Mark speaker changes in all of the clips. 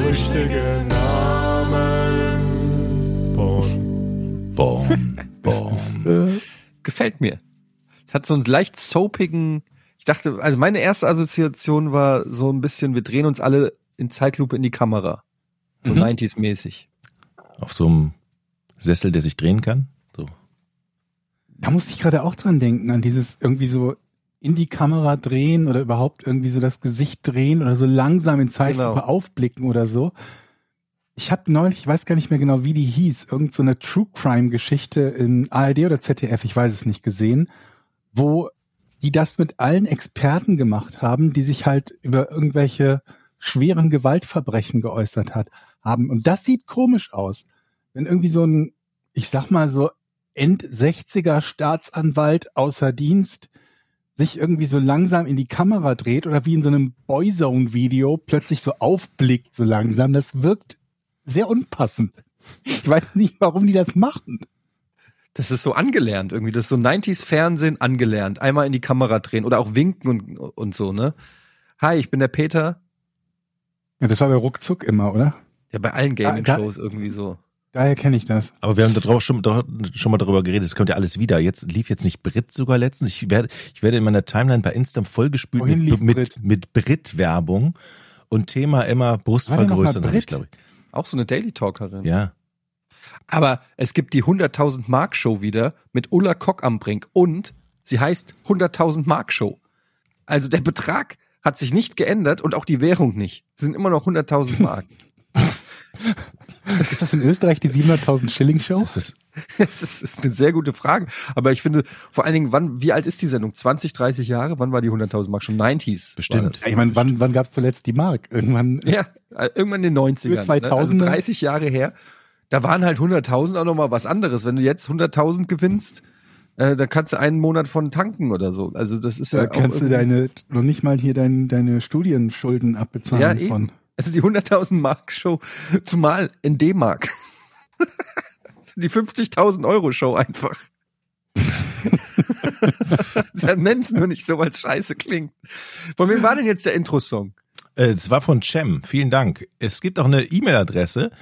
Speaker 1: lustige Namen. Bon.
Speaker 2: Boom, boom.
Speaker 3: Das äh, gefällt mir. Es hat so einen leicht soapigen. Ich dachte, also meine erste Assoziation war so ein bisschen, wir drehen uns alle in Zeitlupe in die Kamera. So
Speaker 2: Mhm.
Speaker 3: 90s-mäßig.
Speaker 2: Auf so einem Sessel, der sich drehen kann. So.
Speaker 4: Da musste ich gerade auch dran denken, an dieses irgendwie so in die Kamera drehen oder überhaupt irgendwie so das Gesicht drehen oder so langsam in Zeitlupe
Speaker 3: Genau.
Speaker 4: aufblicken oder so. Ich habe neulich, ich weiß gar nicht mehr genau, wie die hieß, irgend so eine True Crime Geschichte in ARD oder ZDF, ich weiß es nicht gesehen, wo die das mit allen Experten gemacht haben, die sich halt über irgendwelche schweren Gewaltverbrechen geäußert hat, haben. Und das sieht komisch aus. Wenn irgendwie so ein, ich sag mal so End-60er Staatsanwalt außer Dienst sich irgendwie so langsam in die Kamera dreht oder wie in so einem Boyzone-Video plötzlich so aufblickt, so langsam, das wirkt sehr unpassend. Ich weiß nicht, warum die das machen.
Speaker 3: Das ist so angelernt irgendwie. Das ist so 90s-Fernsehen angelernt. Einmal in die Kamera drehen oder auch winken und, und so, ne? Hi, ich bin der Peter.
Speaker 4: Ja, das war bei Ruckzuck immer, oder?
Speaker 3: Ja, bei allen
Speaker 4: da-
Speaker 3: Gaming-Shows irgendwie so.
Speaker 4: Daher kenne ich das.
Speaker 2: Aber wir haben darüber schon, doch, schon mal darüber geredet. Es kommt ja alles wieder. Jetzt lief jetzt nicht Brit sogar letztens. Ich werde, ich werde in meiner Timeline bei Insta vollgespült
Speaker 4: Wohin
Speaker 2: mit,
Speaker 4: lief
Speaker 2: mit,
Speaker 4: Brit?
Speaker 2: mit Brit-Werbung und Thema immer Brustvergrößerung,
Speaker 4: War der noch mal
Speaker 2: glaube ich.
Speaker 3: Auch so eine Daily-Talkerin.
Speaker 2: Ja.
Speaker 3: Aber es gibt die 100.000 Mark Show wieder mit Ulla Kock am Brink und sie heißt 100.000 Mark Show. Also der Betrag hat sich nicht geändert und auch die Währung nicht. Es sind immer noch 100.000 Mark.
Speaker 4: Ist das in Österreich die 700.000 Schilling Show?
Speaker 2: Das ist,
Speaker 3: das ist, ist eine sehr gute Frage. Aber ich finde vor allen Dingen, wann, wie alt ist die Sendung? 20, 30 Jahre? Wann war die 100.000 Mark Show? 90s.
Speaker 2: Bestimmt.
Speaker 3: war das.
Speaker 4: Ich meine, wann, wann gab es zuletzt die Mark? Irgendwann
Speaker 3: Ja, äh, irgendwann in den 90ern.
Speaker 4: Frühe 2000er.
Speaker 3: Ne? Also 30 Jahre her. Da waren halt 100.000 auch nochmal was anderes. Wenn du jetzt 100.000 gewinnst, äh, dann kannst du einen Monat von tanken oder so. Also das ist ja
Speaker 4: Da
Speaker 3: auch
Speaker 4: kannst du
Speaker 3: irgendwie-
Speaker 4: deine, noch nicht mal hier dein, deine Studienschulden abbezahlen
Speaker 3: Ja, eben.
Speaker 4: von.
Speaker 3: Also die 100.000 Mark Show, zumal in D-Mark. die 50.000 Euro Show einfach. ja, nenn's nur nicht so, weil es scheiße klingt. Von wem war denn jetzt der Intro-Song?
Speaker 2: äh, es war von Cem. Vielen Dank. Es gibt auch eine E-Mail-Adresse.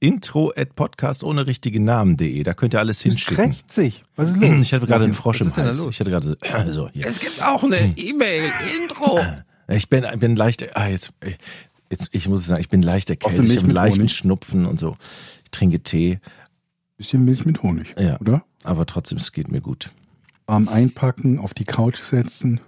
Speaker 2: Intro at podcast ohne richtigen Namen.de. Da könnt ihr alles hinschicken.
Speaker 4: Recht sich. Was ist los?
Speaker 2: Ich hatte gerade einen Frosch
Speaker 3: Was
Speaker 2: im
Speaker 3: ist denn da
Speaker 2: Hals.
Speaker 3: los?
Speaker 2: Ich hatte gerade so, so hier.
Speaker 3: gibt auch eine E-Mail, Intro.
Speaker 4: Ah.
Speaker 2: Ich bin, ich bin leicht, ah, jetzt, jetzt, ich muss sagen, ich bin leicht erkältet,
Speaker 4: Brauchst du
Speaker 2: ich
Speaker 4: Milch
Speaker 2: habe einen
Speaker 4: mit
Speaker 2: leichten
Speaker 4: Honig?
Speaker 2: Schnupfen und so. Ich trinke Tee,
Speaker 4: Bisschen Milch mit Honig,
Speaker 2: Ja.
Speaker 4: oder?
Speaker 2: aber trotzdem, es geht mir gut.
Speaker 4: Warm einpacken, auf die Couch setzen.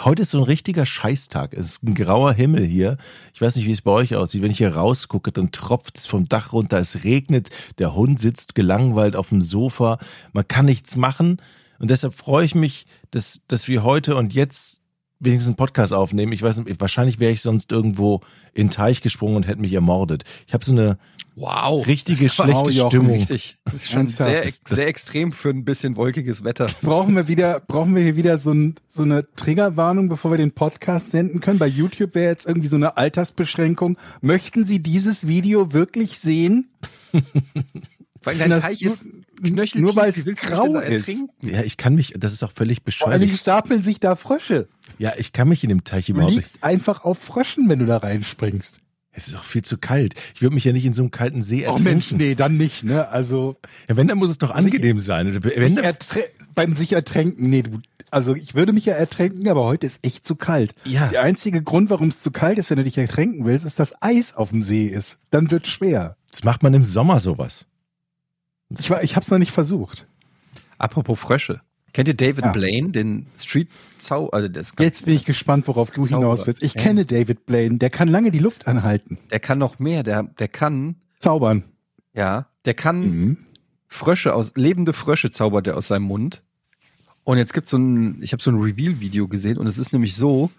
Speaker 2: Heute ist so ein richtiger Scheißtag. Es ist ein grauer Himmel hier. Ich weiß nicht, wie es bei euch aussieht. Wenn ich hier rausgucke, dann tropft es vom Dach runter, es regnet, der Hund sitzt gelangweilt auf dem Sofa, man kann nichts machen. Und deshalb freue ich mich, dass, dass wir heute und jetzt wenigstens einen Podcast aufnehmen. Ich weiß nicht, wahrscheinlich wäre ich sonst irgendwo in den Teich gesprungen und hätte mich ermordet. Ich habe so eine
Speaker 3: Wow.
Speaker 2: richtige
Speaker 3: Das war
Speaker 2: schlechte
Speaker 4: Oh, auch Jochen
Speaker 2: Stimmung.
Speaker 3: Richtig. Das ist Schon
Speaker 4: Ernsthaft,
Speaker 3: sehr,
Speaker 4: das-
Speaker 3: sehr extrem für ein bisschen wolkiges Wetter.
Speaker 4: Brauchen wir wieder, brauchen wir hier wieder so, ein, so eine Triggerwarnung, bevor wir den Podcast senden können? Bei YouTube wäre jetzt irgendwie so eine Altersbeschränkung. Möchten Sie dieses Video wirklich sehen?
Speaker 3: Weil dein
Speaker 4: Das
Speaker 3: Teich
Speaker 4: nur-
Speaker 3: ist knöcheltief.
Speaker 4: nur weil es
Speaker 3: Wie willst du
Speaker 4: grau
Speaker 3: dich denn da
Speaker 4: ist.
Speaker 3: ertrinken?
Speaker 2: Ja, ich kann mich, das ist auch völlig
Speaker 4: Vor allem
Speaker 2: bescheuert.
Speaker 4: stapeln sich da Frösche.
Speaker 2: Ja, ich kann mich in dem Teich
Speaker 4: Du
Speaker 2: überhaupt nicht.
Speaker 4: liegst einfach auf Fröschen, wenn du da reinspringst.
Speaker 2: Es ist auch viel zu kalt. Ich würde mich ja nicht in so einem kalten See
Speaker 4: Oh
Speaker 2: ertrinken.
Speaker 4: Mensch, nee, dann nicht, ne? Also,
Speaker 2: Ja, wenn, dann muss es doch angenehm sein. Und Wenn,
Speaker 4: sich
Speaker 2: dann,
Speaker 4: erträ- beim sich ertränken, nee, du, also ich würde mich ja ertränken, aber heute ist echt zu kalt.
Speaker 2: Ja.
Speaker 4: Der einzige Grund, warum es zu kalt ist, wenn du dich ertränken willst, ist, dass Eis auf dem See ist. Dann wird schwer.
Speaker 2: das macht man im Sommer sowas.
Speaker 4: Ich war, ich habe es noch nicht versucht.
Speaker 3: Apropos Frösche. Kennt ihr David
Speaker 4: Ja.
Speaker 3: Blaine, den Street Zau, also das,
Speaker 4: Jetzt bin ich gespannt, worauf du
Speaker 3: Zauberer.
Speaker 4: hinaus willst. Ich
Speaker 3: Ja.
Speaker 4: kenne David Blaine, der kann lange die Luft anhalten.
Speaker 3: der kann noch mehr, der, der kann,
Speaker 4: Zaubern.
Speaker 3: ja, der kann
Speaker 4: Mhm.
Speaker 3: Frösche aus, lebende Frösche zaubert er aus seinem Mund. Und jetzt gibt's so ein, ich habe so ein Reveal-Video gesehen und es ist nämlich so,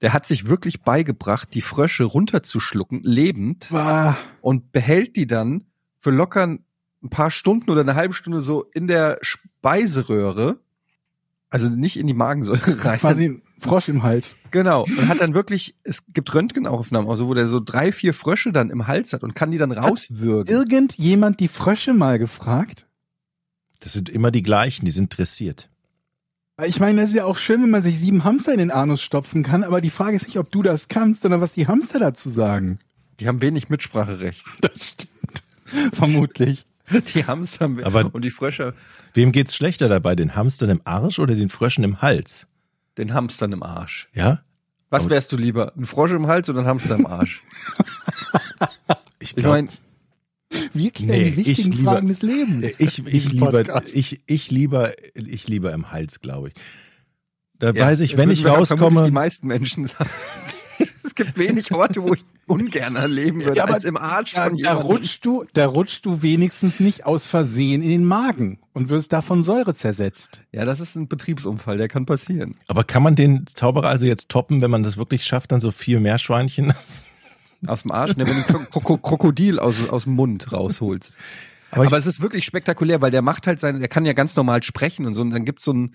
Speaker 3: der hat sich wirklich beigebracht, die Frösche runterzuschlucken, lebend,
Speaker 4: Wah.
Speaker 3: und behält die dann für locker ein paar Stunden oder eine halbe Stunde so in der Speiseröhre, also nicht in die Magensäure rein.
Speaker 4: Quasi ein Frosch im Hals.
Speaker 3: Genau. Und hat dann wirklich, es gibt Röntgenaufnahmen, also wo der so drei, vier Frösche dann im Hals hat und kann die dann rauswürgen.
Speaker 4: Irgendjemand die Frösche mal gefragt?
Speaker 2: Das sind immer die gleichen, die sind dressiert.
Speaker 4: Weil Ich meine, das ist ja auch schön, wenn man sich sieben Hamster in den Anus stopfen kann, aber die Frage ist nicht, ob du das kannst, sondern was die Hamster dazu sagen.
Speaker 3: Die haben wenig Mitspracherecht.
Speaker 4: Vermutlich.
Speaker 3: Die Hamster
Speaker 2: Aber-
Speaker 3: und die Frösche
Speaker 2: Wem geht's schlechter dabei, den Hamstern im Arsch oder den Fröschen im Hals?
Speaker 3: den Hamstern im Arsch.
Speaker 2: Ja?
Speaker 3: Was
Speaker 2: Aber-
Speaker 3: wärst du lieber? Ein Frosch im Hals oder ein Hamster im Arsch? Ich
Speaker 2: glaub-
Speaker 3: meine,
Speaker 4: Wirklich
Speaker 2: Nee,
Speaker 4: die wichtigen
Speaker 2: ich lieber-
Speaker 4: Fragen des Lebens.
Speaker 2: äh, Ich, ich,
Speaker 4: Diesen
Speaker 2: lieber,
Speaker 4: Podcast.
Speaker 2: ich, ich, lieber, ich lieber im Hals, glaube ich. Da
Speaker 3: ja,
Speaker 2: weiß ich,
Speaker 4: äh,
Speaker 3: das
Speaker 2: wenn
Speaker 3: würden
Speaker 2: ich
Speaker 3: wir dann vermutlich die
Speaker 2: rauskomme,
Speaker 3: meisten Menschen sagen. es gibt wenig Orte, wo ich ungern leben würde,
Speaker 4: Ja, aber
Speaker 3: als im Arsch
Speaker 4: da,
Speaker 3: von
Speaker 4: da,
Speaker 3: jemandem.
Speaker 4: rutschst du, da rutschst du wenigstens nicht aus Versehen in den Magen und wirst davon Säure zersetzt.
Speaker 3: Ja, das ist ein Betriebsunfall, der kann passieren.
Speaker 2: aber kann man den Zauberer also jetzt toppen, wenn man das wirklich schafft, dann so vier Meerschweinchen?
Speaker 3: Aus dem Arsch, ne, wenn du ein Kro Kro Krokodil aus, aus dem Mund rausholst.
Speaker 2: Aber
Speaker 3: Aber,
Speaker 2: ich-
Speaker 3: es ist wirklich spektakulär, weil der macht halt seine, der kann ja ganz normal sprechen und so. Und dann gibt's so einen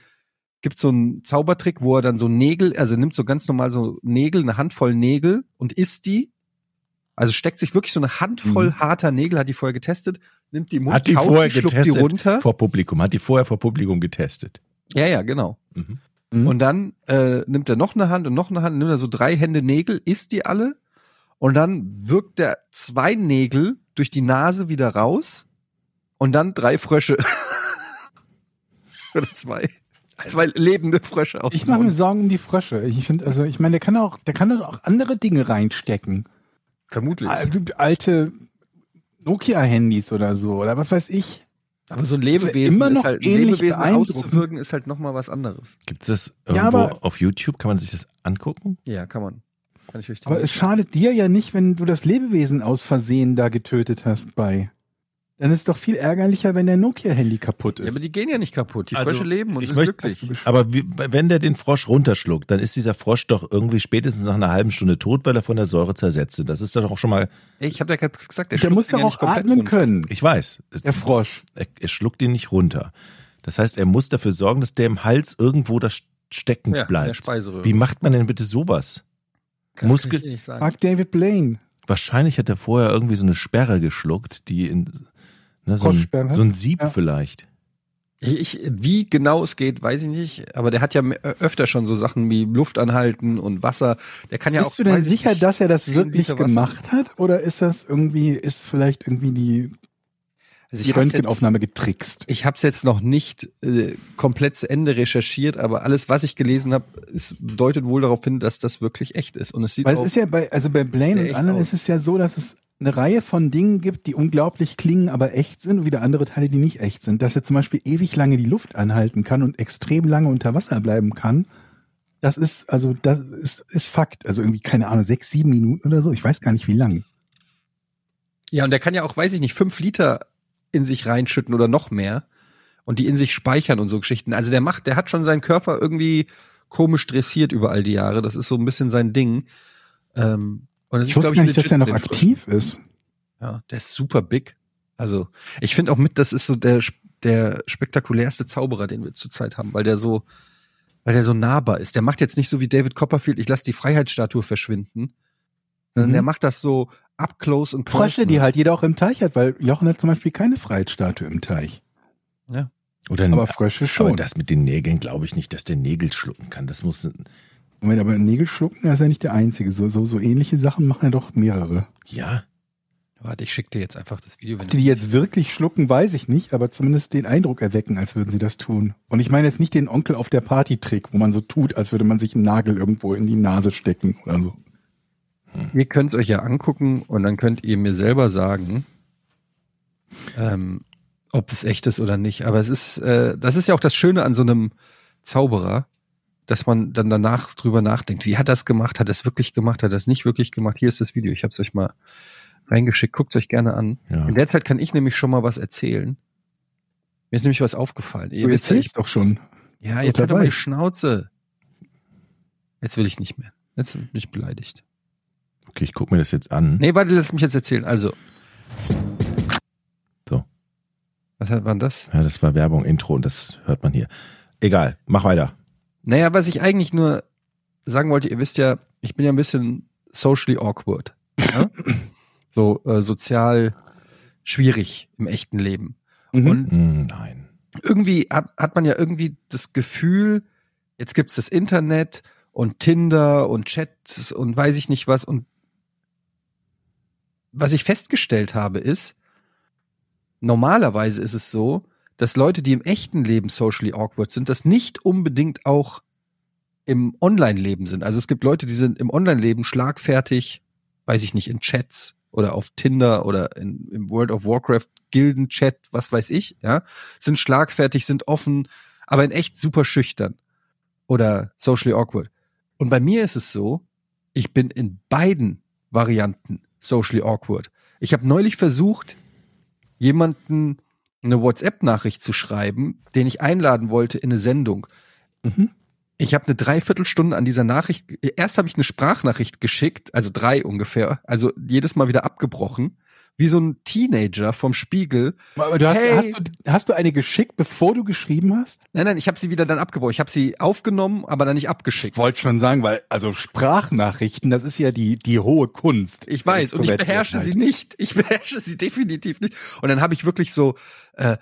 Speaker 3: gibt's so einen Zaubertrick, wo er dann so Nägel, also nimmt so ganz normal so Nägel, eine Handvoll Nägel und isst die. Also steckt sich wirklich so eine Handvoll
Speaker 2: Mhm.
Speaker 3: harter Nägel, hat die vorher getestet, nimmt die im Mund,
Speaker 2: Hat die
Speaker 3: kaut
Speaker 2: vorher
Speaker 3: schluckt
Speaker 2: getestet?
Speaker 3: die runter.
Speaker 2: Vor Publikum, hat die vorher vor Publikum getestet.
Speaker 3: Ja, ja, genau.
Speaker 2: Mhm.
Speaker 4: Mhm.
Speaker 3: Und dann äh, nimmt er noch eine Hand und noch eine Hand, nimmt er so drei Hände Nägel, isst die alle und dann wirkt er zwei Nägel durch die Nase wieder raus und dann drei Frösche. Oder zwei. Zwei lebende Frösche aus
Speaker 4: Also Ich
Speaker 3: dem
Speaker 4: mache mir
Speaker 3: Mund.
Speaker 4: Sorgen um die Frösche. Ich finde, also ich meine, der kann auch, der kann doch auch andere Dinge reinstecken.
Speaker 3: Vermutlich.
Speaker 4: Al- Alte Nokia-Handys oder so oder was weiß ich.
Speaker 3: Aber so ein
Speaker 4: wär
Speaker 3: Lebewesen,
Speaker 4: immer noch
Speaker 3: ist halt, ein
Speaker 4: ähnlich
Speaker 3: Lebewesen
Speaker 4: beeindruckend.
Speaker 3: auszuwirken, ist halt nochmal was anderes.
Speaker 2: Gibt's das irgendwo
Speaker 4: Ja, aber-
Speaker 2: auf YouTube? Kann man sich das angucken?
Speaker 3: Ja, kann man. Kann ich richtig.
Speaker 4: Aber es schadet dir ja nicht, wenn du das Lebewesen aus Versehen da getötet hast bei. Dann ist doch viel ärgerlicher, wenn dein Nokia-Handy kaputt
Speaker 3: ja,
Speaker 4: ist.
Speaker 3: aber die gehen ja nicht kaputt. Die
Speaker 2: Also,
Speaker 3: Frösche leben und
Speaker 2: ich
Speaker 3: sind
Speaker 2: möchte-
Speaker 3: glücklich.
Speaker 2: Aber wie, wenn der den Frosch runterschluckt, dann ist dieser Frosch doch irgendwie spätestens nach einer halben Stunde tot, weil er von der Säure zersetzt ist. Das ist doch auch schon mal,
Speaker 3: Ey, ich habe ja gerade gesagt, der,
Speaker 4: der muss
Speaker 3: schluckt die
Speaker 4: doch
Speaker 3: ja nicht
Speaker 4: auch
Speaker 3: komplett
Speaker 4: atmen
Speaker 3: runter.
Speaker 4: können.
Speaker 2: ich weiß, es-
Speaker 4: Der Frosch.
Speaker 2: er, er schluckt ihn nicht runter. Das heißt, er muss dafür sorgen, dass der im Hals irgendwo da stecken
Speaker 3: Ja, in der
Speaker 2: bleibt.
Speaker 3: Speiseröhre.
Speaker 2: Wie macht man denn bitte sowas?
Speaker 3: Das
Speaker 2: Muskel-
Speaker 3: kann ich dir nicht sagen.
Speaker 4: Frag David Blaine.
Speaker 2: Wahrscheinlich hat er vorher irgendwie so eine Sperre geschluckt, die in ne, so, ein,
Speaker 4: Froschsperre?
Speaker 2: so ein Sieb
Speaker 4: Ja.
Speaker 2: vielleicht.
Speaker 3: Ich, ich, wie genau es geht, weiß ich nicht. Aber der hat ja m- öfter schon so Sachen wie Luft anhalten und Wasser. Der kann ja auch.
Speaker 4: Bist du denn
Speaker 3: weiß ich
Speaker 4: sicher,
Speaker 3: nicht,
Speaker 4: dass er das
Speaker 3: 10
Speaker 4: wirklich
Speaker 3: Liter Wasser-
Speaker 4: gemacht hat? Oder ist das irgendwie, ist vielleicht irgendwie die,
Speaker 3: Also
Speaker 4: die
Speaker 3: ich hab's jetzt,
Speaker 4: Röntgenaufnahme getrickst?
Speaker 3: ich hab's jetzt noch nicht äh, komplett zu Ende recherchiert, aber alles, was ich gelesen habe, es deutet wohl darauf hin, dass das wirklich echt ist. Und es sieht
Speaker 4: Weil
Speaker 3: auch,
Speaker 4: es ist ja bei, also bei Blaine
Speaker 3: Sehr
Speaker 4: und
Speaker 3: echt
Speaker 4: anderen
Speaker 3: aus.
Speaker 4: ist es ja so, dass es eine Reihe von Dingen gibt, die unglaublich klingen, aber echt sind und wieder andere Teile, die nicht echt sind. Dass er zum Beispiel ewig lange die Luft anhalten kann und extrem lange unter Wasser bleiben kann. Das ist, also, das ist, ist Fakt. Also irgendwie, keine Ahnung, sechs, sieben Minuten oder so. Ich weiß gar nicht, wie lang.
Speaker 3: ja, und der kann ja auch, weiß ich nicht, fünf Liter in sich reinschütten oder noch mehr und die in sich speichern und so Geschichten. Also der macht, der hat schon seinen Körper irgendwie komisch dressiert über all die Jahre. Das ist so ein bisschen sein Ding. Ähm, und das
Speaker 4: Ich
Speaker 3: ist,
Speaker 4: wusste
Speaker 3: glaub
Speaker 4: gar nicht, dass
Speaker 3: legit
Speaker 4: er noch
Speaker 3: mit den Fröschen.
Speaker 4: aktiv ist.
Speaker 3: Ja, der ist super big. Also, ich finde auch mit, das ist so der, der spektakulärste Zauberer, den wir zurzeit haben, weil der so, weil der so nahbar ist. Der macht jetzt nicht so wie David Copperfield, ich lasse die Freiheitsstatue verschwinden. Sondern
Speaker 4: Mhm.
Speaker 3: der macht das so up close und
Speaker 4: Frösche, die halt jeder auch im Teich hat, weil Jochen hat zum Beispiel keine Freiheitsstatue im Teich.
Speaker 2: Oder
Speaker 4: Aber Frösche schon.
Speaker 2: aber das mit den Nägeln glaube ich nicht, dass der Nägel schlucken kann. Das muss
Speaker 4: Moment, aber Nägel schlucken, das ist ja nicht der einzige. So, so, so ähnliche Sachen machen ja doch mehrere.
Speaker 2: ja.
Speaker 3: Warte, ich schicke dir jetzt einfach das Video. Wenn
Speaker 4: Ob die die jetzt wirklich schlucken, weiß ich nicht, aber zumindest den Eindruck erwecken, als würden sie das tun. Und ich meine jetzt nicht den Onkel auf der Party-Trick, wo man so tut, als würde man sich einen Nagel irgendwo in die Nase stecken oder so.
Speaker 3: ihr könnt es euch ja angucken und dann könnt ihr mir selber sagen, ähm, ob das echt ist oder nicht. Aber es ist, äh, das ist ja auch das Schöne an so einem Zauberer, dass man dann danach drüber nachdenkt. Wie hat das gemacht? Hat das wirklich gemacht? Hat das nicht wirklich gemacht? Hier ist das Video. Ich habe es euch mal reingeschickt. Guckt es euch gerne an.
Speaker 2: Ja.
Speaker 3: In der Zeit kann ich nämlich schon mal was erzählen. Mir ist nämlich was aufgefallen. Ihr wisst ja, ich-
Speaker 4: doch schon.
Speaker 3: ja,
Speaker 4: Doch
Speaker 3: jetzt hat er
Speaker 4: dabei.
Speaker 3: mal die Schnauze. Jetzt will ich nicht mehr. Jetzt bin ich beleidigt.
Speaker 2: Okay, ich gucke mir das jetzt an.
Speaker 3: Nee, warte, lass mich jetzt erzählen. Also.
Speaker 2: So.
Speaker 3: Was hat- war denn das?
Speaker 2: Ja, das war Werbung, Intro und das hört man hier. Egal, mach weiter.
Speaker 3: Naja, was ich eigentlich nur sagen wollte, ihr wisst ja, ich bin ja ein bisschen socially awkward. Ja? so äh, sozial schwierig im echten Leben.
Speaker 4: Mhm.
Speaker 3: Und
Speaker 2: Hm, nein.
Speaker 3: irgendwie hat, hat man ja irgendwie das Gefühl, jetzt gibt's das Internet und Tinder und Chats und weiß ich nicht was und was ich festgestellt habe, ist, normalerweise ist es so, dass Leute, die im echten Leben socially awkward sind, das nicht unbedingt auch im Online-Leben sind. Also es gibt Leute, die sind im Online-Leben schlagfertig, weiß ich nicht, in Chats oder auf Tinder oder in, im World of Warcraft Gilden-Chat, was weiß ich, ja, sind schlagfertig, sind offen, aber in echt super schüchtern oder socially awkward. Und bei mir ist es so, ich bin in beiden Varianten socially awkward. Ich habe neulich versucht, jemanden eine WhatsApp-Nachricht zu schreiben, den ich einladen wollte in eine Sendung.
Speaker 2: Mhm.
Speaker 3: Ich habe eine Dreiviertelstunde an dieser Nachricht, erst habe ich eine Sprachnachricht geschickt, also drei ungefähr, also jedes Mal wieder abgebrochen, wie so ein Teenager vom Spiegel.
Speaker 4: Aber du hast,
Speaker 3: Hey.
Speaker 4: hast, du, hast du eine geschickt, bevor du geschrieben hast?
Speaker 3: Nein, nein, ich habe sie wieder dann abgebrochen. Ich habe sie aufgenommen, aber dann nicht abgeschickt.
Speaker 4: Ich wollte schon sagen, weil, also Sprachnachrichten, das ist ja die, die hohe Kunst.
Speaker 3: Ich weiß, und ich
Speaker 4: Extrovertiertheit.
Speaker 3: beherrsche sie nicht. Ich beherrsche sie definitiv nicht. Und dann habe ich wirklich so, äh,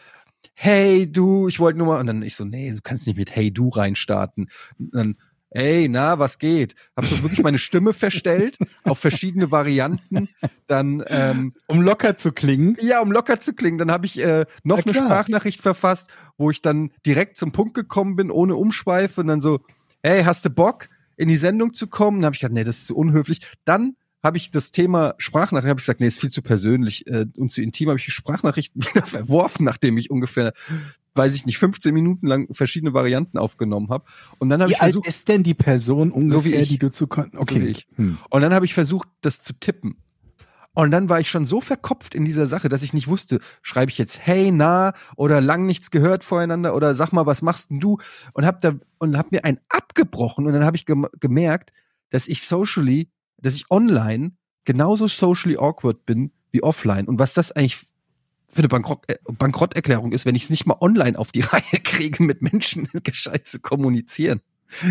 Speaker 3: hey du, ich wollte nur mal. Und dann ich so, nee, du kannst nicht mit hey du reinstarten. Und dann, ey, na, was geht? Hab so wirklich meine Stimme verstellt auf verschiedene Varianten. Dann, ähm,
Speaker 4: Um locker zu klingen.
Speaker 3: ja, um locker zu klingen, dann habe ich äh, noch
Speaker 4: Na
Speaker 3: eine
Speaker 4: klar.
Speaker 3: Sprachnachricht verfasst, wo ich dann direkt zum Punkt gekommen bin, ohne Umschweife und dann so, hey, hast du Bock, in die Sendung zu kommen? Dann habe ich gedacht, nee, das ist zu unhöflich. Dann habe ich das Thema Sprachnachricht, habe ich gesagt, nee, ist viel zu persönlich äh, und zu intim, habe ich die Sprachnachrichten wieder verworfen, nachdem ich ungefähr, weiß ich nicht, 15 Minuten lang verschiedene Varianten aufgenommen habe. Und dann habe
Speaker 4: Wie
Speaker 3: ich
Speaker 4: alt
Speaker 3: versucht,
Speaker 4: ist denn die Person ungefähr,
Speaker 3: wie ich.
Speaker 4: die du zu kon- Okay.
Speaker 3: wie ich.
Speaker 4: Hm.
Speaker 3: Und dann habe ich versucht, das zu tippen. Und dann war ich schon so verkopft in dieser Sache, dass ich nicht wusste, schreibe ich jetzt hey, na oder lang nichts gehört voreinander oder sag mal, was machst denn du? Und hab da und hab mir einen abgebrochen und dann habe ich gem gemerkt, dass ich socially, dass ich online genauso socially awkward bin wie offline und was das eigentlich für eine Bankrott äh, Bankrotterklärung ist, wenn ich es nicht mal online auf die Reihe kriege, mit Menschen gescheit zu kommunizieren.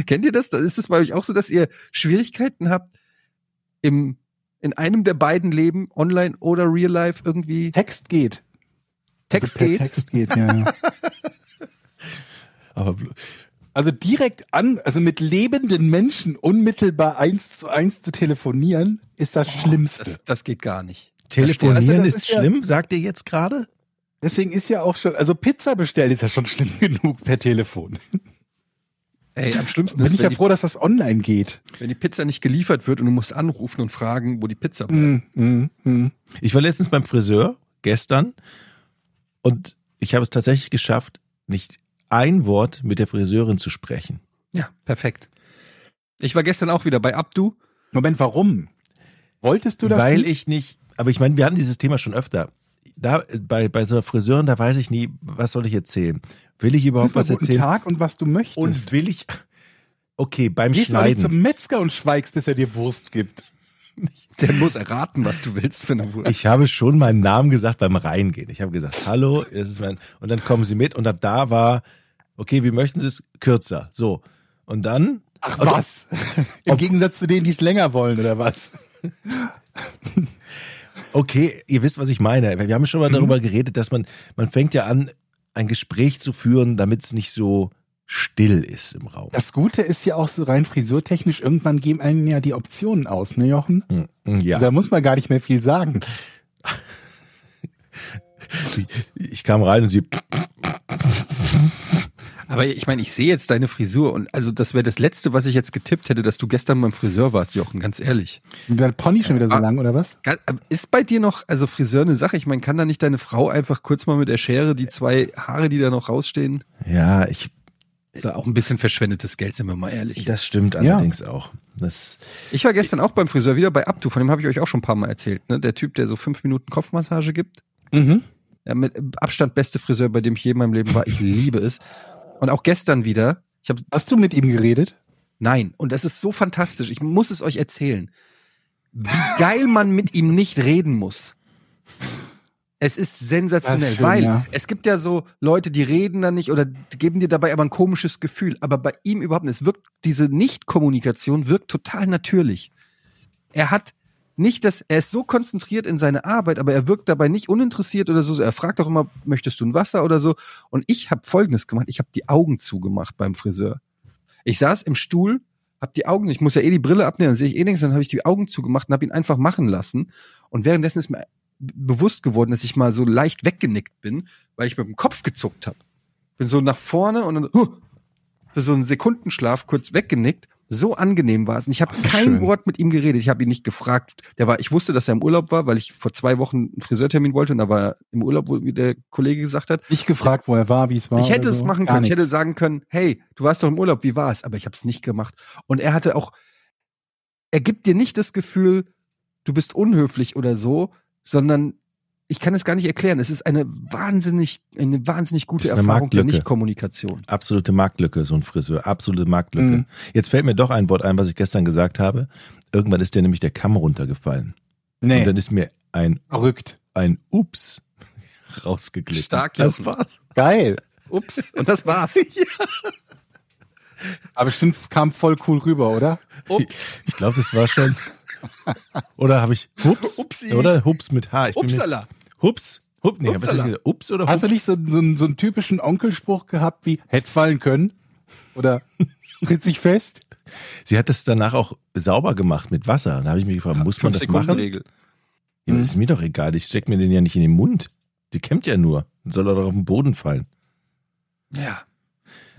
Speaker 3: Kennt ihr das? Da ist es bei euch auch so, dass ihr Schwierigkeiten habt, im, in einem der beiden Leben, online oder real life, irgendwie
Speaker 4: Text geht.
Speaker 3: Text
Speaker 4: Also per
Speaker 3: geht.
Speaker 4: Text geht, ja, ja.
Speaker 2: Aber bl-
Speaker 4: Also direkt an, also mit lebenden Menschen unmittelbar eins zu eins zu telefonieren, ist das Schlimmste.
Speaker 3: Das, das geht gar nicht.
Speaker 2: telefonieren
Speaker 4: Also das
Speaker 2: ist,
Speaker 4: ist ja-
Speaker 2: schlimm, sagt ihr jetzt gerade?
Speaker 4: Deswegen ist ja auch schon, also Pizza bestellen ist ja schon schlimm genug per Telefon.
Speaker 3: Ey, am schlimmsten
Speaker 4: Bin
Speaker 3: ist,
Speaker 4: ich ja
Speaker 3: wenn,
Speaker 4: froh, dass das online geht.
Speaker 3: die, wenn die Pizza nicht geliefert wird und du musst anrufen und fragen, wo die Pizza bleibt.
Speaker 4: Mm, mm, mm.
Speaker 2: Ich war letztens beim Friseur, gestern, und ich habe es tatsächlich geschafft, nicht ein Wort mit der Friseurin zu sprechen.
Speaker 3: Ja, perfekt. Ich war gestern auch wieder bei Abdu.
Speaker 4: Moment, warum? Wolltest du das?
Speaker 2: Weil
Speaker 4: nicht?
Speaker 2: ich nicht, aber ich meine, wir hatten dieses Thema schon öfter. Da, bei, bei so einer Friseurin, da weiß ich nie, was soll ich erzählen? Will ich überhaupt
Speaker 4: Erstmal
Speaker 2: was
Speaker 4: guten
Speaker 2: erzählen?
Speaker 4: Tag und was du möchtest.
Speaker 2: Und will ich, okay, beim
Speaker 4: Gehst aber nicht
Speaker 2: Schneiden.
Speaker 4: zum Metzger und schweigst, bis er dir Wurst gibt.
Speaker 3: Der muss erraten, was du willst für eine Wurst.
Speaker 2: Ich habe schon meinen Namen gesagt beim Reingehen. Ich habe gesagt, hallo, das ist mein, und dann kommen sie mit und ab da war, okay, wie möchten sie es? Kürzer, so. Und dann,
Speaker 4: Ach
Speaker 2: Und-
Speaker 4: was? Im Gegensatz zu denen, die es länger wollen, oder was?
Speaker 2: okay, ihr wisst, was ich meine. Wir haben schon
Speaker 4: Mhm.
Speaker 2: mal darüber geredet, dass man, man fängt ja an, ein Gespräch zu führen, damit es nicht so still ist im Raum.
Speaker 4: Das Gute ist ja auch so rein frisurtechnisch, irgendwann geben einem ja die Optionen aus, ne Jochen?
Speaker 2: Hm, hm, ja.
Speaker 4: Also da muss man gar nicht mehr viel sagen.
Speaker 2: Ich kam rein und sie,
Speaker 3: Aber ich meine, ich sehe jetzt deine Frisur und also das wäre das Letzte, was ich jetzt getippt hätte, dass du gestern beim Friseur warst, Jochen, ganz ehrlich.
Speaker 4: Und der Pony schon wieder so
Speaker 3: Ah.
Speaker 4: lang, oder was?
Speaker 3: Ga- Ist bei dir noch, also Friseur eine Sache? Ich meine, kann da nicht deine Frau einfach kurz mal mit der Schere die zwei Haare, die da noch rausstehen?
Speaker 2: ja, ich,
Speaker 3: Ist ja auch ein bisschen verschwendetes Geld, sind wir mal ehrlich.
Speaker 2: das stimmt allerdings auch. Das,
Speaker 3: Ich war gestern auch beim Friseur, wieder bei Abdu, von dem habe ich euch auch schon ein paar Mal erzählt, ne? Der Typ, der so fünf Minuten Kopfmassage gibt.
Speaker 4: Mhm.
Speaker 3: Ja, mit Abstand beste Friseur, bei dem ich je in meinem Leben war. Ich liebe es. Und auch gestern wieder, ich habe
Speaker 4: Hast du mit ihm geredet?
Speaker 3: Nein. Und das ist so fantastisch. Ich muss es euch erzählen. Wie geil man mit ihm nicht reden muss. Es ist
Speaker 4: Das
Speaker 3: sensationell,
Speaker 4: ist schön,
Speaker 3: weil
Speaker 4: ja.
Speaker 3: es gibt ja so Leute, die reden dann nicht oder geben dir dabei aber ein komisches Gefühl. Aber bei ihm überhaupt nicht. Es wirkt, diese Nichtkommunikation wirkt total natürlich. Er hat nicht das, er ist so konzentriert in seine Arbeit, aber er wirkt dabei nicht uninteressiert oder so. Er fragt auch immer, möchtest du ein Wasser oder so? Und ich habe Folgendes gemacht. Ich habe die Augen zugemacht beim Friseur. Ich saß im Stuhl, hab die Augen, ich muss ja eh die Brille abnehmen, dann sehe ich eh nichts, dann habe ich die Augen zugemacht und habe ihn einfach machen lassen. Und währenddessen ist mir b- bewusst geworden, dass ich mal so leicht weggenickt bin, weil ich mit dem Kopf gezuckt habe. Bin so nach vorne und dann huh, für so einen Sekundenschlaf kurz weggenickt. So angenehm war es. Und ich habe
Speaker 4: Das ist
Speaker 3: kein
Speaker 4: schön.
Speaker 3: Wort mit ihm geredet. Ich habe ihn nicht gefragt. Der war, ich wusste, dass er im Urlaub war, weil ich vor zwei Wochen einen Friseurtermin wollte und da war er im Urlaub, wo- wie der Kollege gesagt hat.
Speaker 4: Nicht gefragt, wo er war, wie es war.
Speaker 3: Ich hätte
Speaker 4: oder
Speaker 3: es
Speaker 4: so.
Speaker 3: machen
Speaker 4: Gar
Speaker 3: können. Ich hätte
Speaker 4: nichts.
Speaker 3: sagen können, hey, du warst doch im Urlaub, wie war's? Aber ich habe es nicht gemacht. Und er hatte auch, er gibt dir nicht das Gefühl, du bist unhöflich oder so, sondern ich kann es gar nicht erklären. Es ist eine wahnsinnig, eine wahnsinnig gute
Speaker 2: Das ist eine
Speaker 3: Erfahrung der
Speaker 2: Marktlücke.
Speaker 3: Nichtkommunikation.
Speaker 2: Absolute Marktlücke, so ein Friseur. Absolute Marktlücke.
Speaker 4: Mhm.
Speaker 2: Jetzt fällt mir doch ein Wort ein, was ich gestern gesagt habe. Irgendwann ist dir nämlich der Kamm runtergefallen. Und
Speaker 4: Nee,
Speaker 2: dann ist mir ein,
Speaker 4: verrückt.
Speaker 2: ein Ups rausgeglitten.
Speaker 3: Stark,
Speaker 2: das
Speaker 3: Jochen.
Speaker 2: war's.
Speaker 4: Geil.
Speaker 3: Ups, und das war's.
Speaker 4: Aber bestimmt kam voll cool rüber, oder?
Speaker 3: Ups,
Speaker 2: Ich glaube, das war schon. Oder habe ich Hups?
Speaker 3: Upsi.
Speaker 2: Oder Hups mit H. Ich bin mir,
Speaker 3: Upsala.
Speaker 2: Hups? Hup, nee, was hab ich
Speaker 3: Upsala.
Speaker 2: gesagt? Ups oder
Speaker 4: Hast du
Speaker 2: Hups?
Speaker 4: nicht so, so, einen- so einen typischen Onkelspruch gehabt wie hätte fallen können? Oder tritt sich fest?
Speaker 2: Sie hat das danach auch sauber gemacht mit Wasser. Da habe ich mich gefragt, muss man das machen?
Speaker 3: Regel.
Speaker 2: Ja,
Speaker 4: Mhm.
Speaker 2: das ist mir doch egal. Ich steck mir den ja nicht in den Mund. Die kämmt ja nur. Dann soll er doch auf den Boden fallen.
Speaker 3: Ja.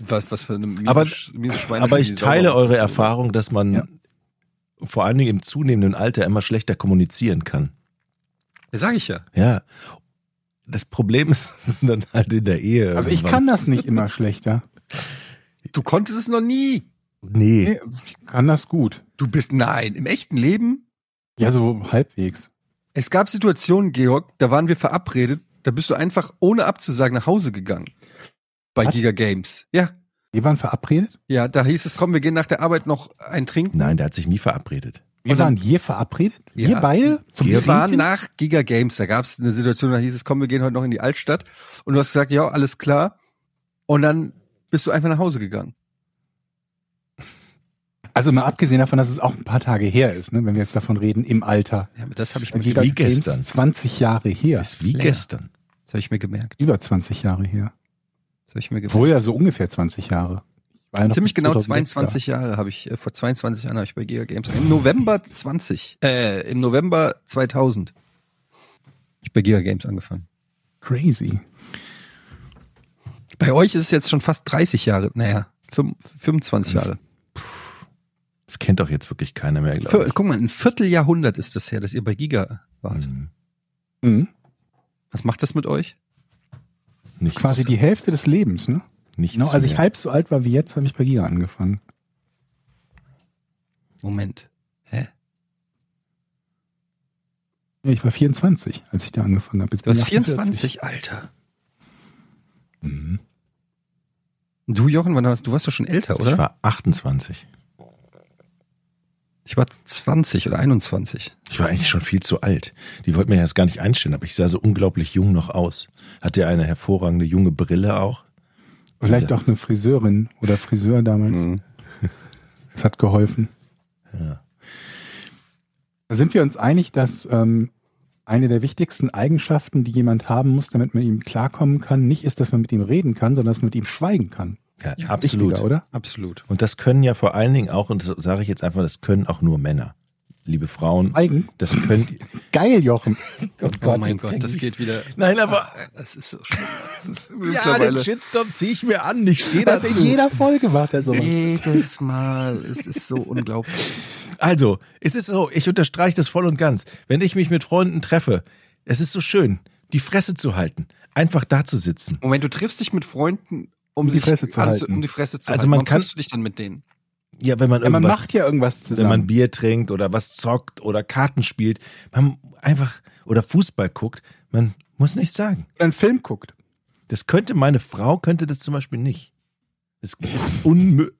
Speaker 3: Was, was für eine miese,
Speaker 2: Aber-
Speaker 3: Sch- miese Schweine
Speaker 2: Aber ich
Speaker 3: die
Speaker 2: teile
Speaker 3: sauber-
Speaker 2: eure Erfahrung, dass man
Speaker 4: Ja.
Speaker 2: vor allen Dingen im zunehmenden Alter immer schlechter kommunizieren kann.
Speaker 3: Ja, Sag ich ja.
Speaker 2: Ja. Das Problem ist es sind dann halt in der Ehe.
Speaker 4: Also ich
Speaker 3: genau.
Speaker 4: kann das nicht immer schlechter.
Speaker 3: Du konntest es noch nie.
Speaker 2: Nee.
Speaker 4: Nee, ich kann das gut.
Speaker 3: Du bist, nein, im echten Leben
Speaker 4: Ja, so halbwegs.
Speaker 3: Es gab Situationen, Georg, da waren wir verabredet, da bist du einfach ohne abzusagen nach Hause gegangen. Bei
Speaker 4: Was?
Speaker 3: Giga Games. Ja,
Speaker 4: Wir waren verabredet?
Speaker 3: ja, da hieß es, komm, wir gehen nach der Arbeit noch ein Trinken.
Speaker 2: Nein, der hat sich nie verabredet.
Speaker 4: Wir
Speaker 3: Und dann-
Speaker 4: waren hier verabredet?
Speaker 3: Ja.
Speaker 4: Wir beide? Zum
Speaker 3: wir waren
Speaker 4: Trinken?
Speaker 3: nach Giga Games. Da gab es eine Situation, da hieß es, komm, wir gehen heute noch in die Altstadt. Und du hast gesagt, ja, alles klar. Und dann bist du einfach nach Hause gegangen.
Speaker 4: Also mal abgesehen davon, dass es auch ein paar Tage her ist, ne, wenn wir jetzt davon reden, im Alter.
Speaker 3: Ja, aber das habe ich,
Speaker 4: Bei
Speaker 3: mir-
Speaker 4: Giga
Speaker 2: wie
Speaker 4: Games
Speaker 2: gestern.
Speaker 4: 20 Jahre her.
Speaker 2: Das ist wie
Speaker 3: Länger.
Speaker 2: gestern.
Speaker 3: das hab ich mir gemerkt.
Speaker 4: Über 20 Jahre her.
Speaker 3: Das hab ich mir gemerkt.
Speaker 4: Obwohl ja so ungefähr 20 Jahre. Ich war ja noch
Speaker 3: Ziemlich
Speaker 4: bis
Speaker 3: genau
Speaker 4: 2006
Speaker 3: 22 Jahre habe ich, äh, vor 22 Jahren habe ich bei Giga Games, im November 20, äh, im November 2000 hab ich bei Giga Games angefangen.
Speaker 4: Da. Crazy.
Speaker 3: Bei euch ist es jetzt schon fast 30 Jahre, naja, fünf- 25 Jahre.
Speaker 2: Das kennt doch jetzt wirklich keiner mehr,
Speaker 3: Vier,
Speaker 2: glaube
Speaker 3: guck mal, ein Vierteljahrhundert ist das her, dass ihr bei Giga
Speaker 2: ich.
Speaker 3: wart.
Speaker 2: Mhm.
Speaker 4: Mhm.
Speaker 3: Was macht das mit euch?
Speaker 4: Das ist quasi die Hälfte des Lebens, ne?
Speaker 2: Nichts
Speaker 4: Genau, als ich
Speaker 2: mehr.
Speaker 4: halb so alt war wie jetzt, habe ich bei Giga angefangen.
Speaker 3: Moment. Hä?
Speaker 4: Ja, ich war 24, als ich da angefangen habe. Jetzt
Speaker 3: Du
Speaker 4: bin
Speaker 3: warst
Speaker 4: ich 48.
Speaker 3: 24, Alter.
Speaker 4: Mhm.
Speaker 3: Du, Jochen, wann warst du? warst doch schon älter, oder?
Speaker 2: Ich war 28.
Speaker 3: ich war 20 oder 21.
Speaker 2: Ich war eigentlich schon viel zu alt. Die wollten mir das gar nicht einstellen, aber ich sah so unglaublich jung noch aus. Hatte eine hervorragende junge Brille auch.
Speaker 4: Vielleicht auch eine Friseurin oder Friseur damals.
Speaker 3: Mhm.
Speaker 4: Das hat geholfen.
Speaker 2: Ja.
Speaker 4: Da sind wir uns einig, dass ähm, eine der wichtigsten Eigenschaften, die jemand haben muss, damit man ihm klarkommen kann, nicht ist, dass man mit ihm reden kann, sondern dass man mit ihm schweigen kann.
Speaker 2: Ja,
Speaker 3: Ja,
Speaker 2: absolut.
Speaker 4: Wichtiger, oder?
Speaker 3: Absolut.
Speaker 2: Und das können ja vor allen Dingen auch, und das sage ich jetzt einfach, das können auch nur Männer. Liebe Frauen,
Speaker 4: Schweigen.
Speaker 2: das könnt
Speaker 4: Geil, Jochen.
Speaker 3: Oh mein Gott, das geht wieder.
Speaker 2: Nein, aber
Speaker 3: Das ist so schlimm. Das ist
Speaker 2: ja, den
Speaker 3: mittlerweile-
Speaker 2: Shitstorm ziehe ich mir an. Ich stehe
Speaker 4: Das in
Speaker 2: dazu.
Speaker 4: jeder Folge macht er sowas.
Speaker 3: Jedes Mal. Es ist so unglaublich.
Speaker 2: Also, es ist so, ich unterstreiche das voll und ganz. Wenn ich mich mit Freunden treffe, es ist so schön, die Fresse zu halten, einfach da zu sitzen.
Speaker 3: Moment, du triffst dich mit Freunden, um,
Speaker 4: Um die
Speaker 3: sich
Speaker 4: Fresse zu
Speaker 3: anzu-
Speaker 4: halten.
Speaker 3: Um die Fresse zu
Speaker 2: Also
Speaker 3: halten.
Speaker 2: man
Speaker 3: Warum
Speaker 2: kann-
Speaker 3: triffst du dich dann mit denen?
Speaker 2: Ja, wenn man
Speaker 4: Ja, man
Speaker 2: irgendwas
Speaker 4: macht ja irgendwas
Speaker 2: wenn man
Speaker 4: zusammen.
Speaker 2: Bier trinkt oder was zockt oder Karten spielt, man einfach oder Fußball guckt, man muss nichts sagen.
Speaker 4: Wenn man einen Film guckt.
Speaker 2: Das könnte meine Frau könnte das zum Beispiel nicht. Es ist unmöglich.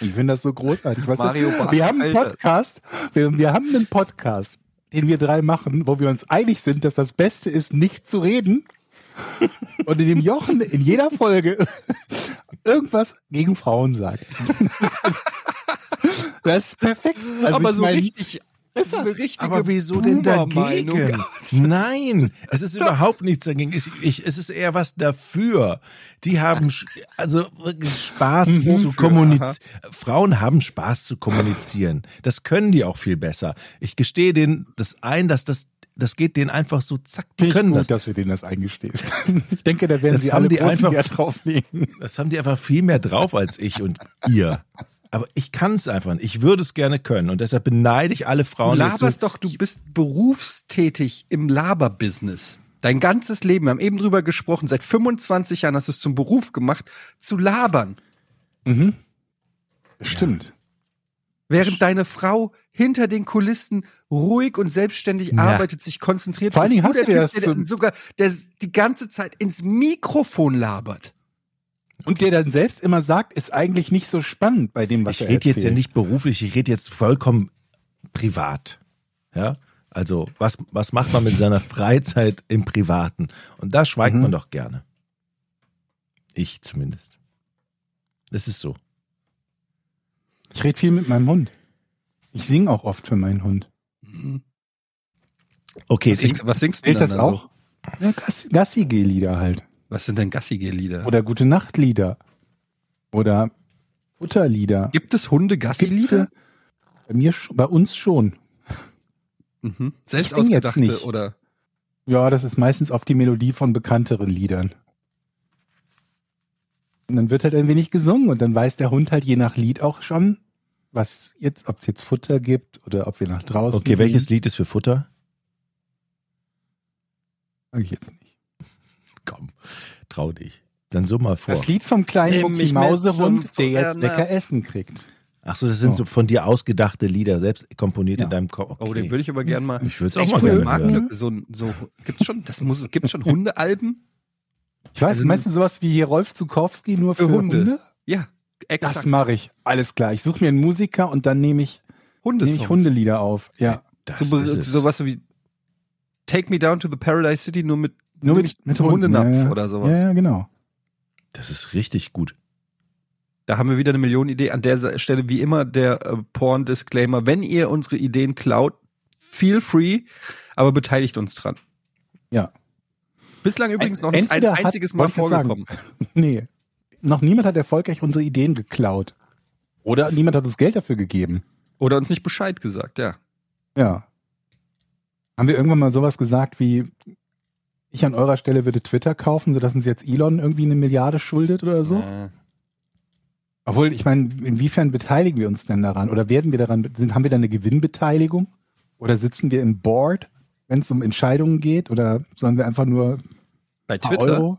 Speaker 4: Ich finde das so großartig. Weißt du,
Speaker 3: Mario Barth,
Speaker 4: wir haben einen
Speaker 3: Alter.
Speaker 4: Podcast, wir, wir haben einen Podcast, den wir drei machen, wo wir uns einig sind, dass das Beste ist, nicht zu reden. Und in dem Jochen in jeder Folge irgendwas gegen Frauen sagt. Das ist perfekt. Also
Speaker 3: aber
Speaker 4: ich
Speaker 3: so
Speaker 4: mein,
Speaker 3: richtig Das ist eine richtige
Speaker 2: Aber wieso denn
Speaker 3: Boomer-Meinung.
Speaker 2: dagegen? Nein, es ist überhaupt nichts dagegen. Ich, ich, es ist eher was dafür. Die haben sch- also wirklich Spaß
Speaker 4: Mhm.
Speaker 2: zu kommunizieren. Frauen haben Spaß zu kommunizieren. Das können die auch viel besser. Ich gestehe denen das ein, dass das das geht denen einfach so zack. Die
Speaker 4: Finde ich
Speaker 2: können
Speaker 4: gut,
Speaker 2: das.
Speaker 4: dass wir denen das eingestehen. Ich denke, da werden
Speaker 2: Das
Speaker 4: sie
Speaker 2: haben
Speaker 4: alle
Speaker 2: die
Speaker 4: großen
Speaker 2: einfach-
Speaker 4: Wert drauflegen.
Speaker 2: Das haben die einfach viel mehr drauf als ich und ihr. Aber ich kann es einfach nicht. Ich würde es gerne können und deshalb beneide ich alle
Speaker 3: Du
Speaker 2: Frauen. die dazu-
Speaker 3: laberst doch, du bist berufstätig im Laberbusiness. Dein ganzes Leben, wir haben eben drüber gesprochen, seit 25 Jahren hast du es zum Beruf gemacht, zu labern.
Speaker 2: Mhm.
Speaker 4: Stimmt.
Speaker 3: Während deine Frau hinter den Kulissen ruhig und selbstständig arbeitet, sich konzentriert.
Speaker 4: Vor allen Dingen
Speaker 3: Bist
Speaker 4: hast du
Speaker 3: der
Speaker 4: dir
Speaker 3: Typ,
Speaker 4: das
Speaker 3: der
Speaker 4: zum-
Speaker 3: sogar der s- die ganze Zeit ins Mikrofon labert.
Speaker 4: Und der dann selbst immer sagt, ist eigentlich nicht so spannend bei dem, was
Speaker 2: ich
Speaker 4: er
Speaker 2: rede jetzt ja
Speaker 4: erzählt.
Speaker 2: nicht beruflich, ich rede jetzt vollkommen privat. Ja? Also, was, was macht man mit seiner Freizeit im Privaten? Und da schweigt
Speaker 4: Mhm.
Speaker 2: man doch gerne. Ich zumindest. Das ist so.
Speaker 4: Ich rede viel mit meinem Hund. Ich singe auch oft für meinen Hund.
Speaker 2: Okay, ich,
Speaker 3: was singst
Speaker 4: Zählt das
Speaker 3: dann also. da
Speaker 4: auch? Ja, Gassi- Gassi-G-Lieder halt.
Speaker 3: So? Was sind denn Gassi-Lieder?
Speaker 4: Oder Gute-Nacht-Lieder. Oder Futterlieder.
Speaker 3: Gibt es Hunde-Gassi-Lieder?
Speaker 4: Bei mir, sch- bei uns schon.
Speaker 3: Mhm. Selbst
Speaker 4: äh, Ich sing jetzt
Speaker 3: ausgedachte
Speaker 4: nicht.
Speaker 3: oder?
Speaker 4: Ja, das ist meistens auf die Melodie von bekannteren Liedern. Und dann wird halt ein wenig gesungen und dann weiß der Hund halt je nach Lied auch schon, was jetzt, ob es jetzt Futter gibt oder ob wir nach draußen.
Speaker 2: okay welches Lied ist für Futter?
Speaker 4: Sag ich jetzt nicht.
Speaker 2: Komm, trau dich. Dann so mal vor.
Speaker 4: Das Lied vom kleinen
Speaker 3: Nimm mich
Speaker 4: Mucki
Speaker 3: mit
Speaker 4: Mausehund,
Speaker 3: zum
Speaker 4: der jetzt
Speaker 3: Futter, ne?
Speaker 4: lecker Essen kriegt.
Speaker 2: Ach so, das sind
Speaker 4: Oh.
Speaker 2: so von dir ausgedachte Lieder, selbst komponiert
Speaker 4: Ja.
Speaker 2: in deinem Kopf. Okay.
Speaker 3: Oh, den würde ich aber gern mal.
Speaker 2: ich würde es auch
Speaker 3: Echt
Speaker 2: mal
Speaker 3: cool.
Speaker 2: gerne
Speaker 3: Mark
Speaker 2: hören.
Speaker 4: ne?
Speaker 3: Glück, so, ein- so gibt's schon, das muss, gibt's schon Hundealben?
Speaker 4: Ich weiß,
Speaker 3: Also-
Speaker 4: meinst du sowas wie hier Rolf Zukowski nur
Speaker 3: Für
Speaker 4: für,
Speaker 3: Hunde.
Speaker 4: Hunde?
Speaker 3: Ja,
Speaker 4: Das
Speaker 3: exakt.
Speaker 4: mache ich. Alles klar. Ich suche mir einen Musiker und dann nehme ich, nehme ich
Speaker 3: Hundesongs.
Speaker 4: Hundelieder auf. Ja.
Speaker 2: Das
Speaker 3: so, be-
Speaker 2: ist es.
Speaker 3: sowas wie Take Me Down to the Paradise City nur mit
Speaker 4: Nur
Speaker 3: mit- mit
Speaker 4: Hunden.
Speaker 3: Hundenapf
Speaker 4: ja, ja.
Speaker 3: oder sowas.
Speaker 4: Ja, ja, genau.
Speaker 2: das ist richtig gut.
Speaker 3: Da haben wir wieder eine Millionenidee. An der Stelle wie immer der äh, Porn-Disclaimer. Wenn ihr unsere Ideen klaut, feel free, aber beteiligt uns dran.
Speaker 4: Ja.
Speaker 3: Bislang übrigens noch nicht ein
Speaker 4: Entweder hat-
Speaker 3: einziges Mal
Speaker 4: wollte ich sagen.
Speaker 3: vorgekommen.
Speaker 4: Nee. Noch niemand hat erfolgreich unsere Ideen geklaut. Oder niemand hat uns Geld dafür gegeben.
Speaker 3: Oder uns nicht Bescheid gesagt, ja.
Speaker 4: Ja. Haben wir irgendwann mal sowas gesagt wie, ich an eurer Stelle würde Twitter kaufen, sodass uns jetzt Elon irgendwie eine Milliarde schuldet oder so?
Speaker 3: Äh,
Speaker 4: Obwohl, ich meine, inwiefern beteiligen wir uns denn daran? Oder werden wir daran, sind, haben wir da eine Gewinnbeteiligung? Oder sitzen wir im Board, wenn es um Entscheidungen geht? Oder sollen wir einfach nur
Speaker 3: Bei
Speaker 4: paar
Speaker 3: Twitter.
Speaker 4: Euro?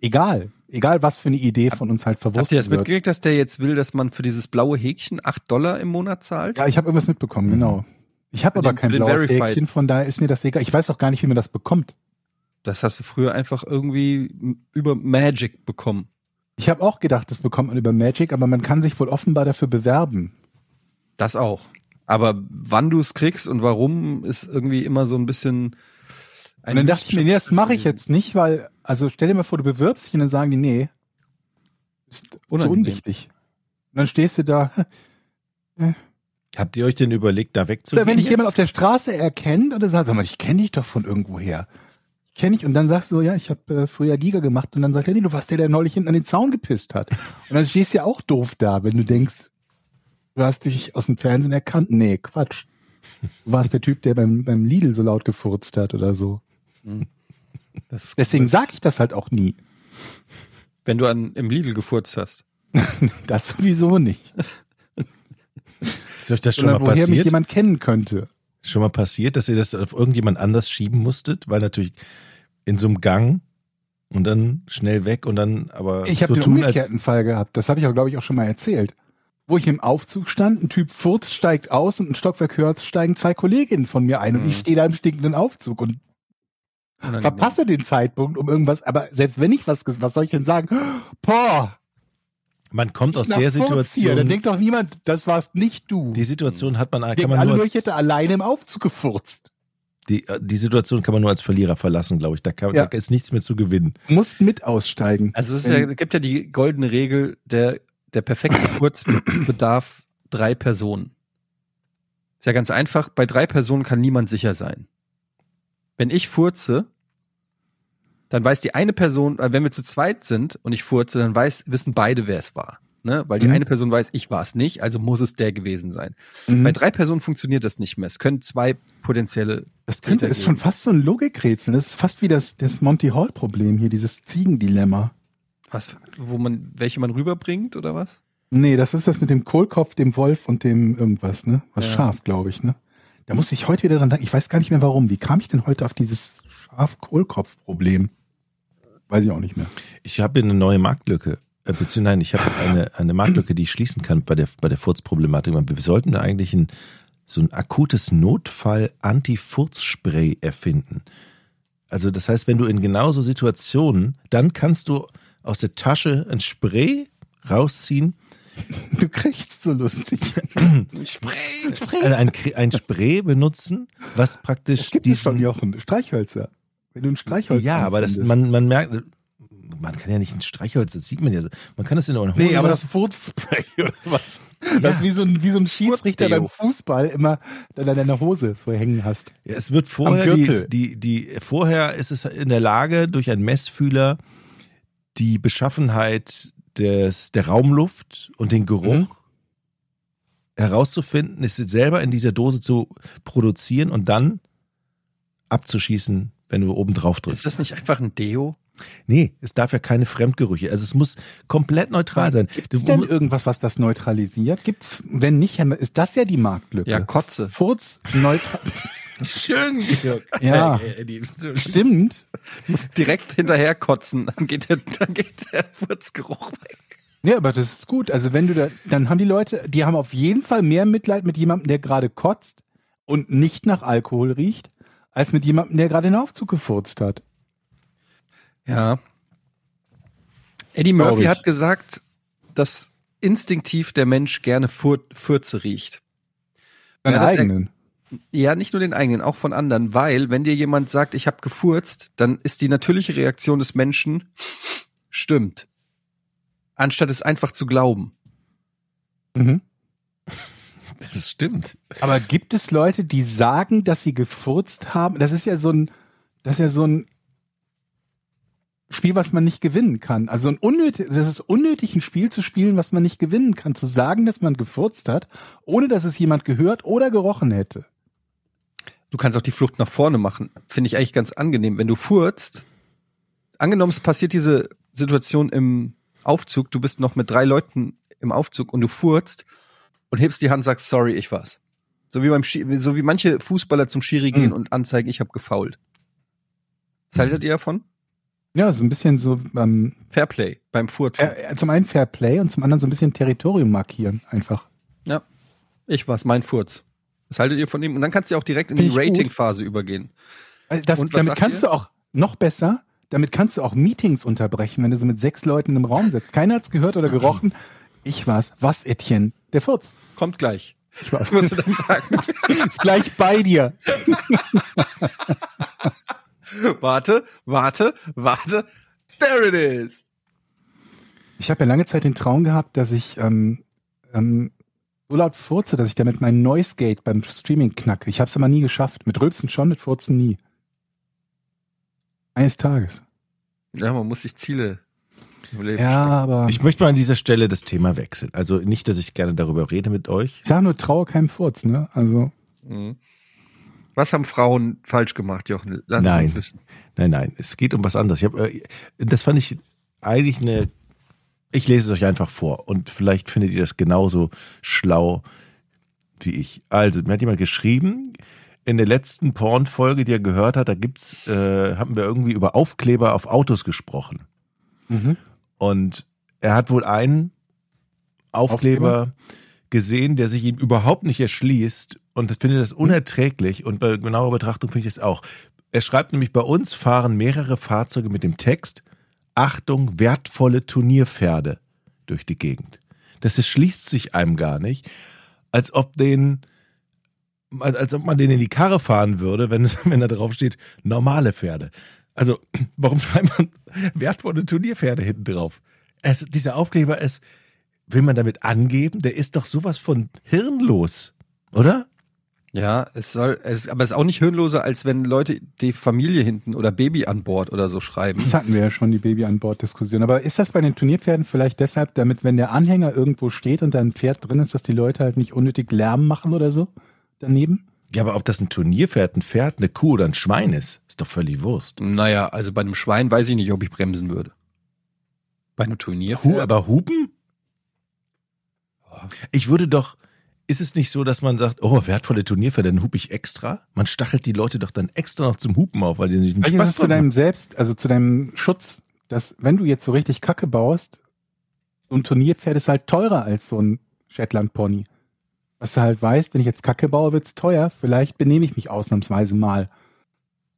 Speaker 4: Egal. Egal, was für eine Idee von uns halt
Speaker 3: Habt ihr
Speaker 4: verwurstet
Speaker 3: das
Speaker 4: wird.
Speaker 3: mitgekriegt, dass der jetzt will, dass man für dieses blaue Häkchen 8 Dollar im Monat zahlt?
Speaker 4: Ja, ich habe irgendwas
Speaker 3: Mhm.
Speaker 4: mitbekommen, genau. Ich habe
Speaker 3: Für
Speaker 4: aber
Speaker 3: den-
Speaker 4: kein
Speaker 3: für den
Speaker 4: blaues
Speaker 3: Verified.
Speaker 4: Häkchen, von daher ist mir das egal. Ich weiß auch gar nicht, wie man das bekommt.
Speaker 3: Das hast du früher einfach irgendwie m- über Magic bekommen.
Speaker 4: Ich habe auch gedacht, das bekommt man über Magic, aber man kann sich wohl offenbar dafür bewerben.
Speaker 3: Das auch. Aber wann du es kriegst und warum, ist irgendwie immer so ein bisschen.
Speaker 4: Und dann dachte ich mir, nee, das mache ich jetzt nicht, weil, also stell dir mal vor, du bewirbst dich und dann sagen die, nee, ist zu
Speaker 3: Unangenehm.
Speaker 4: unwichtig. Und dann stehst du da.
Speaker 2: Habt ihr euch denn überlegt, da wegzugehen?
Speaker 4: Oder wenn dich
Speaker 2: jetzt?
Speaker 4: jemand auf der Straße erkennt und dann sagt, sag mal, ich kenne dich doch von irgendwoher. Ich kenne dich. Und dann sagst du, so, ja, ich habe äh, früher Giga gemacht. Und dann sagt er, nee, du warst der, der neulich hinten an den Zaun gepisst hat. Und dann stehst du ja auch doof da, wenn du denkst, du hast dich aus dem Fernsehen erkannt. Nee, Quatsch. Du warst der Typ, der beim, beim Lidl so laut gefurzt hat oder so.
Speaker 3: Das,
Speaker 4: Deswegen sage ich das halt auch nie.
Speaker 3: wenn du an, im Lidl gefurzt hast.
Speaker 4: Das sowieso nicht.
Speaker 2: Ist euch das schon mal
Speaker 4: Sondern woher mich
Speaker 2: passiert?
Speaker 4: jemand kennen könnte.
Speaker 2: Schon mal passiert, dass ihr das auf irgendjemand anders schieben musstet, weil natürlich in so einem Gang und dann schnell weg und dann aber
Speaker 4: Ich
Speaker 2: Also so
Speaker 4: habe den
Speaker 2: tun als
Speaker 4: umgekehrten Fall gehabt. Das habe ich auch, glaube ich, auch schon mal erzählt. Wo ich im Aufzug stand, ein Typ furzt, steigt aus und ein Stockwerk hört, steigen zwei Kolleginnen von mir ein
Speaker 2: Mhm.
Speaker 4: und ich stehe da im stinkenden Aufzug und
Speaker 3: Unangenehm.
Speaker 4: verpasse den Zeitpunkt um irgendwas. Aber selbst wenn ich was, ges- was soll ich denn sagen? Boah,
Speaker 2: man kommt aus
Speaker 4: nach
Speaker 2: der
Speaker 4: Furz hier.
Speaker 2: Situation.
Speaker 4: Dann denkt doch niemand, das warst nicht du.
Speaker 2: Die Situation hat man, kann
Speaker 4: Denken
Speaker 2: man
Speaker 4: alle
Speaker 2: nur
Speaker 4: nur,
Speaker 2: als,
Speaker 4: ich hätte alleine im Aufzug gefurzt.
Speaker 2: die, äh, die Situation kann man nur als Verlierer verlassen, glaube ich. Da, kann,
Speaker 4: Ja.
Speaker 2: da ist nichts mehr zu gewinnen.
Speaker 4: Musst mit aussteigen.
Speaker 3: Also es ist ja, es gibt ja die goldene Regel, der, der perfekte Furz bedarf drei Personen. Ist ja ganz einfach, bei drei Personen kann niemand sicher sein. Wenn ich furze, dann weiß die eine Person, äh, wenn wir zu zweit sind und ich furze, dann weiß, wissen beide, wer es war. Ne? Weil die
Speaker 4: Mhm.
Speaker 3: eine Person weiß, ich war es nicht, also muss es der gewesen sein.
Speaker 4: Mhm.
Speaker 3: Bei drei Personen funktioniert das nicht mehr. Es können zwei potenzielle
Speaker 4: Das könnte, ist schon fast so ein Logikrätsel. Das ist fast wie das, das Monty Hall-Problem hier, dieses Ziegendilemma.
Speaker 3: Was, wo man, welche man rüberbringt oder was?
Speaker 4: Nee, das ist das mit dem Kohlkopf, dem Wolf und dem irgendwas, ne? Was
Speaker 3: Ja.
Speaker 4: Schaf, glaube ich, ne? Da muss ich heute wieder dran denken. Ich weiß gar nicht mehr warum. Wie kam ich denn heute auf dieses Schaf-Kohlkopf-Problem? Weiß ich auch nicht mehr.
Speaker 2: Ich habe eine neue Marktlücke. Äh, beziehungsweise nein, ich habe eine, eine Marktlücke, die ich schließen kann bei der, bei der Furzproblematik. Wir sollten da eigentlich ein, so ein akutes Notfall-Anti-Furz-Spray erfinden. Also das heißt, wenn du in genauso Situationen, dann kannst du aus der Tasche ein Spray rausziehen,
Speaker 4: Du kriegst so lustig.
Speaker 3: Spray!
Speaker 2: also ein, Kri- ein Spray benutzen, was praktisch
Speaker 4: Es gibt es von
Speaker 2: diesen,
Speaker 4: Jochen. Streichhölzer. Wenn du ein Streichholz
Speaker 2: ja, aber das,
Speaker 4: anzündest.
Speaker 2: man, man merkt, man kann ja nicht ein Streichholz, das sieht man ja so. Man kann das in einer
Speaker 4: Nee, aber das Furzspray oder was? Das ist wie so ein, wie so ein Schiedsrichter
Speaker 3: Furzdeo.
Speaker 4: beim Fußball immer dann an deiner Hose so hängen hast.
Speaker 2: Ja, Es wird vorher,
Speaker 4: Am Gürtel.
Speaker 2: die, die, die, vorher ist es in der Lage, durch einen Messfühler die Beschaffenheit des, der Raumluft und den Geruch
Speaker 3: Mhm.
Speaker 2: herauszufinden, es selber in dieser Dose zu produzieren und dann abzuschießen, wenn du oben drauf drückst.
Speaker 3: Ist das nicht einfach ein Deo?
Speaker 2: nee, es darf ja keine Fremdgerüche. Also es muss komplett neutral sein. Du-
Speaker 4: Ist denn irgendwas, was das neutralisiert? Gibt's, wenn nicht, dann ist das ja die Marktlücke.
Speaker 3: Ja, Kotze.
Speaker 4: Furz neutral.
Speaker 3: Schön, Georg.
Speaker 4: Ja,
Speaker 3: Ey, ey, die-
Speaker 4: stimmt.
Speaker 3: Muss direkt hinterher kotzen, dann geht der, dann geht der Wurzgeruch weg.
Speaker 4: Ja, aber das ist gut. Also wenn du da, dann haben die Leute, die haben auf jeden Fall mehr Mitleid mit jemandem, der gerade kotzt und nicht nach Alkohol riecht, als mit jemandem, der gerade in den Aufzug gefurzt hat.
Speaker 3: Ja. Eddie
Speaker 4: Glaub
Speaker 3: Murphy
Speaker 4: ich.
Speaker 3: hat gesagt, dass instinktiv der Mensch gerne Fur Furze riecht.
Speaker 4: Deinen
Speaker 3: Ja, das ist ja-
Speaker 4: eigenen.
Speaker 3: Ja, nicht nur den eigenen, auch von anderen, weil wenn dir jemand sagt, ich habe gefurzt, dann ist die natürliche Reaktion des Menschen stimmt. Anstatt es einfach zu glauben.
Speaker 4: Mhm.
Speaker 2: das stimmt.
Speaker 4: Aber gibt es Leute, die sagen, dass sie gefurzt haben? Das ist ja so ein, das ist ja so ein Spiel, was man nicht gewinnen kann. Also ein unnötig, das ist unnötig, ein Spiel zu spielen, was man nicht gewinnen kann. Zu sagen, dass man gefurzt hat, ohne dass es jemand gehört oder gerochen hätte.
Speaker 3: Du kannst auch die Flucht nach vorne machen. Finde ich eigentlich ganz angenehm. Wenn du furzt, angenommen, es passiert diese Situation im Aufzug, du bist noch mit drei Leuten im Aufzug und du furzt und hebst die Hand, sagst, sorry, ich war's. So wie beim Schi so wie manche Fußballer zum Schiri gehen
Speaker 4: Mhm.
Speaker 3: und anzeigen, ich habe gefault. Was haltet ihr davon?
Speaker 4: Ja, so ein bisschen so ähm,
Speaker 3: Fairplay beim Furzen.
Speaker 4: äh, zum einen Fair Play und zum anderen so ein bisschen Territorium markieren einfach.
Speaker 3: Ich war's, mein Furz. Was haltet ihr von ihm? Und dann kannst du ja auch direkt in
Speaker 4: Finde
Speaker 3: die
Speaker 4: ich gut.
Speaker 3: Rating-Phase übergehen.
Speaker 4: Also das,
Speaker 3: Und was
Speaker 4: damit
Speaker 3: sagt
Speaker 4: kannst
Speaker 3: ihr?
Speaker 4: du auch noch besser, damit kannst du auch Meetings unterbrechen, wenn du so mit sechs Leuten im Raum sitzt. Keiner hat's gehört oder gerochen. Ich war's. Was, Etienne? Der Furz.
Speaker 3: Kommt gleich.
Speaker 4: Ich
Speaker 3: Was
Speaker 4: war's.
Speaker 3: musst du dann sagen?
Speaker 4: Ist gleich bei dir.
Speaker 3: warte, warte, warte. There it is.
Speaker 4: Ich habe ja lange Zeit den Traum gehabt, dass ich ähm, ähm, so laut furze, dass ich damit mein Noise Gate beim Streaming knacke. Ich habe es aber nie geschafft. Mit Rülpsen schon, mit Furzen nie. Eines Tages.
Speaker 3: Ja, man muss sich Ziele im Leben
Speaker 4: Ja,
Speaker 3: stecken.
Speaker 4: aber ich,
Speaker 2: Ich möchte mal an dieser Stelle das Thema wechseln. Also nicht, dass ich gerne darüber rede mit euch.
Speaker 4: sag nur, traue keinem Furz, ne? Also,
Speaker 3: Mhm. Was haben Frauen falsch gemacht, Jochen? Lass
Speaker 2: Nein.
Speaker 3: uns wissen.
Speaker 2: Nein, nein, es geht um was anderes. Ich hab, äh, das fand ich eigentlich eine. Ich lese es euch einfach vor und vielleicht findet ihr das genauso schlau wie ich. Also, mir hat jemand geschrieben, in der letzten Porn-Folge, die er gehört hat, da gibt's, äh, haben wir irgendwie über Aufkleber auf Autos gesprochen. Und er hat wohl einen Aufkleber, gesehen, der sich ihm überhaupt nicht erschließt und ich finde das unerträglich und bei genauer Betrachtung finde ich es auch. Er schreibt nämlich, bei uns fahren mehrere Fahrzeuge mit dem Text Achtung, wertvolle Turnierpferde durch die Gegend. Das erschließt sich einem gar nicht, als ob den als, als ob man den in die Karre fahren würde, wenn, wenn da drauf steht, normale Pferde. Also, warum schreibt man wertvolle Turnierpferde hinten drauf? Es, dieser Aufkleber ist, will man damit angeben, der ist doch sowas von hirnlos, oder?
Speaker 3: Ja, es soll, es, aber es ist auch nicht hirnloser, als wenn Leute die Familie hinten oder Baby an Bord oder so schreiben.
Speaker 4: Das hatten wir ja schon, die Baby an Bord-Diskussion. Aber ist das bei den Turnierpferden vielleicht deshalb, damit, wenn der Anhänger irgendwo steht und da ein Pferd drin ist, dass die Leute halt nicht unnötig Lärm machen oder so daneben?
Speaker 2: Ja, aber ob das ein Turnierpferd, ein Pferd, eine Kuh oder ein Schwein ist, ist doch völlig Wurst.
Speaker 3: Naja, also bei einem Schwein weiß ich nicht, ob ich bremsen würde. Bei einem Turnier.
Speaker 2: Hu, aber Hupen? Ich würde doch, ist es nicht so, dass man sagt, oh, wertvolle Turnierpferde, dann hupe ich extra? Man stachelt die Leute doch dann extra noch zum Hupen auf, weil die nicht einen
Speaker 4: Eigentlich ist es
Speaker 2: Spaß
Speaker 4: zu
Speaker 2: dran haben.
Speaker 4: deinem Selbst, also zu deinem Schutz, dass wenn du jetzt so richtig Kacke baust, so ein Turnierpferd ist halt teurer als so ein Shetland-Pony. Was du halt weißt, wenn ich jetzt Kacke baue, wird's teuer. Vielleicht benehme ich mich ausnahmsweise mal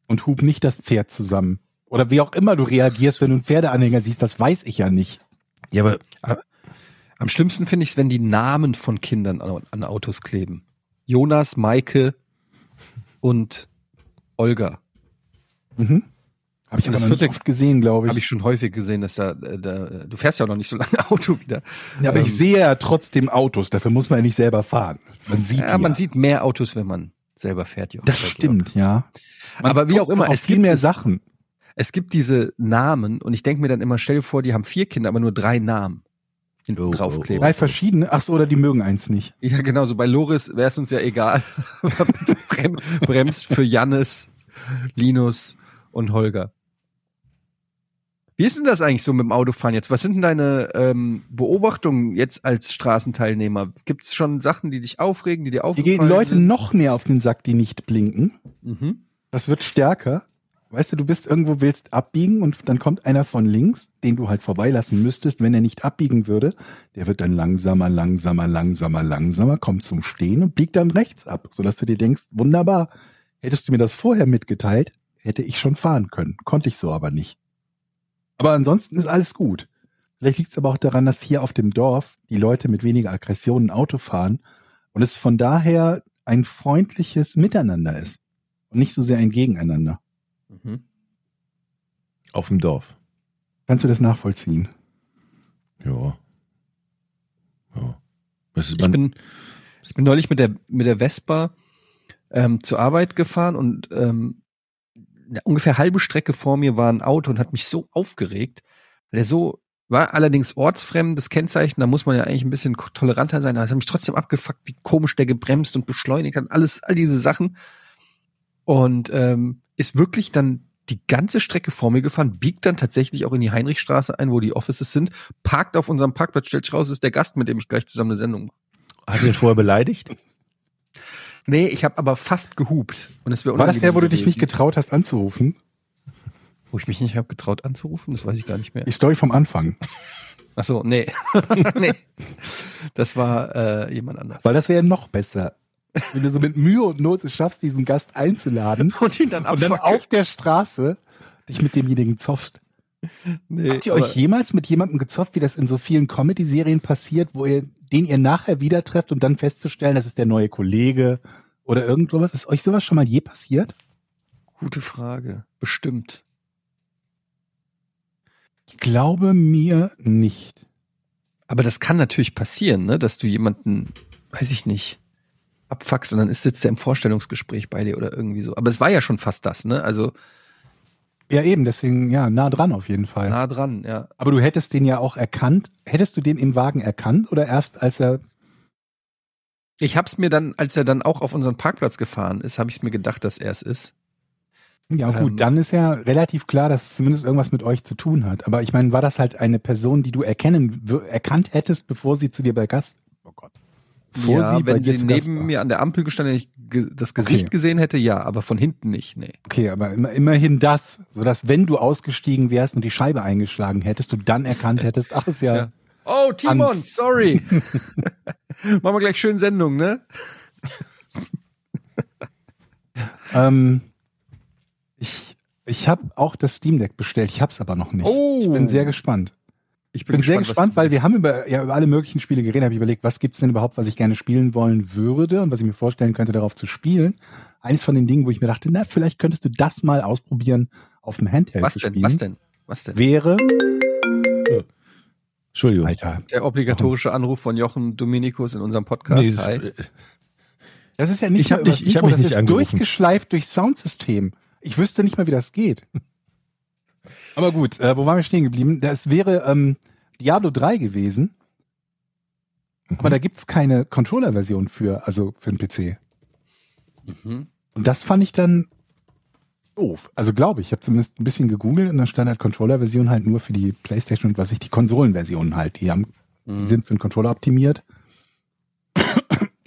Speaker 4: und hub nicht das Pferd zusammen. Oder wie auch immer du reagierst, wenn du einen Pferdeanhänger siehst, das weiß ich ja nicht.
Speaker 2: Ja, aber
Speaker 3: Am schlimmsten finde ich es, wenn die Namen von Kindern an, an Autos kleben. Jonas, Maike und Olga.
Speaker 4: Mhm. Habe ich
Speaker 3: Und
Speaker 4: aber
Speaker 3: das
Speaker 4: noch nicht
Speaker 3: vierte-
Speaker 4: oft gesehen, glaube ich.
Speaker 3: Habe ich schon häufig gesehen, dass da, äh, da, du fährst ja auch noch nicht so lange Auto wieder.
Speaker 4: ja, aber
Speaker 3: ähm,
Speaker 4: ich sehe ja trotzdem Autos, dafür muss man ja nicht selber fahren. Man sieht
Speaker 3: Ja, man
Speaker 4: ja.
Speaker 3: sieht mehr Autos, wenn man selber fährt. Jochen.
Speaker 4: Das stimmt, ja.
Speaker 3: Aber wie auch immer,
Speaker 4: es gibt mehr Sachen.
Speaker 3: Es gibt diese Namen und ich denke mir dann immer, stell dir vor, die haben vier Kinder, aber nur drei Namen hinten
Speaker 2: Oh, oh,
Speaker 3: draufkleben.
Speaker 4: Drei verschiedene. Ach so, oder die mögen eins nicht.
Speaker 3: Ja, genau, so bei Loris wäre es uns ja egal. Aber bitte brem, bremst für Jannis, Linus und Holger. Wie ist denn das eigentlich so mit dem Autofahren jetzt? Was sind denn deine ähm, Beobachtungen jetzt als Straßenteilnehmer? Gibt es schon Sachen, die dich aufregen, die dir
Speaker 4: Hier
Speaker 3: aufgefallen
Speaker 4: gehen Leute
Speaker 3: sind?
Speaker 4: noch mehr auf den Sack, die nicht blinken.
Speaker 3: Mhm.
Speaker 4: Das wird stärker. Weißt du, du bist irgendwo, willst abbiegen und dann kommt einer von links, den du halt vorbeilassen müsstest, wenn er nicht abbiegen würde. Der wird dann langsamer, langsamer, langsamer, langsamer, kommt zum Stehen und biegt dann rechts ab, sodass du dir denkst, wunderbar, hättest du mir das vorher mitgeteilt, hätte ich schon fahren können. Konnte ich so aber nicht. Aber ansonsten ist alles gut. Vielleicht liegt es aber auch daran, dass hier auf dem Dorf die Leute mit weniger Aggressionen Auto fahren und es von daher ein freundliches Miteinander ist und nicht so sehr ein Gegeneinander.
Speaker 3: Mhm.
Speaker 2: auf dem Dorf.
Speaker 4: Kannst du das nachvollziehen?
Speaker 2: Ja. Ja. Das ist
Speaker 3: Ich
Speaker 2: man,
Speaker 3: bin, ich bin neulich mit der, mit der Vespa ähm, zur Arbeit gefahren und ähm, eine ungefähr halbe Strecke vor mir war ein Auto und hat mich so aufgeregt, weil der so war allerdings ortsfremdes Kennzeichen, da muss man ja eigentlich ein bisschen ko- toleranter sein, aber es hat mich trotzdem abgefuckt, wie komisch der gebremst und beschleunigt hat, alles, all diese Sachen. Und ähm, ist wirklich dann die ganze Strecke vor mir gefahren, biegt dann tatsächlich auch in die Heinrichstraße ein, wo die Offices sind, parkt auf unserem Parkplatz, stellt sich raus, ist der Gast, mit dem ich gleich zusammen eine Sendung mache.
Speaker 2: hast du ihn vorher beleidigt?
Speaker 3: Nee, ich habe aber fast gehupt. Und es wär
Speaker 4: War das der, wo du dich
Speaker 3: unangenehm
Speaker 4: nicht getraut hast anzurufen?
Speaker 3: gewesen. Wo ich mich nicht habe getraut anzurufen? Das weiß ich gar nicht mehr.
Speaker 4: Die Story vom Anfang.
Speaker 3: Ach so, nee. nee. Das war äh, jemand anderes.
Speaker 4: Weil das wäre noch besser. Wenn du so mit Mühe und Not es schaffst, diesen Gast einzuladen
Speaker 3: Und ihn dann
Speaker 4: und dann
Speaker 3: abfuck-
Speaker 4: auf der Straße dich mit demjenigen zoffst.
Speaker 3: Nee,
Speaker 4: Habt ihr euch jemals mit jemandem gezofft, wie das in so vielen Comedy-Serien passiert, wo ihr, den ihr nachher wieder trefft, um dann festzustellen, das ist der neue Kollege oder irgend sowas? Ist euch sowas schon mal je passiert?
Speaker 3: Gute Frage. Bestimmt.
Speaker 4: Ich glaube mir nicht.
Speaker 3: Aber das kann natürlich passieren, ne? dass du jemanden, weiß ich nicht, abfuckst und dann ist, sitzt er im Vorstellungsgespräch bei dir oder irgendwie so. Aber es war ja schon fast das, ne? Also
Speaker 4: Ja, eben, deswegen, ja, nah dran auf jeden Fall.
Speaker 3: nah dran, ja.
Speaker 4: Aber du hättest den ja auch erkannt. Hättest du den im Wagen erkannt oder erst als er.
Speaker 3: Ich hab's mir dann, als er dann auch auf unseren Parkplatz gefahren ist, habe ich mir gedacht, dass er es ist.
Speaker 4: Ja, gut,
Speaker 3: Ähm.
Speaker 4: dann ist ja relativ klar, dass es zumindest irgendwas mit euch zu tun hat. Aber ich meine, war das halt eine Person, die du erkennen, w- erkannt hättest, bevor sie zu dir bei Gast. Oh Gott. Bevor
Speaker 3: ja,
Speaker 4: sie bei
Speaker 3: wenn
Speaker 4: dir
Speaker 3: sie
Speaker 4: zu Gast
Speaker 3: neben
Speaker 4: war.
Speaker 3: mir an der Ampel gestanden hätte, ich ge- das Gesicht
Speaker 4: Okay.
Speaker 3: gesehen hätte, ja, aber von hinten nicht, nee.
Speaker 4: Okay, aber immer, immerhin das, sodass, wenn du ausgestiegen wärst und die Scheibe eingeschlagen hättest, du dann erkannt hättest, ach, ist ja.
Speaker 3: Ja. Oh, Timon,
Speaker 4: Hans.
Speaker 3: sorry. Machen wir gleich schön Sendung, ne?
Speaker 4: Ähm, ich ich habe auch das Steam Deck bestellt, ich habe es aber noch nicht.
Speaker 3: Oh.
Speaker 4: Ich bin sehr gespannt.
Speaker 3: Ich
Speaker 4: Ich bin sehr gespannt,
Speaker 3: was-
Speaker 4: weil wir haben über, ja, über alle möglichen Spiele geredet, habe ich überlegt, was gibt's denn überhaupt, was ich gerne spielen wollen würde und was ich mir vorstellen könnte, darauf zu spielen. Eines von den Dingen, wo ich mir dachte, na, vielleicht könntest du das mal ausprobieren, auf dem Handheld
Speaker 3: was
Speaker 4: zu
Speaker 3: denn,
Speaker 4: spielen.
Speaker 3: was denn, was denn?
Speaker 4: Wäre,
Speaker 2: Entschuldigung.
Speaker 4: Alter,
Speaker 3: Der obligatorische Anruf von Jochen Dominikus in unserem Podcast.
Speaker 2: Nee, das,
Speaker 3: Hi.
Speaker 2: äh,
Speaker 4: Das ist ja nicht
Speaker 2: Ich hab
Speaker 4: mal übers
Speaker 2: dich- ich hab
Speaker 4: Mikro,
Speaker 2: mich
Speaker 4: das
Speaker 2: nicht
Speaker 4: ist
Speaker 2: angerufen.
Speaker 4: durchgeschleift durch Soundsystem. Ich wüsste nicht mal, wie das geht. Aber gut, äh, wo waren wir stehen geblieben? Das wäre ähm, Diablo 3 gewesen, aber
Speaker 2: Mhm.
Speaker 4: da gibt's keine Controller-Version für, also für den PC.
Speaker 3: Mhm.
Speaker 4: Und das fand ich dann doof. Also glaube ich, ich habe zumindest ein bisschen gegoogelt und dann stand halt Controller-Version halt nur für die Playstation und was ich, die Konsolenversionen halt. Die, haben, die sind für den Controller optimiert.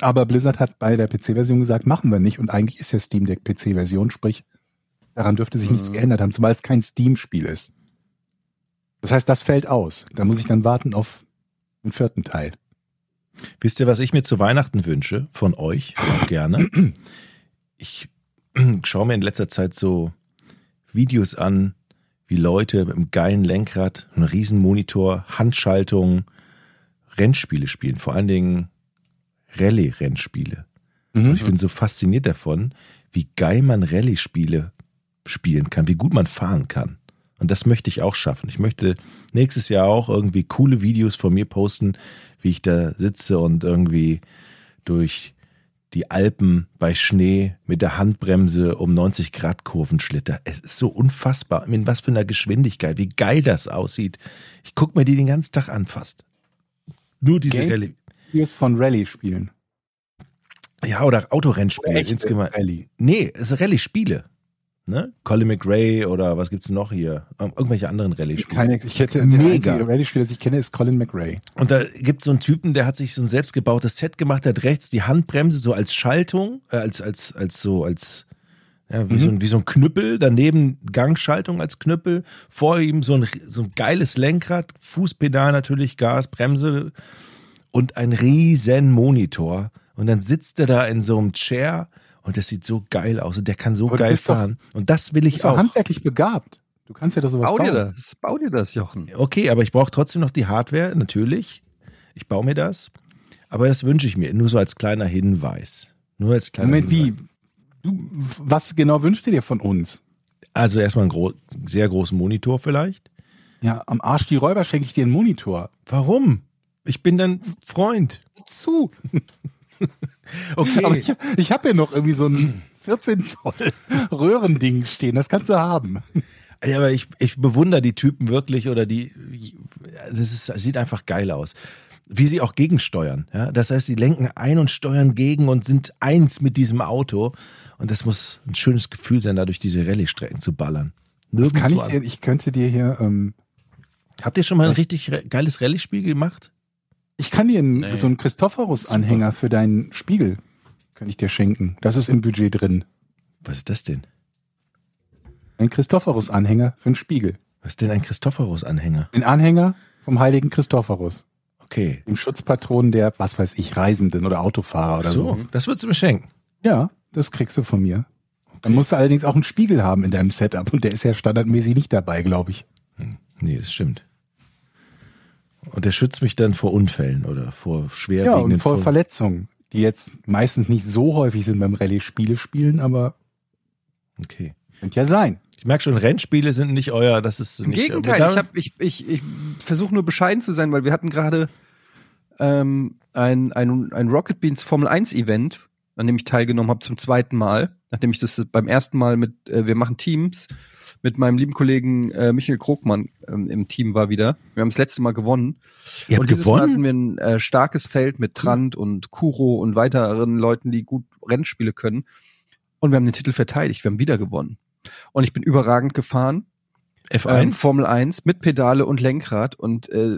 Speaker 4: Aber Blizzard hat bei der PC-Version gesagt, machen wir nicht. Und eigentlich ist ja Steam Deck PC-Version, sprich, daran dürfte sich nichts
Speaker 3: Mhm.
Speaker 4: geändert haben, zumal es kein Steam-Spiel ist. Das heißt, das fällt aus. Da muss ich dann warten auf den vierten Teil.
Speaker 2: Wisst ihr, was ich mir zu Weihnachten wünsche? Von euch auch gerne. Ich schaue mir in letzter Zeit so Videos an, wie Leute mit einem geilen Lenkrad, einem riesen Monitor, Handschaltung, Rennspiele spielen. Vor allen Dingen Rallye-Rennspiele.
Speaker 4: Mhm.
Speaker 2: Und ich bin so fasziniert davon, wie geil man Rallye-Spiele spielen kann, wie gut man fahren kann. Und das möchte ich auch schaffen. Ich möchte nächstes Jahr auch irgendwie coole Videos von mir posten, wie ich da sitze und irgendwie durch die Alpen bei Schnee mit der Handbremse um 90 Grad Kurven schlitter. Es ist so unfassbar, mit was für einer Geschwindigkeit, wie geil das aussieht. Ich gucke mir die den ganzen Tag an fast. Nur diese
Speaker 4: Game-
Speaker 2: Rallye.
Speaker 4: Hier ist von Rally spielen.
Speaker 2: Ja, oder Autorennspiele
Speaker 4: Echte
Speaker 2: insgesamt.
Speaker 4: Rally.
Speaker 2: Nee, es sind Rallye-Spiele. Ne? Colin McRae oder was gibt's noch hier? Ähm, Irgendwelche anderen Rallye-Spiele.
Speaker 4: Keine, ich hätte der
Speaker 2: Mega.
Speaker 4: einzige Rally-Spieler, den ich kenne, ist Colin McRae.
Speaker 2: Und da gibt's so einen Typen, der hat sich so ein selbstgebautes Set gemacht, der hat rechts die Handbremse so als Schaltung, äh, als, als, als so, als, ja, wie,
Speaker 4: Mhm.
Speaker 2: so ein, wie so ein Knüppel, daneben Gangschaltung als Knüppel, vor ihm so ein, so ein geiles Lenkrad, Fußpedal natürlich, Gas, Bremse und ein riesen Monitor. Und dann sitzt er da in so einem Chair und das sieht so geil aus und der kann so
Speaker 4: Aber du
Speaker 2: geil
Speaker 4: bist doch-
Speaker 2: fahren. und das will
Speaker 4: Du
Speaker 2: ich
Speaker 4: bist auch
Speaker 2: auch.
Speaker 4: handwerklich begabt. Du kannst ja da sowas
Speaker 3: Bau dir
Speaker 4: bauen.
Speaker 3: das, bau dir das, Jochen.
Speaker 2: Okay, aber ich brauche trotzdem noch die Hardware, natürlich. Ich baue mir das. Aber das wünsche ich mir, nur so als kleiner Hinweis. Nur als kleiner
Speaker 4: Moment,
Speaker 2: Hinweis.
Speaker 4: wie? Du, was genau wünscht ihr dir von uns?
Speaker 2: Also erstmal einen gro sehr großen Monitor vielleicht.
Speaker 4: Ja, am Arsch die Räuber schenke ich dir einen Monitor.
Speaker 2: Warum? Ich bin dein Freund.
Speaker 4: Zu.
Speaker 2: Okay.
Speaker 4: Aber ich, ich habe ja noch irgendwie so ein 14 Zoll Röhrending stehen. Das kannst du haben.
Speaker 2: Ja, aber ich, ich bewundere die Typen wirklich oder die. Das ist, das sieht einfach geil aus. Wie sie auch gegensteuern. Ja? Das heißt, sie lenken ein und steuern gegen und sind eins mit diesem Auto. Und das muss ein schönes Gefühl sein, da durch diese Rallye-Strecken zu ballern.
Speaker 4: Das kann ich
Speaker 2: Nirgendwo
Speaker 4: dir, ich könnte dir hier, ähm,
Speaker 2: Habt ihr schon mal ein richtig re- geiles Rallye-Spiel gemacht?
Speaker 4: ich kann dir einen,
Speaker 3: Nee.
Speaker 4: so einen Christophorus-Anhänger für deinen Spiegel, könnte ich dir schenken. Das ist im Budget drin.
Speaker 2: Was ist das denn?
Speaker 4: Ein Christophorus-Anhänger für einen Spiegel.
Speaker 2: Was ist denn ein Christophorus-Anhänger?
Speaker 4: Den Anhänger vom heiligen Christophorus.
Speaker 2: Okay.
Speaker 4: dem Schutzpatron der, was weiß ich, Reisenden oder Autofahrer oder so.
Speaker 2: so, das würdest du mir schenken.
Speaker 4: Ja, das kriegst du von mir. Dann musst du allerdings auch einen Spiegel haben in deinem Setup und der ist ja standardmäßig nicht dabei, glaube ich.
Speaker 2: Nee, das stimmt. Und der schützt mich dann vor Unfällen oder vor
Speaker 4: Ja,
Speaker 2: schwerwiegenden
Speaker 4: und vor
Speaker 2: Ver-
Speaker 4: Verletzungen, die jetzt meistens nicht so häufig sind beim Rallye-Spiele spielen, aber
Speaker 2: Okay.
Speaker 4: könnte ja sein.
Speaker 2: Ich merke schon, Rennspiele sind nicht euer, das ist
Speaker 3: Im
Speaker 2: nicht äh,
Speaker 3: Gegenteil, ich, hab- ich, ich, ich versuche nur bescheiden zu sein, weil wir hatten gerade ähm, ein, ein, ein Rocket Beans Formel 1 Event, an dem ich teilgenommen habe zum zweiten Mal, nachdem ich das beim ersten Mal mit, äh, wir machen Teams, mit meinem lieben Kollegen äh, Michael Krogmann ähm, im Team war wieder. Wir haben das letzte Mal gewonnen.
Speaker 2: Ihr
Speaker 3: und
Speaker 2: habt
Speaker 3: dieses Mal hatten
Speaker 2: gewonnen.
Speaker 3: wir ein äh, starkes Feld mit Trant und Kuro und weiteren Leuten, die gut Rennspiele können. Und wir haben den Titel verteidigt, wir haben wieder gewonnen. Und ich bin überragend gefahren ähm,
Speaker 2: F1.
Speaker 3: Formel 1 mit Pedale und Lenkrad und äh,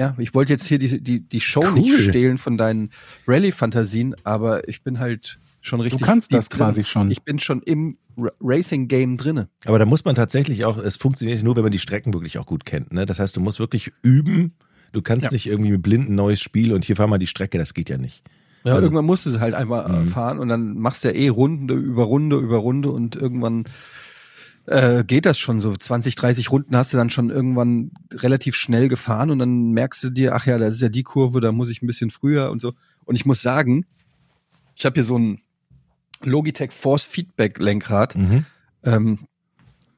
Speaker 3: ja, ich wollte jetzt hier die, die, die Show
Speaker 2: Cool.
Speaker 3: nicht stehlen von deinen Rallye-Fantasien, aber ich bin halt schon
Speaker 4: Du
Speaker 3: richtig.
Speaker 4: kannst
Speaker 3: deep
Speaker 4: das quasi schon.
Speaker 3: Drin. Ich bin schon im Ra- Racing-Game drinne.
Speaker 2: Aber da muss man tatsächlich auch, es funktioniert nur, wenn man die Strecken wirklich auch gut kennt. Ne? Das heißt, du musst wirklich üben. Du kannst
Speaker 3: Ja.
Speaker 2: nicht irgendwie mit blind ein neues Spiel und hier fahr mal die Strecke, das geht ja nicht.
Speaker 3: Ja,
Speaker 2: Also-
Speaker 3: irgendwann musst du es halt einmal äh,
Speaker 2: Mhm.
Speaker 3: fahren und dann machst du ja eh Runde über Runde über Runde und irgendwann äh, geht das schon so. 20, 30 Runden hast du dann schon irgendwann relativ schnell gefahren und dann merkst du dir, ach ja, das ist ja die Kurve, da muss ich ein bisschen früher und so. Und ich muss sagen, ich habe hier so ein Logitech Force Feedback Lenkrad
Speaker 2: Mhm.
Speaker 3: ähm,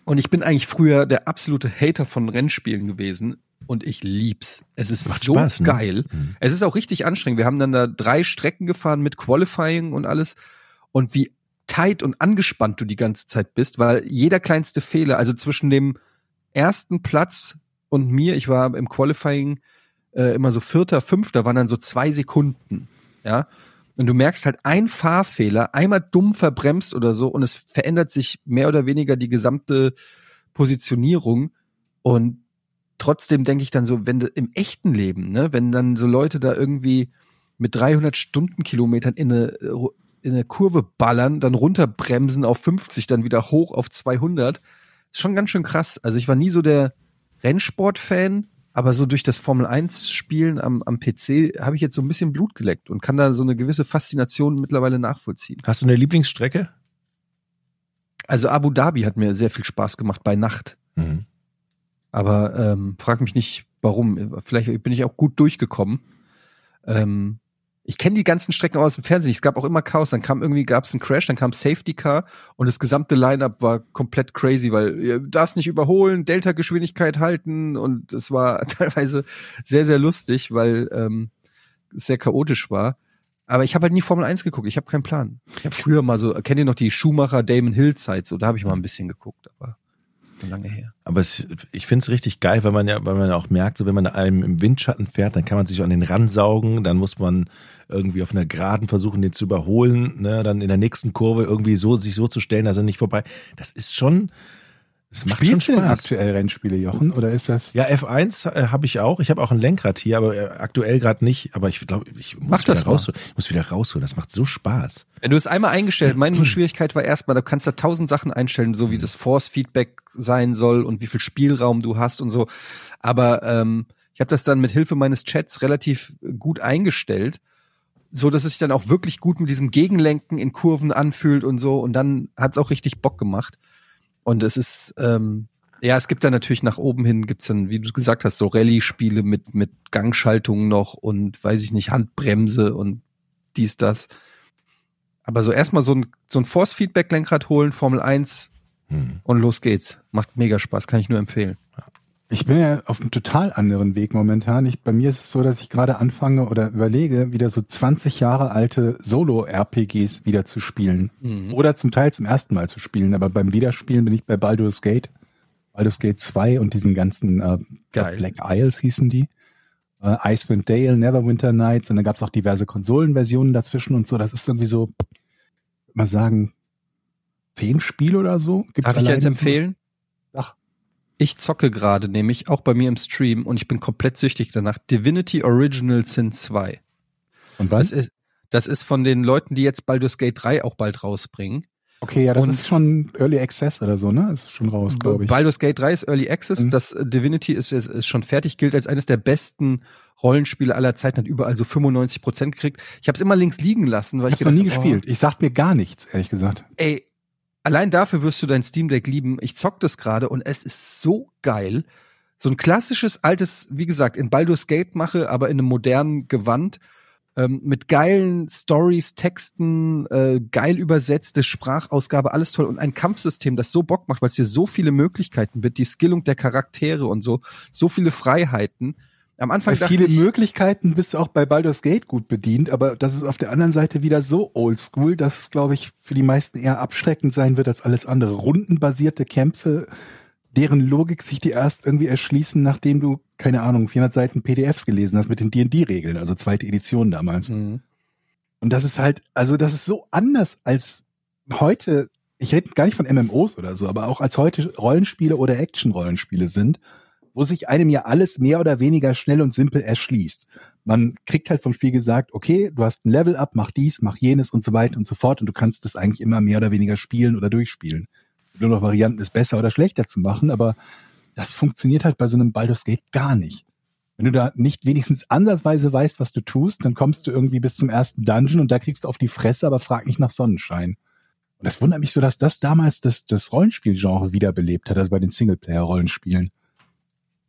Speaker 3: und ich bin eigentlich früher der absolute Hater von Rennspielen gewesen. und ich lieb's. Es ist
Speaker 2: Macht
Speaker 3: so
Speaker 2: Spaß, ne?
Speaker 3: geil.
Speaker 2: Mhm.
Speaker 3: Es ist auch richtig anstrengend. Wir haben dann da drei Strecken gefahren mit Qualifying und alles. Und wie tight und angespannt du die ganze Zeit bist, weil jeder kleinste Fehler, also zwischen dem ersten Platz und mir, ich war im Qualifying äh, immer so vierter, fünfter, waren dann so zwei Sekunden. Ja. Und du merkst halt ein Fahrfehler, einmal dumm verbremst oder so und es verändert sich mehr oder weniger die gesamte Positionierung. Und trotzdem denke ich dann so, wenn du im echten Leben, ne, wenn dann so Leute da irgendwie mit 300 Stundenkilometern in eine, äh, Ru- in eine Kurve ballern, dann runterbremsen auf 50, dann wieder hoch auf 200, ist schon ganz schön krass. Also ich war nie so der Rennsport-Fan, aber so durch das Formel-1-Spielen am, am PC habe ich jetzt so ein bisschen Blut geleckt und kann da so eine gewisse Faszination mittlerweile nachvollziehen.
Speaker 2: Hast du eine Lieblingsstrecke?
Speaker 3: Also Abu Dhabi hat mir sehr viel Spaß gemacht bei Nacht.
Speaker 2: Mhm.
Speaker 3: Aber ähm, frag mich nicht, warum. Vielleicht bin ich auch gut durchgekommen. Ähm, ich kenne die ganzen Strecken aus dem Fernsehen. Es gab auch immer Chaos. Dann kam irgendwie gab es einen Crash, dann kam Safety Car und das gesamte Lineup war komplett crazy, weil ihr darfst nicht überholen, Delta Geschwindigkeit halten und es war teilweise sehr sehr lustig, weil ähm, es sehr chaotisch war. Aber ich habe halt nie Formel 1 geguckt. Ich habe keinen Plan. Ich habe früher mal so, kennt ihr noch die Schumacher Damon Hill Zeit? So da habe ich mal ein bisschen geguckt, aber schon lange her.
Speaker 2: Aber es, ich finde es richtig geil, weil man ja, weil man ja auch merkt, so wenn man einem im Windschatten fährt, dann kann man sich an den ransaugen, dann muss man irgendwie auf einer Geraden versuchen, den zu überholen, ne? dann in der nächsten Kurve irgendwie so sich so zu stellen, dass er nicht vorbei. Das ist schon, das macht
Speaker 4: Spielst du
Speaker 2: schon
Speaker 4: denn
Speaker 2: Spaß.
Speaker 4: aktuell Rennspiele, Jochen? Oder ist das.
Speaker 2: Ja, F1 äh, habe ich auch. Ich habe auch ein Lenkrad hier, aber äh, aktuell gerade nicht. Aber ich glaube, ich muss
Speaker 3: Mach
Speaker 2: wieder
Speaker 3: das mal.
Speaker 2: rausholen. Ich muss wieder rausholen. Das macht so Spaß.
Speaker 3: Wenn du es einmal eingestellt, meine Schwierigkeit war erstmal, du kannst da tausend Sachen einstellen, so wie das Force-Feedback sein soll und wie viel Spielraum du hast und so. Aber ähm, ich habe das dann mit Hilfe meines Chats relativ gut eingestellt, so dass es sich dann auch wirklich gut mit diesem Gegenlenken in Kurven anfühlt und so. Und dann hat es auch richtig Bock gemacht. Und es ist, ähm, ja, es gibt dann natürlich nach oben hin, gibt's dann, wie du gesagt hast, so Rallye-Spiele mit, mit Gangschaltungen noch und weiß ich nicht, Handbremse und dies, das. Aber so erstmal so ein, so ein Force-Feedback-Lenkrad holen, Formel 1
Speaker 2: Hm.
Speaker 3: und los geht's. Macht mega Spaß, kann ich nur empfehlen.
Speaker 4: Ich bin ja auf einem total anderen Weg momentan. Ich, bei mir ist es so, dass ich gerade anfange oder überlege, wieder so 20 Jahre alte Solo-RPGs wieder zu spielen.
Speaker 3: Mhm.
Speaker 4: Oder zum Teil zum ersten Mal zu spielen. Aber beim Wiederspielen bin ich bei Baldur's Gate, Baldur's Gate 2 und diesen ganzen äh,
Speaker 3: Geil.
Speaker 4: Black Isles hießen die. Äh, Icewind Dale, Neverwinter Nights und dann gab es auch diverse Konsolenversionen dazwischen und so. Das ist irgendwie so, ich würd mal sagen, zehn Spiele oder so. Gibt's
Speaker 3: Darf ich
Speaker 4: alleine
Speaker 3: eins
Speaker 4: so?
Speaker 3: empfehlen?
Speaker 4: Ach.
Speaker 3: Ich zocke gerade nämlich, auch bei mir im Stream, und ich bin komplett süchtig danach, Divinity Original Sin 2.
Speaker 4: Und
Speaker 3: Das
Speaker 4: was?
Speaker 3: ist, das ist von den Leuten, die jetzt Baldur's Gate 3 auch bald rausbringen.
Speaker 4: Okay, ja, das
Speaker 3: und-
Speaker 4: ist schon Early Access oder so, ne? Ist schon raus, glaube ich.
Speaker 3: Baldur's Gate 3 ist Early Access,
Speaker 4: Mhm.
Speaker 3: das äh, Divinity ist, ist, ist schon fertig, gilt als eines der besten Rollenspiele aller Zeiten, hat überall so 95 Prozent gekriegt. Ich habe es immer links liegen lassen, weil ich,
Speaker 4: Ich habe noch nie
Speaker 3: gedacht hab, oh,
Speaker 4: gespielt. Ich sagt mir gar nichts, ehrlich gesagt.
Speaker 3: Ey, allein dafür wirst du dein Steam Deck lieben. Ich zock das gerade und es ist so geil. So ein klassisches altes, wie gesagt, in Baldur's Gate mache, aber in einem modernen Gewand. Ähm, mit geilen Stories, Texten, äh, geil übersetzte Sprachausgabe, alles toll. Und ein Kampfsystem, das so Bock macht, weil es dir so viele Möglichkeiten bietet, die Skillung der Charaktere und so, so viele Freiheiten. Am Anfang
Speaker 4: Bei
Speaker 3: dachte
Speaker 4: viele
Speaker 3: ich,
Speaker 4: Möglichkeiten bist du auch bei Baldur's Gate gut bedient, aber das ist auf der anderen Seite wieder so oldschool, dass es, glaube ich, für die meisten eher abschreckend sein wird als alles andere. Rundenbasierte Kämpfe, deren Logik sich dir erst irgendwie erschließen, nachdem du, keine Ahnung, 400 Seiten PDFs gelesen hast mit den D&D-Regeln, also zweite Edition damals.
Speaker 3: Mhm.
Speaker 4: Und das ist halt, also das ist so anders als heute, ich rede gar nicht von MMOs oder so, aber auch als heute Rollenspiele oder Action-Rollenspiele sind, wo sich einem ja alles mehr oder weniger schnell und simpel erschließt. Man kriegt halt vom Spiel gesagt, okay, du hast ein Level-Up, mach dies, mach jenes und so weiter und so fort und du kannst das eigentlich immer mehr oder weniger spielen oder durchspielen. Nur noch Varianten, es besser oder schlechter zu machen, aber das funktioniert halt bei so einem Baldur's Gate gar nicht. Wenn du da nicht wenigstens ansatzweise weißt, was du tust, dann kommst du irgendwie bis zum ersten Dungeon und da kriegst du auf die Fresse, aber frag nicht nach Sonnenschein. Und das wundert mich so, dass das damals das, das Rollenspielgenre wiederbelebt hat, also bei den Singleplayer-Rollenspielen.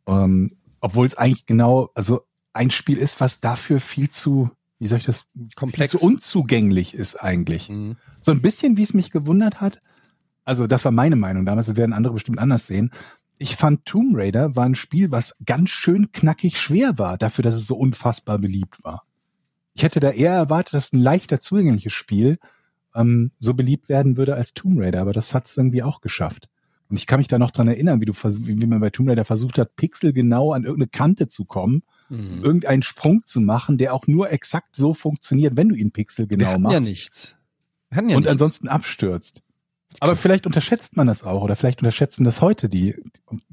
Speaker 4: Ähm, Obwohl es eigentlich genau, also ein Spiel ist, was dafür viel zu, wie soll ich das, viel
Speaker 3: komplex.
Speaker 4: zu unzugänglich ist eigentlich.
Speaker 3: Mhm.
Speaker 4: So ein bisschen, wie es mich gewundert hat, also das war meine Meinung damals, das werden andere bestimmt anders sehen, ich fand Tomb Raider war ein Spiel, was ganz schön knackig schwer war, dafür, dass es so unfassbar beliebt war. Ich hätte da eher erwartet, dass ein leichter zugängliches Spiel ähm, so beliebt werden würde als Tomb Raider, aber das hat es irgendwie auch geschafft. Und ich kann mich da noch dran erinnern, wie, du, vers- wie wie man bei Tomb Raider versucht hat, pixelgenau an irgendeine Kante zu kommen,
Speaker 3: Mhm.
Speaker 4: irgendeinen Sprung zu machen, der auch nur exakt so funktioniert, wenn du ihn
Speaker 3: Wir
Speaker 4: pixelgenau
Speaker 3: hatten ja
Speaker 4: genau machst
Speaker 3: nichts. Wir hatten ja
Speaker 4: und
Speaker 3: nichts.
Speaker 4: ansonsten abstürzt. Aber vielleicht unterschätzt man das auch oder vielleicht unterschätzen das heute die,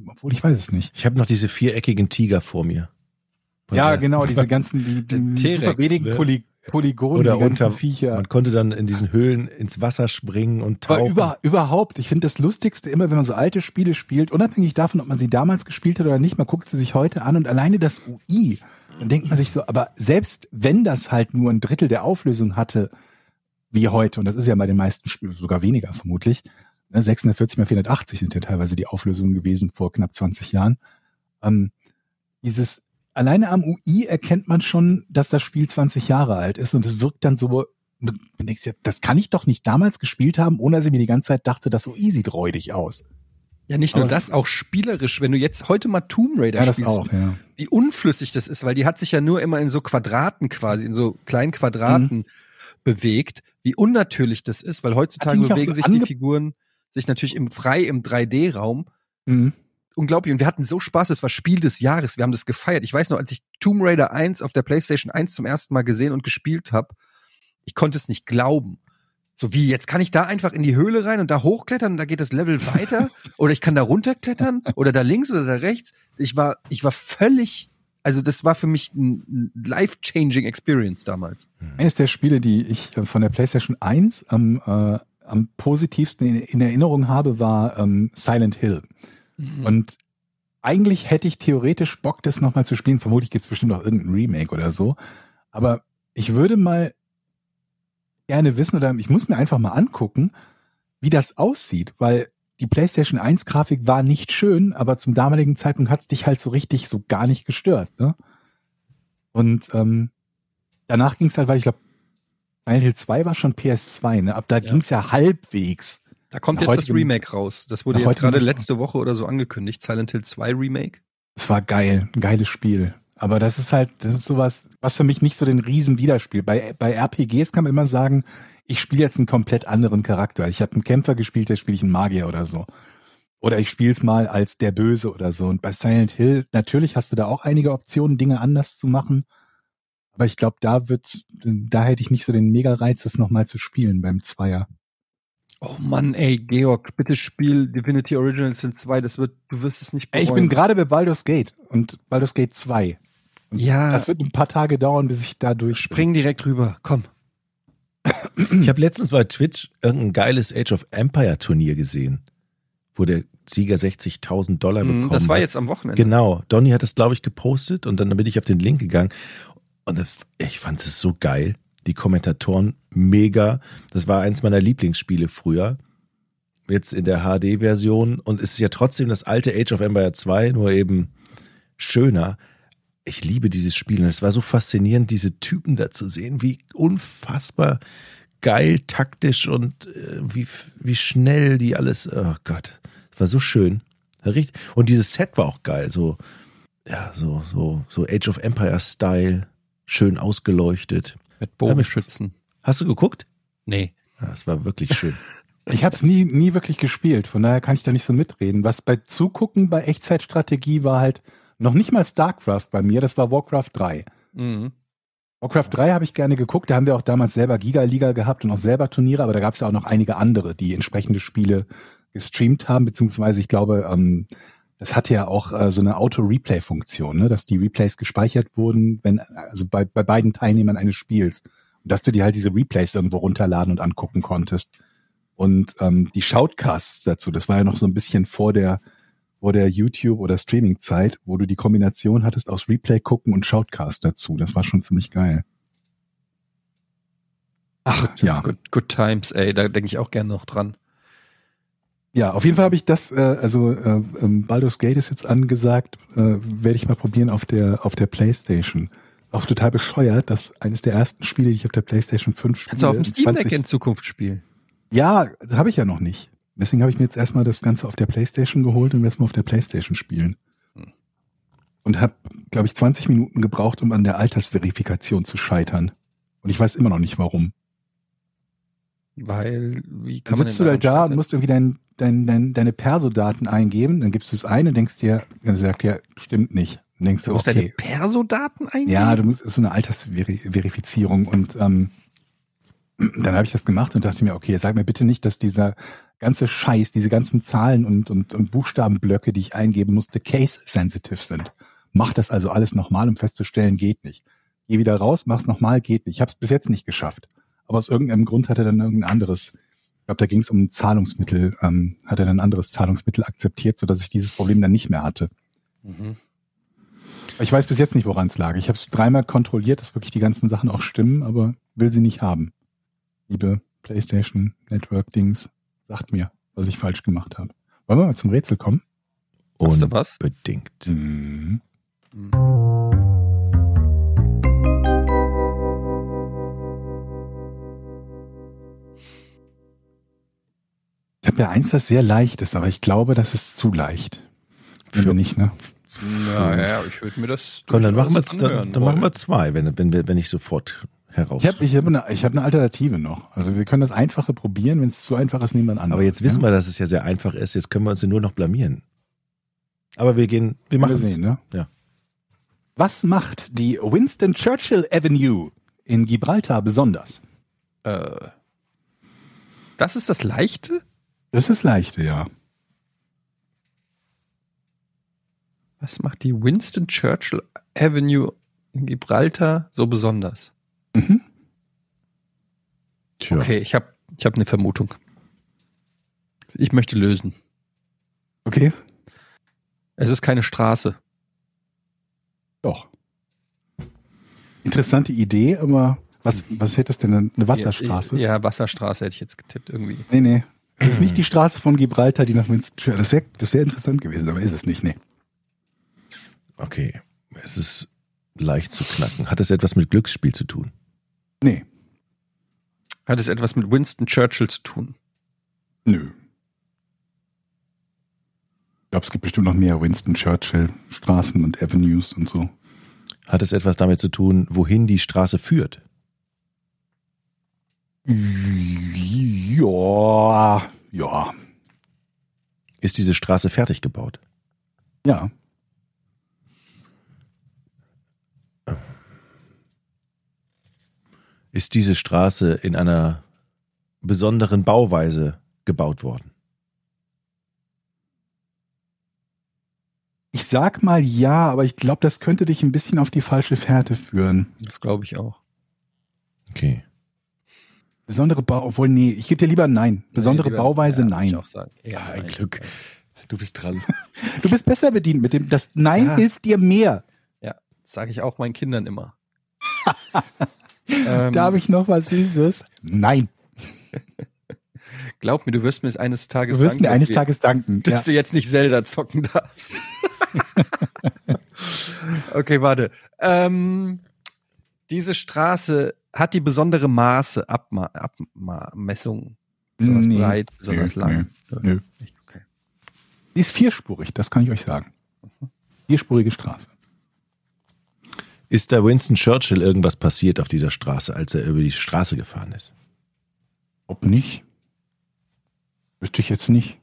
Speaker 4: obwohl ich weiß es nicht.
Speaker 2: Ich habe noch diese viereckigen Tiger vor mir. Von äh,
Speaker 4: Ja,
Speaker 2: der-
Speaker 4: genau, diese ganzen, die, die
Speaker 3: Der
Speaker 4: super
Speaker 3: T-Rex,
Speaker 4: wenigen
Speaker 2: ne?
Speaker 4: Poly Polygone,
Speaker 2: Oder
Speaker 4: die ganzen
Speaker 2: unter-
Speaker 4: Viecher.
Speaker 2: Man konnte dann in diesen Höhlen ins Wasser springen und
Speaker 4: Aber
Speaker 2: tauchen.
Speaker 4: über, überhaupt, ich finde das Lustigste immer, wenn man so alte Spiele spielt, unabhängig davon, ob man sie damals gespielt hat oder nicht, man guckt sie sich heute an und alleine das UI, dann denkt man sich so, aber selbst wenn das halt nur ein Drittel der Auflösung hatte, wie heute, und das ist ja bei den meisten Spielen sogar weniger vermutlich, ne, 640 mal 480 sind ja teilweise die Auflösungen gewesen vor knapp 20 Jahren, ähm, dieses, alleine am UI erkennt man schon, dass das Spiel 20 Jahre alt ist und es wirkt dann so und dann denkst du, dir, das kann ich doch nicht damals gespielt haben, ohne dass ich mir die ganze Zeit dachte, das UI sieht räudig aus.
Speaker 3: ja, nicht nur
Speaker 4: Aber
Speaker 3: das, auch spielerisch. Wenn du jetzt heute mal Tomb Raider spielst,
Speaker 4: ja.
Speaker 3: wie unflüssig das ist, weil die hat sich ja nur immer in so Quadraten quasi, in so kleinen Quadraten bewegt, wie unnatürlich das ist, weil
Speaker 4: Mhm. Hat
Speaker 3: heutzutage
Speaker 4: die nicht auch
Speaker 3: bewegen
Speaker 4: so
Speaker 3: sich die
Speaker 4: ange-
Speaker 3: Figuren sich natürlich im frei im 3D-Raum.
Speaker 4: Mhm.
Speaker 3: Unglaublich. Und wir hatten so Spaß, das war Spiel des Jahres. Wir haben das gefeiert. Ich weiß noch, als ich Tomb Raider 1 auf der PlayStation 1 zum ersten Mal gesehen und gespielt habe, ich konnte es nicht glauben. So wie, jetzt kann ich da einfach in die Höhle rein und da hochklettern und da geht das Level weiter oder ich kann da runterklettern oder da links oder da rechts. Ich war, ich war völlig, also das war für mich ein ein life-changing Experience damals.
Speaker 4: Eines der Spiele, die ich äh, von der PlayStation 1 am, äh, am positivsten in, in Erinnerung habe, war ähm, Silent Hill. Mhm. Und eigentlich hätte ich theoretisch Bock, das nochmal zu spielen. Vermutlich gibt es bestimmt auch irgendein Remake oder so. Aber ich würde mal gerne wissen oder ich muss mir einfach mal angucken, wie das aussieht, weil die PlayStation 1 Grafik war nicht schön, aber zum damaligen Zeitpunkt hat's dich halt so richtig so gar nicht gestört. Ne? Und ähm, danach ging's halt, weil ich glaube, Silent Hill 2 war schon PS2, ne? ab da
Speaker 3: Ja.
Speaker 4: ging's ja halbwegs.
Speaker 3: Da kommt
Speaker 4: Nach
Speaker 3: jetzt das
Speaker 4: heutigem-
Speaker 3: Remake raus. Das wurde
Speaker 4: nach
Speaker 3: jetzt gerade
Speaker 4: heutigem-
Speaker 3: letzte Woche oder so angekündigt. Silent Hill 2 Remake.
Speaker 4: Es war geil, ein geiles Spiel. Aber das ist halt, das ist sowas, was für mich nicht so den Riesen widerspielt. Bei, bei RPGs kann man immer sagen, ich spiele jetzt einen komplett anderen Charakter. Ich habe einen Kämpfer gespielt, da spiele ich einen Magier oder so. Oder ich spiele es mal als der Böse oder so. Und bei Silent Hill, natürlich hast du da auch einige Optionen, Dinge anders zu machen. Aber ich glaube, da wird, da hätte ich nicht so den Mega-Reiz, das nochmal zu spielen beim Zweier.
Speaker 3: Oh Mann, ey, Georg, bitte spiel Divinity Original Sin 2. Das wird, du wirst es nicht
Speaker 4: Ich bin gerade bei Baldur's Gate und Baldur's Gate 2. Und
Speaker 3: Ja.
Speaker 4: Das wird ein paar Tage dauern, bis ich da durch bin.
Speaker 3: Spring direkt rüber. Komm.
Speaker 2: Ich habe letztens bei Twitch irgendein geiles Age of Empire Turnier gesehen, wo der Sieger 60.000 Dollar bekommen
Speaker 3: Mhm, Hm, Das war
Speaker 2: hat.
Speaker 3: jetzt am Wochenende.
Speaker 2: Genau, Donny hat das, glaube ich, gepostet und dann bin ich auf den Link gegangen und das- ich fand es so geil. Die Kommentatoren mega. Das war eins meiner Lieblingsspiele früher. Jetzt in der HD-Version und es ist ja trotzdem das alte Age of Empire 2, nur eben schöner. Ich liebe dieses Spiel und es war so faszinierend, diese Typen da zu sehen, wie unfassbar geil taktisch und äh, wie, wie schnell die alles. Oh Gott, es war so schön. Richtig. Und dieses Set war auch geil, so ja, so so so Age of Empire Style, schön ausgeleuchtet.
Speaker 3: Mit
Speaker 2: Bogenschützen. Hast du geguckt?
Speaker 3: Nee.
Speaker 2: Ja, es war wirklich schön.
Speaker 4: Ich habe es nie, nie wirklich gespielt, von daher kann ich da nicht so mitreden. Was bei Zugucken bei Echtzeitstrategie war halt noch nicht mal StarCraft bei mir, das war Warcraft 3.
Speaker 3: Mhm.
Speaker 4: Warcraft 3 habe ich gerne geguckt, da haben wir auch damals selber Giga-Liga gehabt und auch selber Turniere, aber da gab es ja auch noch einige andere, die entsprechende Spiele gestreamt haben, beziehungsweise ich glaube, ähm, das hatte ja auch äh, so eine Auto-Replay-Funktion, ne? dass die Replays gespeichert wurden, wenn also bei, bei beiden Teilnehmern eines Spiels. Und dass du dir halt diese Replays irgendwo runterladen und angucken konntest. Und ähm, die Shoutcasts dazu, das war ja noch so ein bisschen vor der vor der YouTube- oder Streaming-Zeit, wo du die Kombination hattest aus Replay gucken und Shoutcast dazu. Das war schon ziemlich geil. Ach ja.
Speaker 3: Good, good times, ey. Da denke ich auch gerne noch dran.
Speaker 4: Ja, auf jeden Fall habe ich das, äh, also äh, ähm, Baldur's Gate ist jetzt angesagt, äh, werde ich mal probieren auf der, auf der Playstation. Auch total bescheuert, dass eines der ersten Spiele, die ich auf der Playstation 5 spiele.
Speaker 3: Kannst du auf dem Steam Deck
Speaker 4: 20
Speaker 3: in Zukunft spielen?
Speaker 4: Ja, das habe ich ja noch nicht. Deswegen habe ich mir jetzt erstmal das Ganze auf der Playstation geholt und werde es mal auf der Playstation spielen.
Speaker 3: Hm.
Speaker 4: Und habe, glaube ich, 20 Minuten gebraucht, um an der Altersverifikation zu scheitern. Und ich weiß immer noch nicht warum.
Speaker 3: Weil, wie kann
Speaker 4: Dann
Speaker 3: man
Speaker 4: sitzt du
Speaker 3: denn
Speaker 4: da, da und
Speaker 3: anschalten?
Speaker 4: musst irgendwie dein, dein, dein, deine Perso-Daten eingeben, dann gibst du es ein und denkst dir, dann sagt ja, stimmt nicht. Dann denkst
Speaker 3: Du
Speaker 4: du,
Speaker 3: musst deine
Speaker 4: okay.
Speaker 3: Perso-Daten eingeben?
Speaker 4: Ja, du musst, ist so eine Altersverifizierung und ähm, dann habe ich das gemacht und dachte mir, okay, sag mir bitte nicht, dass dieser ganze Scheiß, diese ganzen Zahlen und, und, und Buchstabenblöcke, die ich eingeben musste, case-sensitive sind. Mach das also alles nochmal, um festzustellen, geht nicht. Geh wieder raus, mach's nochmal, geht nicht. Ich habe es bis jetzt nicht geschafft. Aber aus irgendeinem Grund hat er dann irgendein anderes, ich glaube, da ging es um Zahlungsmittel, ähm, hat er dann ein anderes Zahlungsmittel akzeptiert, sodass ich dieses Problem dann nicht mehr hatte.
Speaker 3: Mhm.
Speaker 4: Ich weiß bis jetzt nicht, woran es lag. Ich habe es dreimal kontrolliert, dass wirklich die ganzen Sachen auch stimmen, aber will sie nicht haben. Liebe PlayStation Network Dings, sagt mir, was ich falsch gemacht habe. Wollen wir mal zum Rätsel kommen?
Speaker 3: Hast du was?
Speaker 2: Unbedingt.
Speaker 4: Ich habe ja eins, das sehr leicht ist, aber ich glaube, das ist zu leicht. Für
Speaker 2: Für-
Speaker 4: nicht, ne?
Speaker 3: Naja, ich würde mir das.
Speaker 2: Komm, dann machen wir
Speaker 3: durchaus
Speaker 2: dann,
Speaker 3: anhören
Speaker 2: dann machen wir
Speaker 3: wollen.
Speaker 2: zwei, wenn, wenn, wir- wenn ich sofort heraus.
Speaker 4: Ich habe ich hab eine, ich hab eine Alternative noch. Also wir können das Einfache probieren, wenn es zu einfach ist, nehmen wir ein anderes.
Speaker 2: Aber jetzt wissen
Speaker 4: ja?
Speaker 2: wir, dass es ja sehr einfach ist. Jetzt können wir uns ja nur noch blamieren. Aber wir gehen, wir machen
Speaker 4: wir
Speaker 2: es.
Speaker 4: sehen, ne?
Speaker 2: Ja.
Speaker 4: Was macht die Winston Churchill Avenue in Gibraltar besonders?
Speaker 3: Äh, das ist das Leichte?
Speaker 4: Das ist leicht, ja.
Speaker 3: Was macht die Winston Churchill Avenue in Gibraltar so besonders?
Speaker 2: Tja.
Speaker 3: Okay, ich habe ich hab eine Vermutung. Ich möchte lösen.
Speaker 4: Okay.
Speaker 3: Es ist keine Straße.
Speaker 4: Doch. Interessante Idee, aber was, was hättest denn? Eine Wasserstraße?
Speaker 3: Ja, ja, Wasserstraße hätte ich jetzt getippt irgendwie.
Speaker 4: Nee, nee. Es ist nicht die Straße von Gibraltar, die nach Winston Churchill. Das wäre das wär interessant gewesen, aber ist es nicht, nee.
Speaker 2: Okay. Es ist leicht zu knacken. Hat es etwas mit Glücksspiel zu tun?
Speaker 4: Nee.
Speaker 3: Hat es etwas mit Winston Churchill zu tun?
Speaker 4: Nö. Ich glaube, es gibt bestimmt noch mehr Winston Churchill Straßen und Avenues und so.
Speaker 2: Hat es etwas damit zu tun, wohin die Straße führt?
Speaker 4: Ja, ja,
Speaker 2: Ist diese Straße fertig gebaut?
Speaker 4: ja.
Speaker 2: Ist diese Straße in einer besonderen Bauweise gebaut worden?
Speaker 4: Ich sag mal ja, aber ich glaube, das könnte dich ein bisschen auf die falsche Fährte führen.
Speaker 3: Das glaube ich auch.
Speaker 2: Okay.
Speaker 4: Besondere Bau, obwohl, nee, ich gebe dir lieber ein Nein. Besondere
Speaker 3: Nee, lieber- ja,
Speaker 4: Bauweise,
Speaker 3: würd Ich
Speaker 4: nein.
Speaker 3: auch sagen. Eher
Speaker 2: Ah, ein
Speaker 3: nein.
Speaker 2: Glück. Du bist dran.
Speaker 4: Du bist besser bedient mit dem, das Nein
Speaker 2: Ja.
Speaker 4: hilft dir mehr.
Speaker 3: Sage ich auch meinen Kindern immer. ähm,
Speaker 4: Darf ich noch was Süßes? Nein.
Speaker 3: glaub mir, du wirst mir es eines Tages
Speaker 4: Du wirst mir
Speaker 3: dass
Speaker 4: eines
Speaker 3: wir-
Speaker 4: Tages danken.
Speaker 3: dass
Speaker 4: Ja.
Speaker 3: du jetzt nicht Zelda zocken darfst. okay, warte. Ähm, diese Straße hat die besondere Maße, Abma Abmessung. Besonders
Speaker 4: Nee.
Speaker 3: breit, besonders
Speaker 4: Nö,
Speaker 3: lang.
Speaker 4: nö.
Speaker 3: Nicht, Okay.
Speaker 4: Die ist vierspurig, das kann ich euch sagen. Vierspurige Straße.
Speaker 2: Ist da Winston Churchill irgendwas passiert auf dieser Straße, als er über die Straße gefahren ist?
Speaker 4: Ob nicht? Wüsste ich jetzt nicht.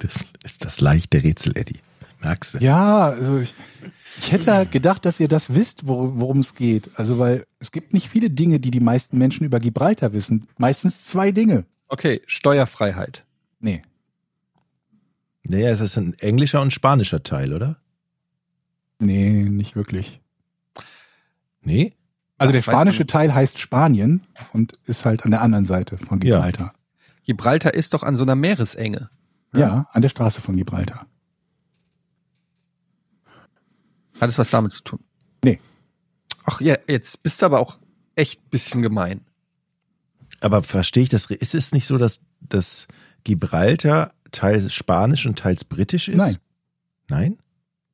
Speaker 2: Das ist das leichte Rätsel, Eddie. Merkst du?
Speaker 4: Ja, also ich, ich hätte halt gedacht, dass ihr das wisst, wor- worum es geht. Also, weil es gibt nicht viele Dinge, die die meisten Menschen über Gibraltar wissen. Meistens zwei Dinge.
Speaker 3: okay, Steuerfreiheit.
Speaker 4: Nee.
Speaker 2: Naja, es ist ein englischer und spanischer Teil, oder?
Speaker 4: Nee, nicht wirklich.
Speaker 2: Nee?
Speaker 4: Also
Speaker 3: Das weiß
Speaker 4: der
Speaker 3: man
Speaker 4: spanische
Speaker 3: nicht.
Speaker 4: Teil heißt Spanien und ist halt an der anderen Seite von
Speaker 2: Ja.
Speaker 4: Gibraltar.
Speaker 3: Gibraltar ist doch an so einer Meeresenge.
Speaker 4: Ja, an der Straße von Gibraltar.
Speaker 3: Hat es was damit zu tun?
Speaker 4: Nee.
Speaker 3: Ach ja, jetzt bist du aber auch echt ein bisschen gemein.
Speaker 2: Aber verstehe ich das? Ist es nicht so, dass, dass Gibraltar teils spanisch und teils britisch ist?
Speaker 4: Nein.
Speaker 2: Nein?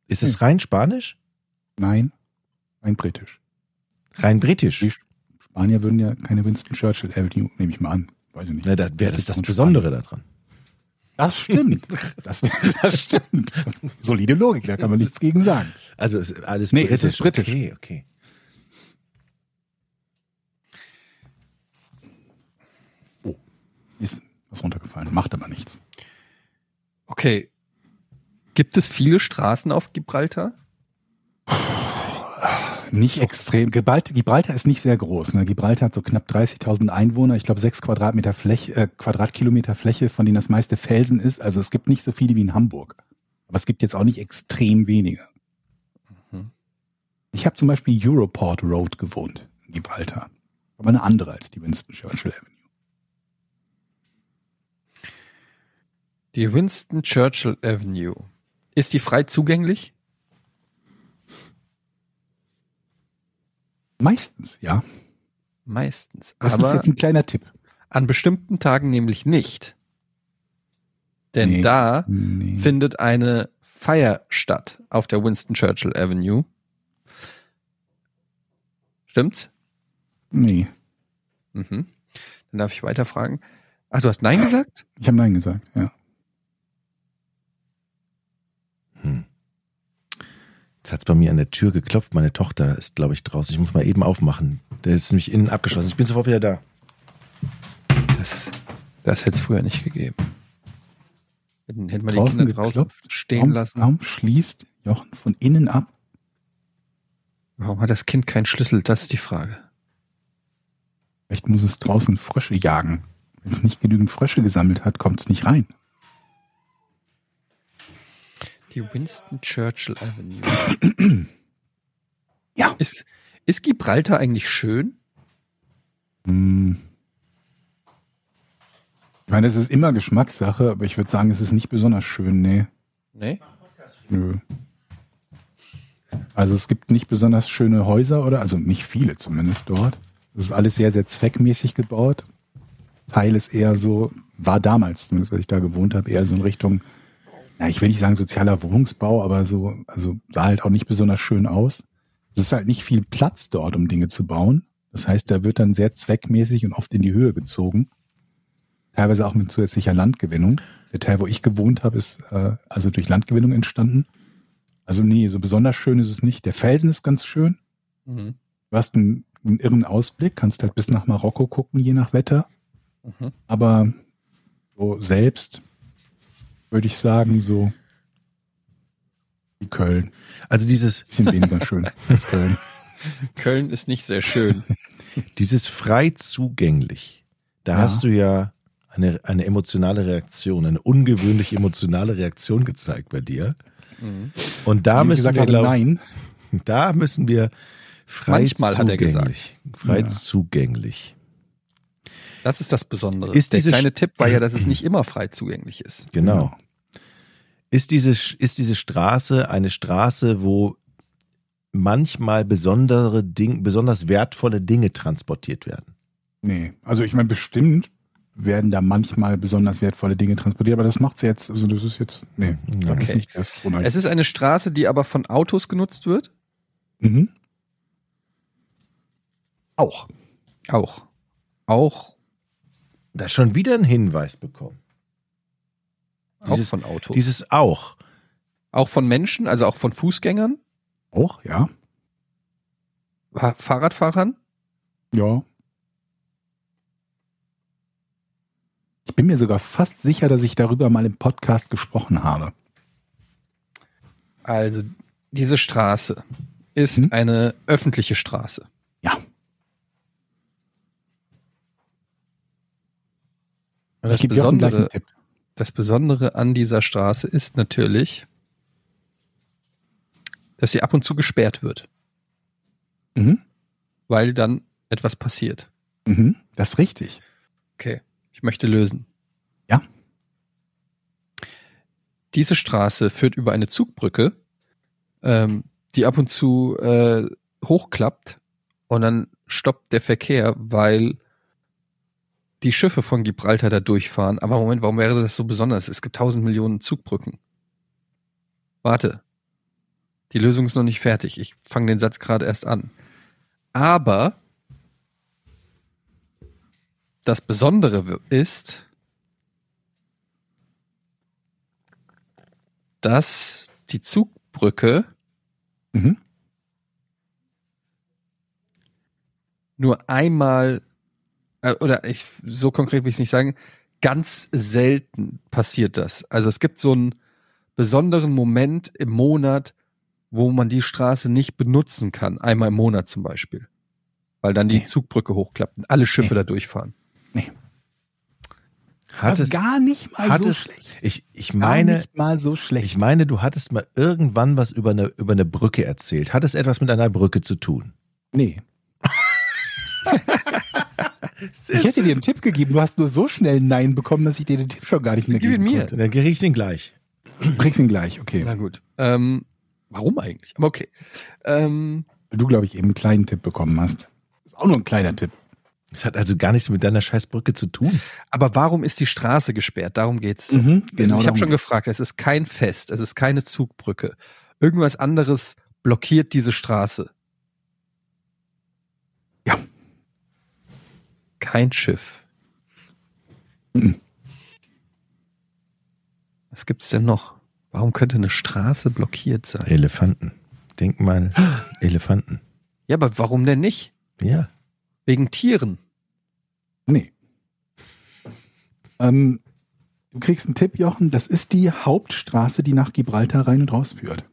Speaker 2: Ist es rein spanisch?
Speaker 4: Nein, ein britisch.
Speaker 2: Rein britisch?
Speaker 4: Die Spanier würden ja keine Winston Churchill Avenue, nehme ich mal an, Weiß ich nicht.
Speaker 2: Na, das wäre das, das Besondere daran.
Speaker 4: Das stimmt. Das, das stimmt. Solide Logik, da kann man nichts gegen sagen.
Speaker 2: Also es ist alles
Speaker 4: Nee, es ist britisch.
Speaker 2: Okay, okay.
Speaker 4: Ist was runtergefallen, macht aber nichts.
Speaker 3: Okay. Gibt es viele Straßen auf Gibraltar?
Speaker 4: Nicht extrem. Gibraltar, Gibraltar ist nicht sehr groß. Ne? Gibraltar hat so knapp 30.000 Einwohner. Ich glaube, sechs Quadratmeter Fläche, äh, Quadratkilometer Fläche, von denen das meiste Felsen ist. Also es gibt nicht so viele wie in Hamburg. Aber es gibt jetzt auch nicht extrem wenige.
Speaker 3: Mhm.
Speaker 4: Ich habe zum Beispiel Europort Road gewohnt in Gibraltar. Aber eine andere als die Winston Churchill Avenue.
Speaker 3: Die Winston Churchill Avenue. Ist die frei zugänglich?
Speaker 4: Meistens, ja.
Speaker 3: Meistens.
Speaker 4: Das ist
Speaker 3: Aber
Speaker 4: jetzt ein kleiner Tipp.
Speaker 3: an bestimmten Tagen nämlich nicht. Denn
Speaker 4: Nee.
Speaker 3: da
Speaker 4: Nee.
Speaker 3: findet eine Feier statt auf der Winston Churchill Avenue. Stimmt's?
Speaker 4: nee.
Speaker 3: Mhm. Dann darf ich weiterfragen. Ach, du hast Nein gesagt?
Speaker 4: Ich habe Nein gesagt, ja.
Speaker 2: Hm. Jetzt hat's bei mir an der Tür geklopft. Meine Tochter ist, glaube ich, draußen. Ich muss mal eben aufmachen. Der ist nämlich innen abgeschlossen. Ich bin sofort wieder da.
Speaker 3: Das, das hätte es früher nicht gegeben. Hätten hätten wir die
Speaker 4: Draußen
Speaker 3: Kinder draußen
Speaker 4: geklopft?
Speaker 3: stehen
Speaker 4: Warum,
Speaker 3: lassen.
Speaker 4: warum schließt Jochen von innen ab?
Speaker 3: Warum hat das Kind keinen Schlüssel? Das ist die Frage.
Speaker 4: Vielleicht muss es draußen Frösche jagen. Wenn es nicht genügend Frösche gesammelt hat, kommt es nicht rein.
Speaker 3: Die Winston Churchill Avenue.
Speaker 4: Ja.
Speaker 3: Ist, ist Gibraltar eigentlich schön?
Speaker 4: Hm. Ich meine, es ist immer Geschmackssache, aber ich würde sagen, es ist nicht besonders schön, nee.
Speaker 3: Nee.
Speaker 4: Nö. Also es gibt nicht besonders schöne Häuser oder, also nicht viele zumindest dort. Es ist alles sehr, sehr zweckmäßig gebaut. Teil ist eher so, war damals zumindest, als ich da gewohnt habe, eher so in Richtung, na, ich will nicht sagen sozialer Wohnungsbau, aber so, also sah halt auch nicht besonders schön aus. Es ist halt nicht viel Platz dort, um Dinge zu bauen. Das heißt, da wird dann sehr zweckmäßig und oft in die Höhe gezogen. Teilweise auch mit zusätzlicher Landgewinnung. Der Teil, wo ich gewohnt habe, ist äh, also durch Landgewinnung entstanden. Also nee, so besonders schön ist es nicht. Der Felsen ist ganz schön.
Speaker 3: Mhm.
Speaker 4: Du hast einen, einen irren Ausblick, kannst halt bis nach Marokko gucken, je nach Wetter.
Speaker 3: Mhm.
Speaker 4: Aber so selbst würde ich sagen, so wie Köln.
Speaker 2: Also dieses,
Speaker 4: Bisschen weniger schön als Köln.
Speaker 3: Köln ist nicht sehr schön.
Speaker 2: dieses frei zugänglich. Da
Speaker 4: Ja.
Speaker 2: hast du ja eine, eine emotionale Reaktion, eine ungewöhnlich emotionale Reaktion gezeigt bei dir.
Speaker 3: Mhm.
Speaker 2: Und da
Speaker 4: Wie ich
Speaker 2: müssen wir,
Speaker 4: habe,
Speaker 2: glaube
Speaker 4: nein.
Speaker 2: Da müssen wir frei
Speaker 3: Manchmal hat er
Speaker 2: zugänglich. Frei
Speaker 4: Ja.
Speaker 2: zugänglich.
Speaker 3: Das ist das Besondere.
Speaker 2: Ist
Speaker 3: Der
Speaker 2: diese
Speaker 3: kleine
Speaker 2: Sch-
Speaker 3: Tipp war ja, dass es nicht immer frei zugänglich ist.
Speaker 2: Genau. Ist, diese, ist diese Straße eine Straße, wo manchmal besondere Ding, besonders wertvolle Dinge transportiert werden?
Speaker 4: Nee, also ich meine, bestimmt werden da manchmal besonders wertvolle Dinge transportiert, aber das macht's jetzt, also das ist jetzt, nee,
Speaker 2: Mhm.
Speaker 4: das
Speaker 3: Okay.
Speaker 4: ist nicht das Problem.
Speaker 3: Es ist eine Straße, die aber von Autos genutzt wird.
Speaker 4: Mhm. Auch.
Speaker 3: Auch. Auch.
Speaker 2: Da schon wieder einen Hinweis bekommen.
Speaker 3: Auch
Speaker 2: Dieses-
Speaker 3: von Autos.
Speaker 2: Dieses auch.
Speaker 3: auch von Menschen, also auch von Fußgängern,
Speaker 4: Auch, ja.
Speaker 3: Fa- Fahrradfahrern.
Speaker 4: Ja. Ich bin mir sogar fast sicher, dass ich darüber mal im Podcast gesprochen habe.
Speaker 3: Also diese Straße ist
Speaker 4: Hm?
Speaker 3: eine öffentliche Straße.
Speaker 4: Ja.
Speaker 3: Und das
Speaker 4: ich gebe dir auch den
Speaker 3: Besondere,
Speaker 4: gleichen Tipp.
Speaker 3: das Besondere an dieser Straße ist natürlich, dass sie ab und zu gesperrt wird,
Speaker 4: Mhm.
Speaker 3: weil dann etwas passiert.
Speaker 4: Mhm. Das ist richtig.
Speaker 3: Okay, ich möchte lösen.
Speaker 4: Ja.
Speaker 3: Diese Straße führt über eine Zugbrücke, ähm, die ab und zu äh, hochklappt und dann stoppt der Verkehr, weil die Schiffe von Gibraltar da durchfahren. Aber Moment, warum wäre das so besonders? Es gibt tausend Millionen Zugbrücken. Warte. Die Lösung ist noch nicht fertig. Ich fange den Satz gerade erst an. Aber Das Besondere ist, dass die Zugbrücke
Speaker 4: Mhm.
Speaker 3: nur einmal, äh, oder ich, so konkret will ich es nicht sagen, ganz selten passiert das. Also es gibt so einen besonderen Moment im Monat, wo man die Straße nicht benutzen kann. Einmal im Monat zum Beispiel. Weil dann die
Speaker 4: Nee.
Speaker 3: Zugbrücke hochklappt und alle Schiffe da durchfahren.
Speaker 2: Hat
Speaker 4: also
Speaker 2: es,
Speaker 4: gar nicht mal
Speaker 2: hat
Speaker 4: so
Speaker 2: es-
Speaker 4: schlecht.
Speaker 2: ich, ich
Speaker 4: Gar
Speaker 2: meine,
Speaker 4: nicht mal so
Speaker 2: ich
Speaker 4: schlecht.
Speaker 2: meine, du hattest mal irgendwann was über eine, über eine Brücke erzählt. Hat es etwas mit einer Brücke zu tun?
Speaker 4: Nee. Ich hätte dir einen Tipp gegeben, du hast nur so schnell ein Nein bekommen, dass ich dir den Tipp schon gar nicht mehr
Speaker 3: Gib ihn
Speaker 4: geben
Speaker 3: mir.
Speaker 4: konnte.
Speaker 2: Dann kriege ich den gleich.
Speaker 4: Du kriegst ihn gleich, okay.
Speaker 3: Na gut. Ähm, warum eigentlich? Aber okay. Ähm,
Speaker 4: Weil du, glaube ich, eben einen kleinen Tipp bekommen hast. Ist auch nur ein kleiner Tipp.
Speaker 2: Es hat also gar nichts mit deiner Scheißbrücke zu tun.
Speaker 3: aber warum ist die Straße gesperrt? Darum geht's. doch.
Speaker 4: genau.
Speaker 3: also ich habe schon
Speaker 4: darum geht's.
Speaker 3: gefragt, es ist kein Fest, es ist keine Zugbrücke. Irgendwas anderes blockiert diese Straße.
Speaker 4: Ja.
Speaker 3: Kein Schiff.
Speaker 4: Mhm.
Speaker 3: Was gibt's denn noch? Warum könnte eine Straße blockiert sein?
Speaker 2: Elefanten. Denk mal, Elefanten.
Speaker 3: Ja, aber warum denn nicht?
Speaker 2: Ja.
Speaker 3: Wegen Tieren.
Speaker 4: Nee. Ähm, du kriegst einen Tipp, Jochen. Das ist die Hauptstraße, die nach Gibraltar rein und raus führt.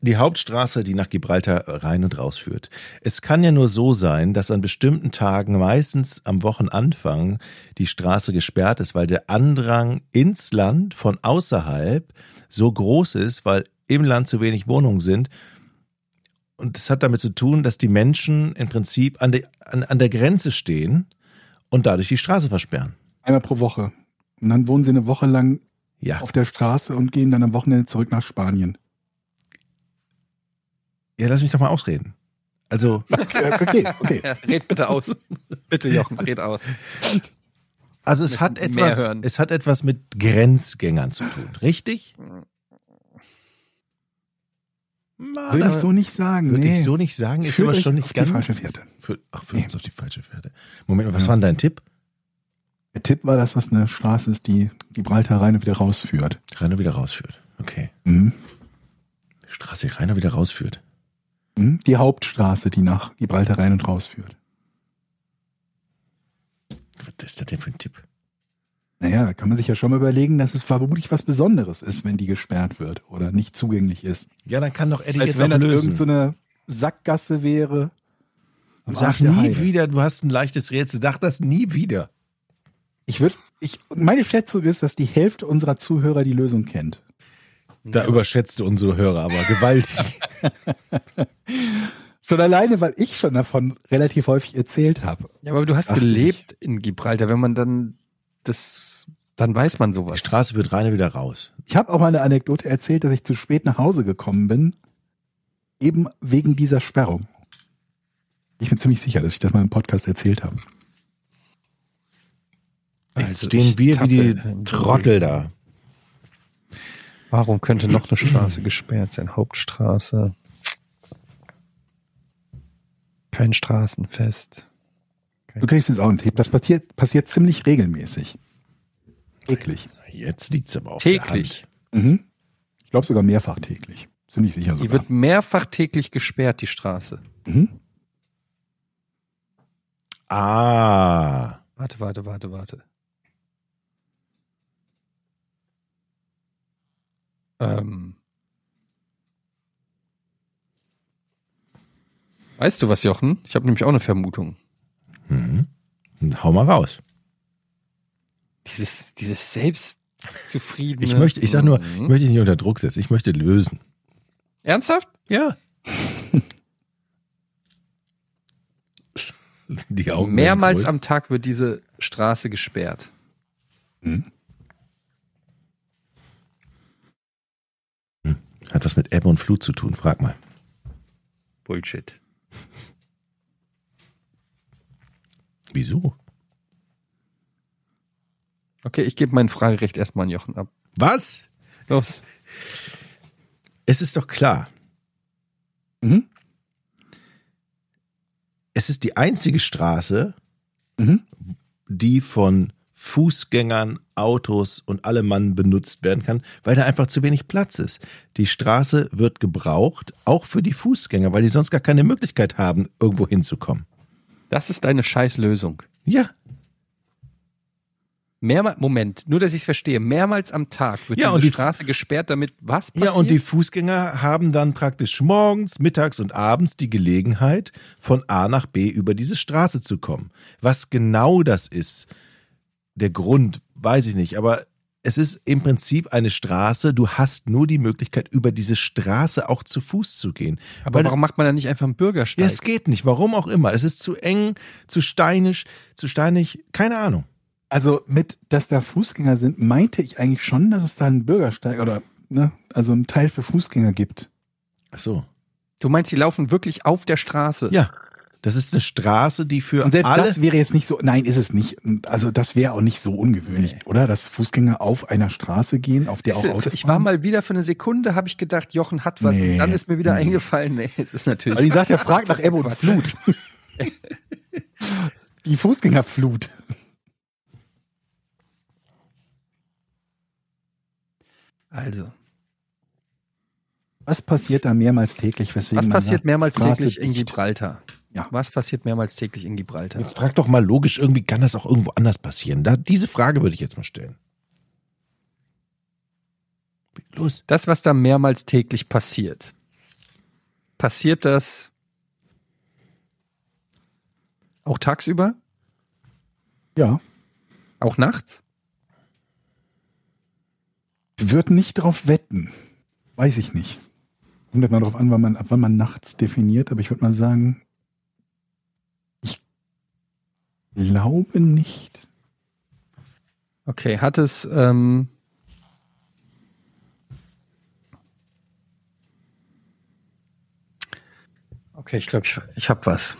Speaker 2: Die Hauptstraße, die nach Gibraltar rein und raus führt. Es kann ja nur so sein, dass an bestimmten Tagen, meistens am Wochenanfang, die Straße gesperrt ist, weil der Andrang ins Land von außerhalb so groß ist, weil im Land zu wenig Wohnungen sind. Und das hat damit zu tun, dass die Menschen im Prinzip an, der- an, an der Grenze stehen und dadurch die Straße versperren.
Speaker 4: Einmal pro Woche. Und dann wohnen sie eine Woche lang
Speaker 2: Ja.
Speaker 4: auf der Straße und gehen dann am Wochenende zurück nach Spanien.
Speaker 2: Ja, lass mich doch mal ausreden. Also,
Speaker 4: Okay, okay.
Speaker 3: Ja, red bitte aus. bitte, Jochen, red aus.
Speaker 2: also es
Speaker 3: Mit
Speaker 2: hat
Speaker 3: mehr
Speaker 2: etwas,
Speaker 3: hören.
Speaker 2: es hat etwas mit Grenzgängern zu tun, richtig?
Speaker 4: Würde ich so nicht sagen.
Speaker 2: Würde
Speaker 4: nee.
Speaker 2: ich so nicht sagen, ist
Speaker 4: Führt
Speaker 2: aber
Speaker 4: euch
Speaker 2: schon
Speaker 4: auf
Speaker 2: nicht
Speaker 4: die
Speaker 2: ganz.
Speaker 4: falsche Fährte.
Speaker 2: Für, ach, für
Speaker 4: Nee.
Speaker 2: uns auf die falsche Pferde. Moment mal, was
Speaker 4: Ja.
Speaker 2: war denn dein Tipp?
Speaker 4: Der Tipp war, dass das eine Straße ist, die Gibraltar rein und wieder rausführt.
Speaker 2: Rainer wieder rausführt. Okay.
Speaker 4: Mhm.
Speaker 2: Straße die Rainer wieder rausführt.
Speaker 4: Mhm. Die Hauptstraße, die nach Gibraltar rein und rausführt.
Speaker 2: Was ist das denn für ein Tipp?
Speaker 4: Naja, da kann man sich ja schon mal überlegen, dass es vermutlich was Besonderes ist, wenn die gesperrt wird oder nicht zugänglich ist.
Speaker 2: Ja, dann kann doch Eddie
Speaker 4: Als
Speaker 2: jetzt
Speaker 4: wenn
Speaker 2: auch
Speaker 4: das
Speaker 2: lösen.
Speaker 4: irgendeine so eine Sackgasse wäre. Am Arsch
Speaker 2: Sag
Speaker 4: der
Speaker 2: nie
Speaker 4: Heide.
Speaker 2: wieder, du hast ein leichtes Rätsel. Sag das nie wieder.
Speaker 4: Ich würde, ich, meine Schätzung ist, dass die Hälfte unserer Zuhörer die Lösung kennt.
Speaker 2: Da überschätzte unsere Hörer aber gewaltig.
Speaker 4: Schon alleine, weil ich schon davon relativ häufig erzählt habe.
Speaker 3: Ja, aber du hast
Speaker 4: Ach,
Speaker 3: gelebt in Gibraltar. Wenn man dann das, dann weiß man
Speaker 2: Die
Speaker 3: sowas.
Speaker 2: Straße wird Rainer wieder raus.
Speaker 4: Ich habe auch mal eine Anekdote erzählt, dass ich zu spät nach Hause gekommen bin, eben wegen dieser Sperrung. Ich bin ziemlich sicher, dass ich das mal im Podcast erzählt habe.
Speaker 2: Jetzt
Speaker 3: Also ich
Speaker 2: stehen wir wie die
Speaker 3: tappe im
Speaker 2: Trottel da.
Speaker 3: Warum könnte noch eine Straße gesperrt sein? Hauptstraße. Kein Straßenfest.
Speaker 4: Du kriegst jetzt auch einen Tipp. Das passiert, passiert ziemlich regelmäßig. Täglich.
Speaker 2: Jetzt liegt es aber auf
Speaker 3: Täglich.
Speaker 4: Mhm. Ich glaube sogar mehrfach täglich. Ziemlich sicher
Speaker 3: Die
Speaker 4: sogar.
Speaker 3: wird mehrfach täglich gesperrt, die Straße.
Speaker 4: Mhm.
Speaker 2: Der Hand. Ah,
Speaker 3: Warte, warte, warte, warte. Ähm. Weißt du was, Jochen? Ich habe nämlich auch eine Vermutung.
Speaker 2: mhm. hau mal raus.
Speaker 3: Dieses, dieses selbstzufriedene.
Speaker 2: Ich möchte, ich sag nur, ich
Speaker 3: Mhm.
Speaker 2: möchte dich nicht unter Druck setzen. Ich möchte lösen.
Speaker 3: Ernsthaft?
Speaker 2: Ja. Die Augen werden
Speaker 3: Mehrmals
Speaker 2: größer.
Speaker 3: am Tag wird diese Straße gesperrt.
Speaker 4: Mhm.
Speaker 2: Hat was mit Ebbe und Flut zu tun, frag mal.
Speaker 3: Bullshit.
Speaker 2: Wieso?
Speaker 3: Okay, ich gebe mein Fragerecht erstmal an Jochen ab.
Speaker 2: Was?
Speaker 3: Los. Mhm.
Speaker 2: Es ist doch klar.
Speaker 4: Mhm.
Speaker 2: es ist die einzige Straße,
Speaker 4: Mhm.
Speaker 2: die von Fußgängern, Autos und allem Mann benutzt werden kann, weil da einfach zu wenig Platz ist. Die Straße wird gebraucht, auch für die Fußgänger, weil die sonst gar keine Möglichkeit haben, irgendwo hinzukommen.
Speaker 3: Das ist deine Scheißlösung.
Speaker 2: Ja,
Speaker 3: Mehrmal, Moment, nur dass ich es verstehe. Mehrmals am Tag wird
Speaker 2: Ja,
Speaker 3: diese
Speaker 2: und die-
Speaker 3: Straße gesperrt, damit was passiert?
Speaker 2: ja und die Fußgänger haben dann praktisch morgens, mittags und abends die Gelegenheit, von A nach B über diese Straße zu kommen. Was genau das ist, der Grund, weiß ich nicht, aber es ist im Prinzip eine Straße, du hast nur die Möglichkeit, über diese Straße auch zu Fuß zu gehen.
Speaker 3: Aber
Speaker 2: weil-
Speaker 3: warum macht man dann nicht einfach einen
Speaker 2: Ja,
Speaker 3: Bürgersteig?
Speaker 2: es geht nicht, warum auch immer. Es ist zu eng, zu steinisch, zu steinig, keine Ahnung.
Speaker 4: Also mit, dass da Fußgänger sind, meinte ich eigentlich schon, dass es da einen Bürgersteig oder ne, also einen Teil für Fußgänger gibt.
Speaker 2: Ach so.
Speaker 3: du meinst, die laufen wirklich auf der Straße?
Speaker 2: Ja, das ist eine Straße, die für
Speaker 4: Und selbst
Speaker 2: alle
Speaker 4: das wäre jetzt nicht so, nein, ist es nicht. Also das wäre auch nicht so ungewöhnlich, oder? Dass Fußgänger auf einer Straße gehen, auf der auch
Speaker 3: Weißt du,
Speaker 4: Autos
Speaker 3: ich war
Speaker 4: fahren.
Speaker 3: mal wieder für eine Sekunde, habe ich gedacht, Jochen hat was.
Speaker 4: Nee.
Speaker 3: Und Dann ist mir wieder
Speaker 4: Nee.
Speaker 3: eingefallen, nee, es ist natürlich.
Speaker 4: Weil die sagt, er fragt nach Ebbe und Flut. die Fußgängerflut.
Speaker 3: Also,
Speaker 4: Was passiert da mehrmals täglich? Weswegen
Speaker 3: was
Speaker 4: man
Speaker 3: passiert
Speaker 4: sagt,
Speaker 3: mehrmals
Speaker 4: Straße
Speaker 3: täglich in
Speaker 4: dicht?
Speaker 3: Gibraltar?
Speaker 4: Ja.
Speaker 3: Was passiert mehrmals täglich in Gibraltar?
Speaker 2: Jetzt frag doch mal logisch, irgendwie kann das auch irgendwo anders passieren. Da, diese Frage würde ich jetzt mal stellen. Los.
Speaker 3: Das, was da mehrmals täglich passiert, passiert das auch tagsüber,
Speaker 4: Ja.
Speaker 3: auch nachts?
Speaker 4: Ich würde nicht drauf wetten. Weiß ich nicht. Kommt halt mal drauf an, wann man, ab wann man nachts definiert, aber ich würde mal sagen, ich glaube nicht.
Speaker 3: Okay, hat es ähm, Okay, ich glaube, ich, ich habe was.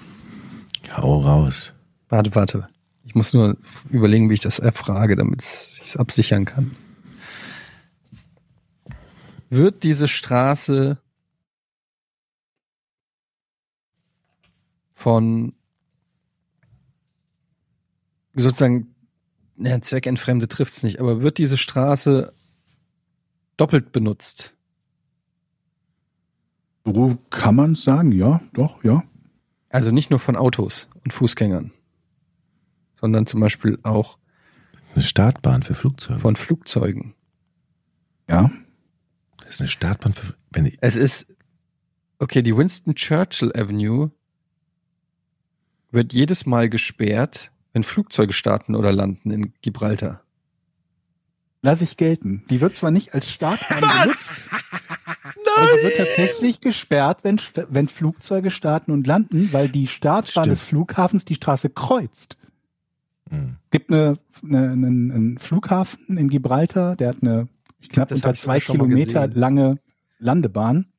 Speaker 2: Hau raus.
Speaker 3: Warte, warte. Ich muss nur f- überlegen, wie ich das erfrage, damit ich es absichern kann. Wird diese Straße von sozusagen, naja, zweckentfremde trifft es nicht, aber wird diese Straße doppelt benutzt?
Speaker 4: So kann man sagen, ja, doch, ja.
Speaker 3: Also nicht nur von Autos und Fußgängern, sondern zum Beispiel auch
Speaker 2: Eine Startbahn für Flugzeuge.
Speaker 3: von Flugzeugen.
Speaker 4: Ja.
Speaker 2: Das ist eine Startbahn für. Wenn ich,
Speaker 3: Es ist, okay, die Winston Churchill Avenue wird jedes Mal gesperrt, wenn Flugzeuge starten oder landen in Gibraltar.
Speaker 4: Lass ich gelten. Die wird zwar nicht als Startbahn benutzt, aber sie wird tatsächlich gesperrt, wenn, Sta- wenn Flugzeuge starten und landen, weil die Startbahn
Speaker 2: Stimmt.
Speaker 4: des Flughafens die Straße kreuzt.
Speaker 2: Hm.
Speaker 4: gibt eine, eine, einen, einen Flughafen in Gibraltar, der hat eine
Speaker 3: Ich glaub,
Speaker 4: knapp
Speaker 3: das
Speaker 4: unter
Speaker 3: hab ich
Speaker 4: zwei
Speaker 3: sogar schon mal
Speaker 4: Kilometer
Speaker 3: gesehen.
Speaker 4: lange Landebahn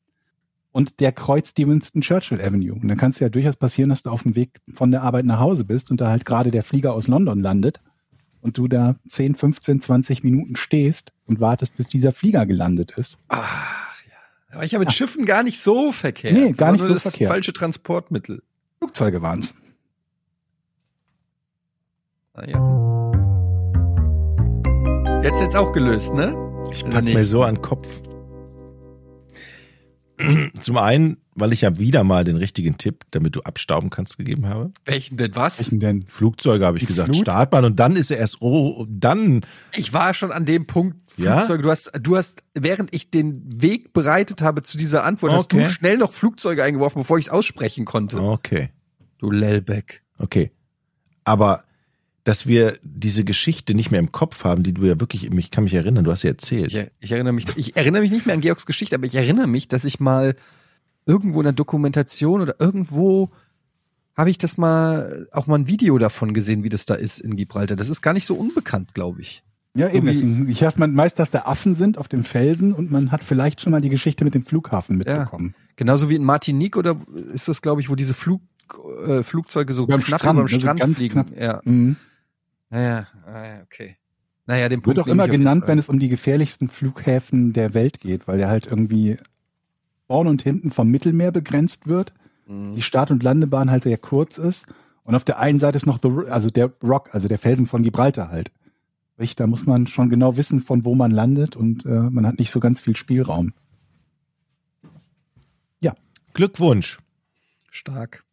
Speaker 4: und der kreuzt die Winston Churchill Avenue. Und dann kann es ja durchaus passieren, dass du auf dem Weg von der Arbeit nach Hause bist und da halt gerade der Flieger aus London landet und du da 10, 15, 20 Minuten stehst und wartest, bis dieser Flieger gelandet ist.
Speaker 3: Ach ja. Aber ich habe mit Schiffen gar nicht so verkehrt.
Speaker 4: Nee, gar
Speaker 3: sondern
Speaker 4: nicht so
Speaker 3: das ist
Speaker 4: verkehrt.
Speaker 3: falsche Transportmittel.
Speaker 4: Flugzeuge waren's.
Speaker 3: Ah, ja. Jetzt jetzt auch gelöst, ne?
Speaker 2: ich
Speaker 3: In der
Speaker 2: pack mir
Speaker 3: nächsten.
Speaker 2: so an den Kopf. Zum einen, weil ich ja wieder mal den richtigen Tipp, damit du abstauben kannst, gegeben habe.
Speaker 3: Welchen denn was?
Speaker 4: Welchen denn?
Speaker 2: Flugzeuge habe ich
Speaker 4: Die
Speaker 2: gesagt,
Speaker 4: Flut?
Speaker 2: Startbahn und dann ist er erst oh, dann
Speaker 3: Ich war schon an dem Punkt,
Speaker 2: Ja?
Speaker 3: Flugzeuge. Du hast, du hast, während ich den Weg bereitet habe zu dieser Antwort,
Speaker 2: Okay.
Speaker 3: hast du schnell noch Flugzeuge eingeworfen, bevor ich es aussprechen konnte.
Speaker 2: okay.
Speaker 3: Du Lellbeck.
Speaker 2: Okay. Aber dass wir diese Geschichte nicht mehr im Kopf haben, die du ja wirklich, ich kann mich erinnern, du hast sie erzählt.
Speaker 3: Ich, ich erinnere mich, ich erinnere mich nicht mehr an Georgs Geschichte, aber ich erinnere mich, dass ich mal irgendwo in der Dokumentation oder irgendwo habe ich das mal auch mal ein Video davon gesehen, wie das da ist in Gibraltar. Das ist gar nicht so unbekannt, glaube ich.
Speaker 4: Ja, eben.
Speaker 3: wie-
Speaker 4: deswegen. Ich dachte, man weiß, dass da Affen sind auf dem Felsen und man hat vielleicht schon mal die Geschichte mit dem Flughafen mitbekommen.
Speaker 3: Genauso wie in Martinique oder ist das, glaube ich, wo diese Flug, äh, Flugzeuge so
Speaker 4: Beim
Speaker 3: knapp
Speaker 4: Strand,
Speaker 3: über dem
Speaker 4: also
Speaker 3: Strand
Speaker 4: ganz
Speaker 3: fliegen.
Speaker 4: knapp.
Speaker 3: Ja.
Speaker 4: Mhm.
Speaker 3: Naja, naja, okay. Naja, den
Speaker 4: Wird
Speaker 3: Punkt
Speaker 4: auch immer
Speaker 3: nehme ich auf jeden
Speaker 4: genannt,
Speaker 3: Fall.
Speaker 4: wenn es um die gefährlichsten Flughäfen der Welt geht, weil der halt irgendwie vorne und hinten vom Mittelmeer begrenzt wird
Speaker 3: Mhm.
Speaker 4: die Start- und Landebahn halt sehr kurz ist. Und auf der einen Seite ist noch The, R- also der Rock, also der Felsen von Gibraltar halt. Sprich, da muss man schon genau wissen, von wo man landet und äh, man hat nicht so ganz viel Spielraum.
Speaker 2: Glückwunsch.
Speaker 3: Stark.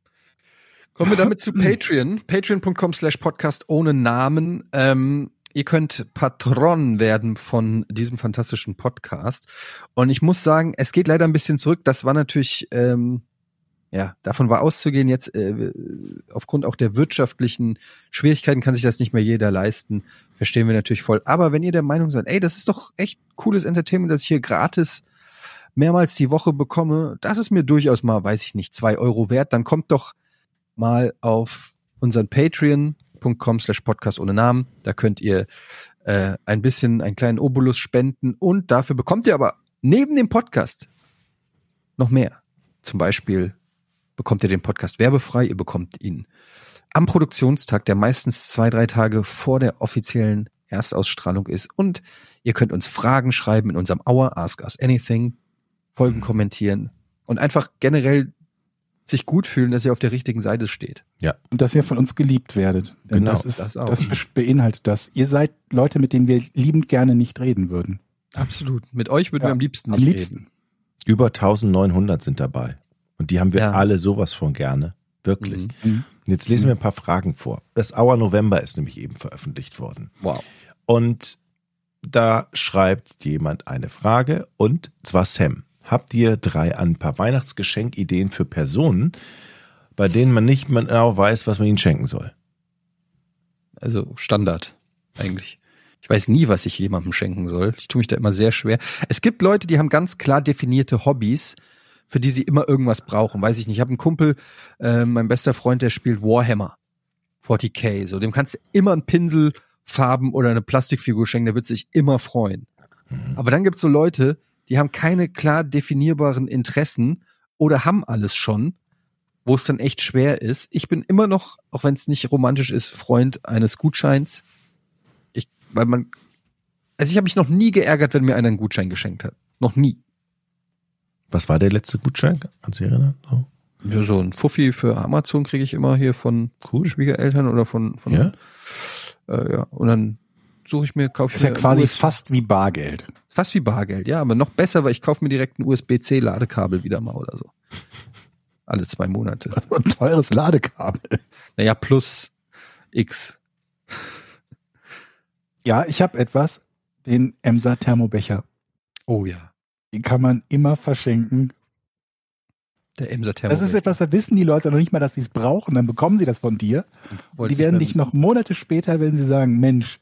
Speaker 3: Kommen wir damit zu Patreon. Patreon.com slash Podcast ohne Namen. Ähm, ihr könnt Patron werden von diesem fantastischen Podcast. Und ich muss sagen, es geht leider ein bisschen zurück. Das war natürlich, ähm, ja, davon war auszugehen. Jetzt äh, aufgrund auch der wirtschaftlichen Schwierigkeiten kann sich das nicht mehr jeder leisten. Verstehen wir natürlich voll. Aber wenn ihr der Meinung seid, ey, das ist doch echt cooles Entertainment, das ich hier gratis mehrmals die Woche bekomme, das ist mir durchaus mal, weiß ich nicht, zwei Euro wert, dann kommt doch mal auf unseren patreon.com slash podcast ohne Namen. Da könnt ihr äh, ein bisschen, einen kleinen Obolus spenden und dafür bekommt ihr aber neben dem Podcast noch mehr. Zum Beispiel bekommt ihr den Podcast werbefrei, ihr bekommt ihn am Produktionstag, der meistens zwei, drei Tage vor der offiziellen Erstausstrahlung ist und ihr könnt uns Fragen schreiben in unserem Hour Ask Us Anything Folgen kommentieren und einfach generell sich gut fühlen, dass ihr auf der richtigen Seite steht.
Speaker 4: Und dass ihr von uns geliebt werdet. Denn
Speaker 2: Genau,
Speaker 4: das, ist,
Speaker 3: das
Speaker 4: das,
Speaker 3: auch.
Speaker 4: be- beinhaltet das. Ihr seid Leute, mit denen wir liebend gerne nicht reden würden.
Speaker 3: Absolut. Mit euch würden
Speaker 4: Ja,
Speaker 3: wir am liebsten
Speaker 4: Am
Speaker 3: nicht
Speaker 4: liebsten.
Speaker 2: Über 1900 sind dabei. Und die haben wir
Speaker 3: Ja.
Speaker 2: alle sowas von gerne. Wirklich.
Speaker 3: reden. Mhm.
Speaker 2: Jetzt lesen wir ein paar Fragen vor. Das Auer November ist nämlich eben veröffentlicht worden.
Speaker 3: Wow.
Speaker 2: Und da schreibt jemand eine Frage und zwar Sam. Habt ihr drei an ein paar Weihnachtsgeschenkideen für Personen, bei denen man nicht genau weiß, was man ihnen schenken soll?
Speaker 3: Also Standard eigentlich. Ich weiß nie, was ich jemandem schenken soll. Ich tue mich da immer sehr schwer. Es gibt Leute, die haben ganz klar definierte Hobbys, für die sie immer irgendwas brauchen. Weiß ich nicht. Ich habe einen Kumpel, äh, mein bester Freund, der spielt Warhammer 40k. So, dem kannst du immer einen Pinsel, Farben oder eine Plastikfigur schenken. Der wird sich immer freuen. Aber dann gibt es so Leute, die haben keine klar definierbaren Interessen oder haben alles schon, wo es dann echt schwer ist. Ich bin immer noch, auch wenn es nicht romantisch ist, Freund eines Gutscheins. Ich, weil man, also ich habe mich noch nie geärgert, wenn mir einer einen Gutschein geschenkt hat. Noch nie.
Speaker 2: Was war der letzte Gutschein? Kannst du dich erinnern? So.
Speaker 3: Ja, so ein Fuffi für Amazon kriege ich immer hier von Schwiegereltern oder von, von
Speaker 2: Ja?
Speaker 3: Äh, ja. Und dann suche ich mir, kaufe ich
Speaker 4: Ist ja
Speaker 3: mir
Speaker 4: quasi
Speaker 3: USB
Speaker 4: fast wie Bargeld.
Speaker 3: Fast wie Bargeld, ja, aber noch besser, weil ich kaufe mir direkt ein USB-C-Ladekabel wieder mal oder so. Alle zwei Monate.
Speaker 4: Ein teures Ladekabel.
Speaker 3: Naja, plus X.
Speaker 4: Ja, ich habe etwas, den Emser Thermobecher.
Speaker 3: Oh ja.
Speaker 4: Den kann man immer verschenken.
Speaker 3: Der Emser Thermo.
Speaker 4: Das ist etwas, da wissen die Leute noch nicht mal, dass sie es brauchen. Dann bekommen sie das von dir. die werden dich noch Monate später, wenn sie sagen, Mensch,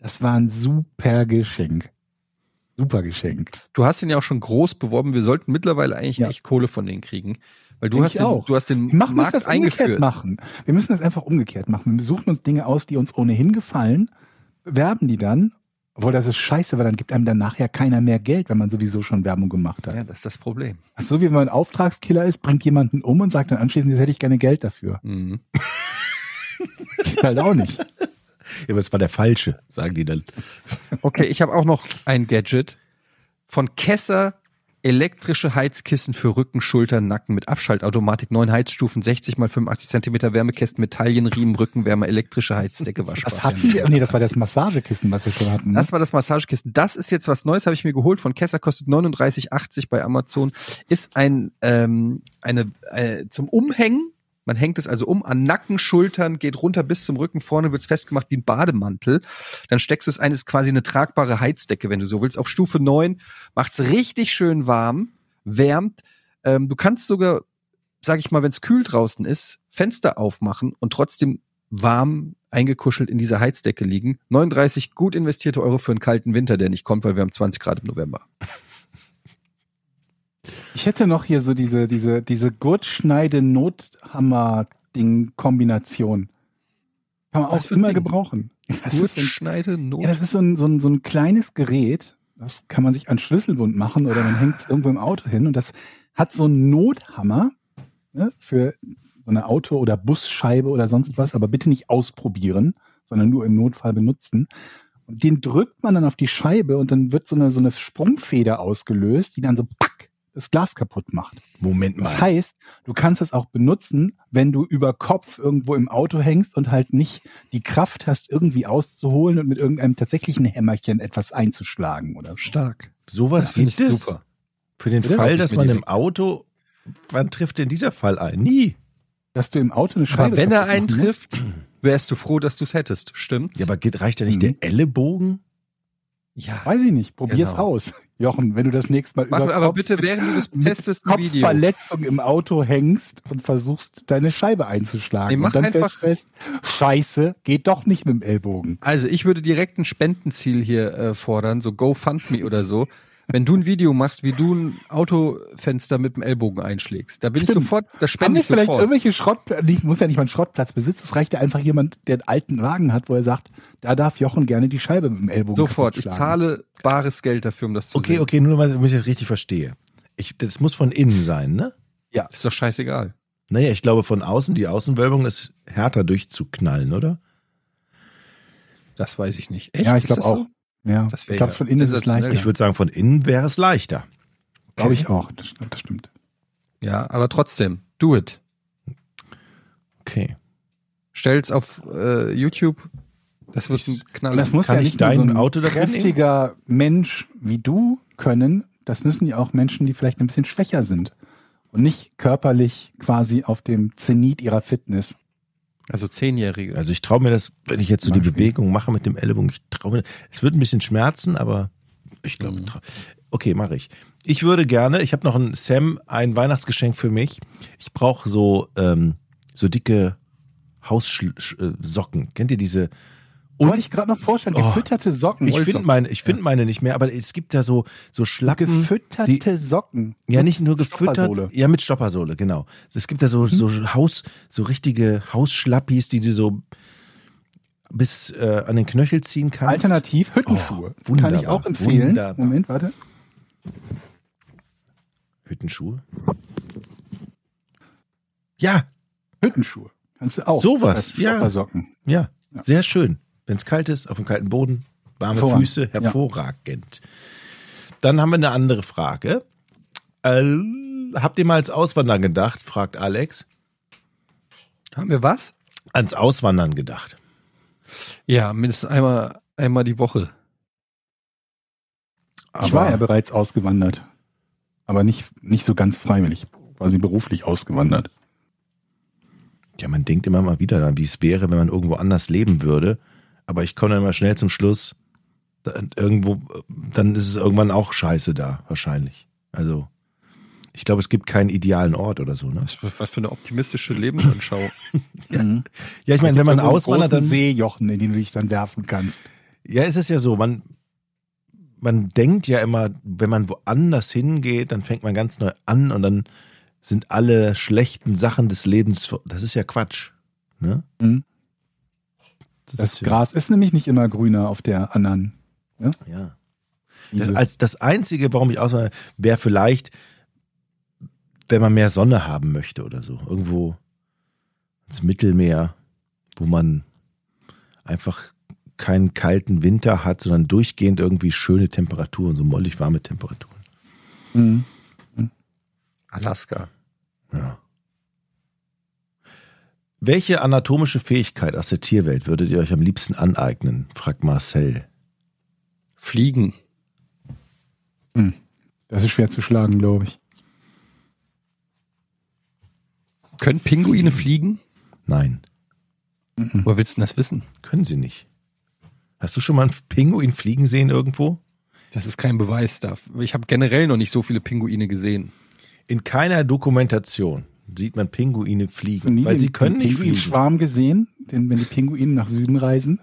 Speaker 4: das war ein super Geschenk. Super Geschenk.
Speaker 3: Du hast den ja auch schon groß beworben. Wir sollten mittlerweile eigentlich
Speaker 4: Ja.
Speaker 3: echt Kohle von denen kriegen. Weil du
Speaker 4: Ich
Speaker 3: hast, den,
Speaker 4: auch.
Speaker 3: du hast den
Speaker 4: Wir machen, müssen
Speaker 3: Markt
Speaker 4: das umgekehrt
Speaker 3: eingeführt.
Speaker 4: machen. Wir müssen das einfach umgekehrt machen. Wir suchen uns Dinge aus, die uns ohnehin gefallen, werben die dann. Obwohl das ist scheiße, weil dann gibt einem dann nachher keiner mehr Geld, wenn man sowieso schon Werbung gemacht hat.
Speaker 3: Ja, das ist das Problem.
Speaker 4: So wie wenn man Auftragskiller ist, bringt jemanden um und sagt dann anschließend, jetzt hätte ich gerne Geld dafür.
Speaker 3: Mhm.
Speaker 4: Geht halt auch nicht.
Speaker 2: Ja, aber es war der falsche, sagen die dann.
Speaker 3: Okay, ich habe auch noch ein Gadget. Von Kesser elektrische Heizkissen für Rücken, Schultern, Nacken mit Abschaltautomatik, neun Heizstufen, 60 mal 85 Zentimeter Wärmekästen, Metallienriemen, Rückenwärmer, elektrische Heizdecke, waschbar.
Speaker 4: Das hatten wir. Nee, das war das Massagekissen, was wir schon hatten. ne?
Speaker 3: Das war das Massagekissen. Das ist jetzt was Neues, habe ich mir geholt. Von Kesser kostet 39,80 bei Amazon. Ist ein ähm, eine äh, zum Umhängen. Man hängt es also um an Nacken, Schultern, geht runter bis zum Rücken. Vorne wird es festgemacht wie ein Bademantel. Dann steckst du es ein, ist quasi eine tragbare Heizdecke, wenn du so willst. Auf Stufe 9 macht's richtig schön warm, wärmt. Ähm, du kannst sogar, sag ich mal, wenn es kühl draußen ist, Fenster aufmachen und trotzdem warm eingekuschelt in dieser Heizdecke liegen. 39 gut investierte Euro für einen kalten Winter, der nicht kommt, weil wir haben 20 Grad im November.
Speaker 4: Ich hätte noch hier so diese, diese, diese Gurtschneide-Nothammer-Ding-Kombination. Kann man
Speaker 3: Was
Speaker 4: auch
Speaker 3: für ein
Speaker 4: immer
Speaker 3: Ding?
Speaker 4: gebrauchen. Das ist so ein
Speaker 3: Gurtschneide, Not.
Speaker 4: Ja, das ist so ein, so, ein, so ein kleines Gerät. Das kann man sich an Schlüsselbund machen oder man hängt es irgendwo im Auto hin. Und das hat so einen Nothammer ne, für so eine Auto- oder Busscheibe oder sonst was. Aber bitte nicht ausprobieren, sondern nur im Notfall benutzen. Und den drückt man dann auf die Scheibe und dann wird so eine, so eine Sprungfeder ausgelöst, die dann so pack das Glas kaputt macht.
Speaker 2: Moment
Speaker 4: Das
Speaker 2: mal.
Speaker 4: heißt, du kannst es auch benutzen, wenn du über Kopf irgendwo im Auto hängst und halt nicht die Kraft hast, irgendwie auszuholen und mit irgendeinem tatsächlichen Hämmerchen etwas einzuschlagen oder so.
Speaker 3: Stark.
Speaker 2: Sowas
Speaker 3: finde
Speaker 2: gibt
Speaker 3: ich
Speaker 2: es.
Speaker 3: super.
Speaker 2: Für den
Speaker 3: Bitte?
Speaker 2: Fall,
Speaker 3: Hab ich
Speaker 2: dass
Speaker 3: mir
Speaker 2: man im
Speaker 3: direkt-
Speaker 2: Auto. Wann trifft denn dieser Fall ein? Nie.
Speaker 4: Dass du im Auto eine Scheibe
Speaker 3: Aber wenn er
Speaker 4: kaputt machen
Speaker 3: einen
Speaker 4: musst.
Speaker 3: trifft, wärst du froh, dass du es hättest. Stimmt's?
Speaker 2: Ja, aber geht, reicht ja nicht
Speaker 4: Mhm.
Speaker 2: der Ellenbogen?
Speaker 3: ja.
Speaker 4: Weiß ich nicht, probier's
Speaker 3: Genau.
Speaker 4: aus. Jochen, wenn du das nächste Mal
Speaker 3: Mach
Speaker 4: über
Speaker 3: aber
Speaker 4: Kopf-
Speaker 3: bitte während du das
Speaker 4: mit
Speaker 3: testest ein Video.
Speaker 4: Kopfverletzung im Auto hängst und versuchst, deine Scheibe einzuschlagen.
Speaker 3: Nee, mach
Speaker 4: und dann
Speaker 3: einfach-
Speaker 4: feststellst, Scheiße, geht doch nicht mit dem Ellbogen.
Speaker 3: Also ich würde direkt ein Spendenziel hier äh, fordern, so GoFundMe oder so. Wenn du ein Video machst, wie du ein Autofenster mit dem Ellbogen einschlägst, da bin ich
Speaker 4: Stimmt.
Speaker 3: sofort, da
Speaker 4: Haben
Speaker 3: spende
Speaker 4: wir
Speaker 3: ich
Speaker 4: vielleicht
Speaker 3: sofort.
Speaker 4: irgendwelche Schrottplätze, ich muss ja nicht mal einen Schrottplatz besitzen, es reicht ja einfach jemand, der einen alten Wagen hat, wo er sagt, da darf Jochen gerne die Scheibe mit dem Ellbogen
Speaker 3: Sofort. Ich
Speaker 4: kaputt schlagen.
Speaker 3: zahle bares Geld dafür, um das zu
Speaker 2: Okay,
Speaker 3: sehen.
Speaker 2: okay, nur mal, damit ich das richtig verstehe. Ich, das muss von innen sein, ne?
Speaker 3: Ist doch scheißegal.
Speaker 2: Naja, ich glaube, von außen, die Außenwölbung ist härter durchzuknallen, oder?
Speaker 3: Das weiß ich nicht.
Speaker 4: Ja, ich
Speaker 3: Ist
Speaker 4: glaube
Speaker 3: das so?
Speaker 4: auch. Ja.
Speaker 3: Das wär
Speaker 4: ich glaube,
Speaker 3: ja
Speaker 4: von innen ist es
Speaker 3: sensationell.
Speaker 4: leichter.
Speaker 2: Ich würde sagen, von innen wäre es leichter.
Speaker 4: Glaube ich auch. Das, stimmt- das stimmt.
Speaker 3: Ja, aber trotzdem, do it.
Speaker 2: Okay.
Speaker 3: Stell's auf äh, YouTube. Das wird ein Knaller.
Speaker 4: Und das muss
Speaker 2: Kann
Speaker 4: ja
Speaker 2: ich
Speaker 4: nicht nur so
Speaker 2: dein
Speaker 4: ein
Speaker 2: Auto da drin nehmen?
Speaker 4: kräftiger Mensch wie du können. Das müssen ja auch Menschen, die vielleicht ein bisschen schwächer sind und nicht körperlich quasi auf dem Zenit ihrer Fitness.
Speaker 3: also Zehnjährige.
Speaker 2: Also ich traue mir das, wenn ich jetzt so die
Speaker 4: Beispiel.
Speaker 2: Bewegung mache mit dem Ellbogen, ich traue mir, es wird ein bisschen schmerzen, aber ich glaube,
Speaker 3: Mhm.
Speaker 2: trau- okay, mache ich. Ich würde gerne, ich habe noch ein Sam, ein Weihnachtsgeschenk für mich. Ich brauche so ähm, so dicke Haussocken. Kennt ihr diese?
Speaker 4: Wollte ich gerade noch vorstellen,
Speaker 2: Oh.
Speaker 4: gefütterte Socken.
Speaker 2: Ich finde meine, ich finde meine nicht mehr, aber es gibt ja so so Schlappen.
Speaker 4: gefütterte Socken.
Speaker 2: Ja, nicht nur
Speaker 4: Stoppersohle. Mhm.
Speaker 2: gefüttert. Ja, mit Stoppersohle, genau. Es gibt ja so, so Haus, so richtige Hausschlappis, die du so bis äh, an den Knöchel ziehen kannst.
Speaker 4: Alternativ Hüttenschuhe.
Speaker 2: Oh,
Speaker 4: Kann ich
Speaker 2: wunderbar,
Speaker 4: auch empfehlen.
Speaker 2: wunderbar.
Speaker 4: Moment, warte.
Speaker 2: Hüttenschuhe? Ja,
Speaker 4: Hüttenschuhe. Kannst du auch.
Speaker 2: Sowas,
Speaker 4: Statt
Speaker 2: ja.
Speaker 4: Stoppersocken.
Speaker 2: ja,
Speaker 4: Ja.
Speaker 2: sehr schön. Wenn es kalt ist, auf dem kalten Boden, warme
Speaker 4: Hervorragend,
Speaker 2: Füße,
Speaker 4: ja.
Speaker 2: hervorragend. Dann haben wir eine andere Frage. Äh, habt ihr mal ans Auswandern gedacht? fragt Alex.
Speaker 3: Haben wir was?
Speaker 2: Ans Auswandern gedacht.
Speaker 3: Ja, mindestens einmal, einmal die Woche.
Speaker 4: Ich war ja bereits ausgewandert. Aber nicht, nicht so ganz freiwillig. Quasi beruflich ausgewandert.
Speaker 2: Ja, man denkt immer mal wieder daran, wie es wäre, wenn man irgendwo anders leben würde. Aber ich komme dann immer schnell zum Schluss, da, irgendwo, dann ist es irgendwann auch scheiße da, wahrscheinlich. Also, ich glaube, es gibt keinen idealen Ort oder so, ne?
Speaker 3: Was, was für eine optimistische Lebensanschau.
Speaker 2: Ja.
Speaker 4: Mhm.
Speaker 2: Ja, ich meine, wenn man auswandert, dann.
Speaker 4: Seejochen, in den du dich dann werfen kannst.
Speaker 2: Ja, es ist ja so, man, man denkt ja immer, wenn man woanders hingeht, dann fängt man ganz neu an und dann sind alle schlechten Sachen des Lebens, vor- das ist ja Quatsch, ne?
Speaker 4: Mhm.
Speaker 2: Das,
Speaker 4: Das
Speaker 2: ist ja,
Speaker 4: Gras ist nämlich nicht immer grüner auf der anderen.
Speaker 2: ja. Das,
Speaker 4: Wiese.
Speaker 2: als das Einzige, warum ich auswandere, wäre vielleicht, wenn man mehr Sonne haben möchte oder so. Irgendwo ins Mittelmeer, wo man einfach keinen kalten Winter hat, sondern durchgehend irgendwie schöne Temperaturen, so mollig warme Temperaturen.
Speaker 4: Mhm.
Speaker 3: Alaska.
Speaker 2: Ja. Welche anatomische Fähigkeit aus der Tierwelt würdet ihr euch am liebsten aneignen? fragt Marcel.
Speaker 3: Fliegen.
Speaker 4: Das ist schwer zu schlagen, glaube ich.
Speaker 3: Können Pinguine fliegen? Hm.
Speaker 2: Nein,
Speaker 3: Woher willst du denn das wissen?
Speaker 2: können sie nicht. Hast du schon mal einen Pinguin fliegen sehen irgendwo?
Speaker 3: Das ist kein Beweis dafür. Ich habe generell noch nicht so viele Pinguine gesehen.
Speaker 2: In keiner Dokumentation sieht man Pinguine
Speaker 4: Hast du nie
Speaker 2: fliegen, weil sie
Speaker 4: den-
Speaker 2: können
Speaker 4: den
Speaker 2: nicht fliegen.
Speaker 4: Pinguinschwarm gesehen, den, wenn die Pinguine nach Süden reisen.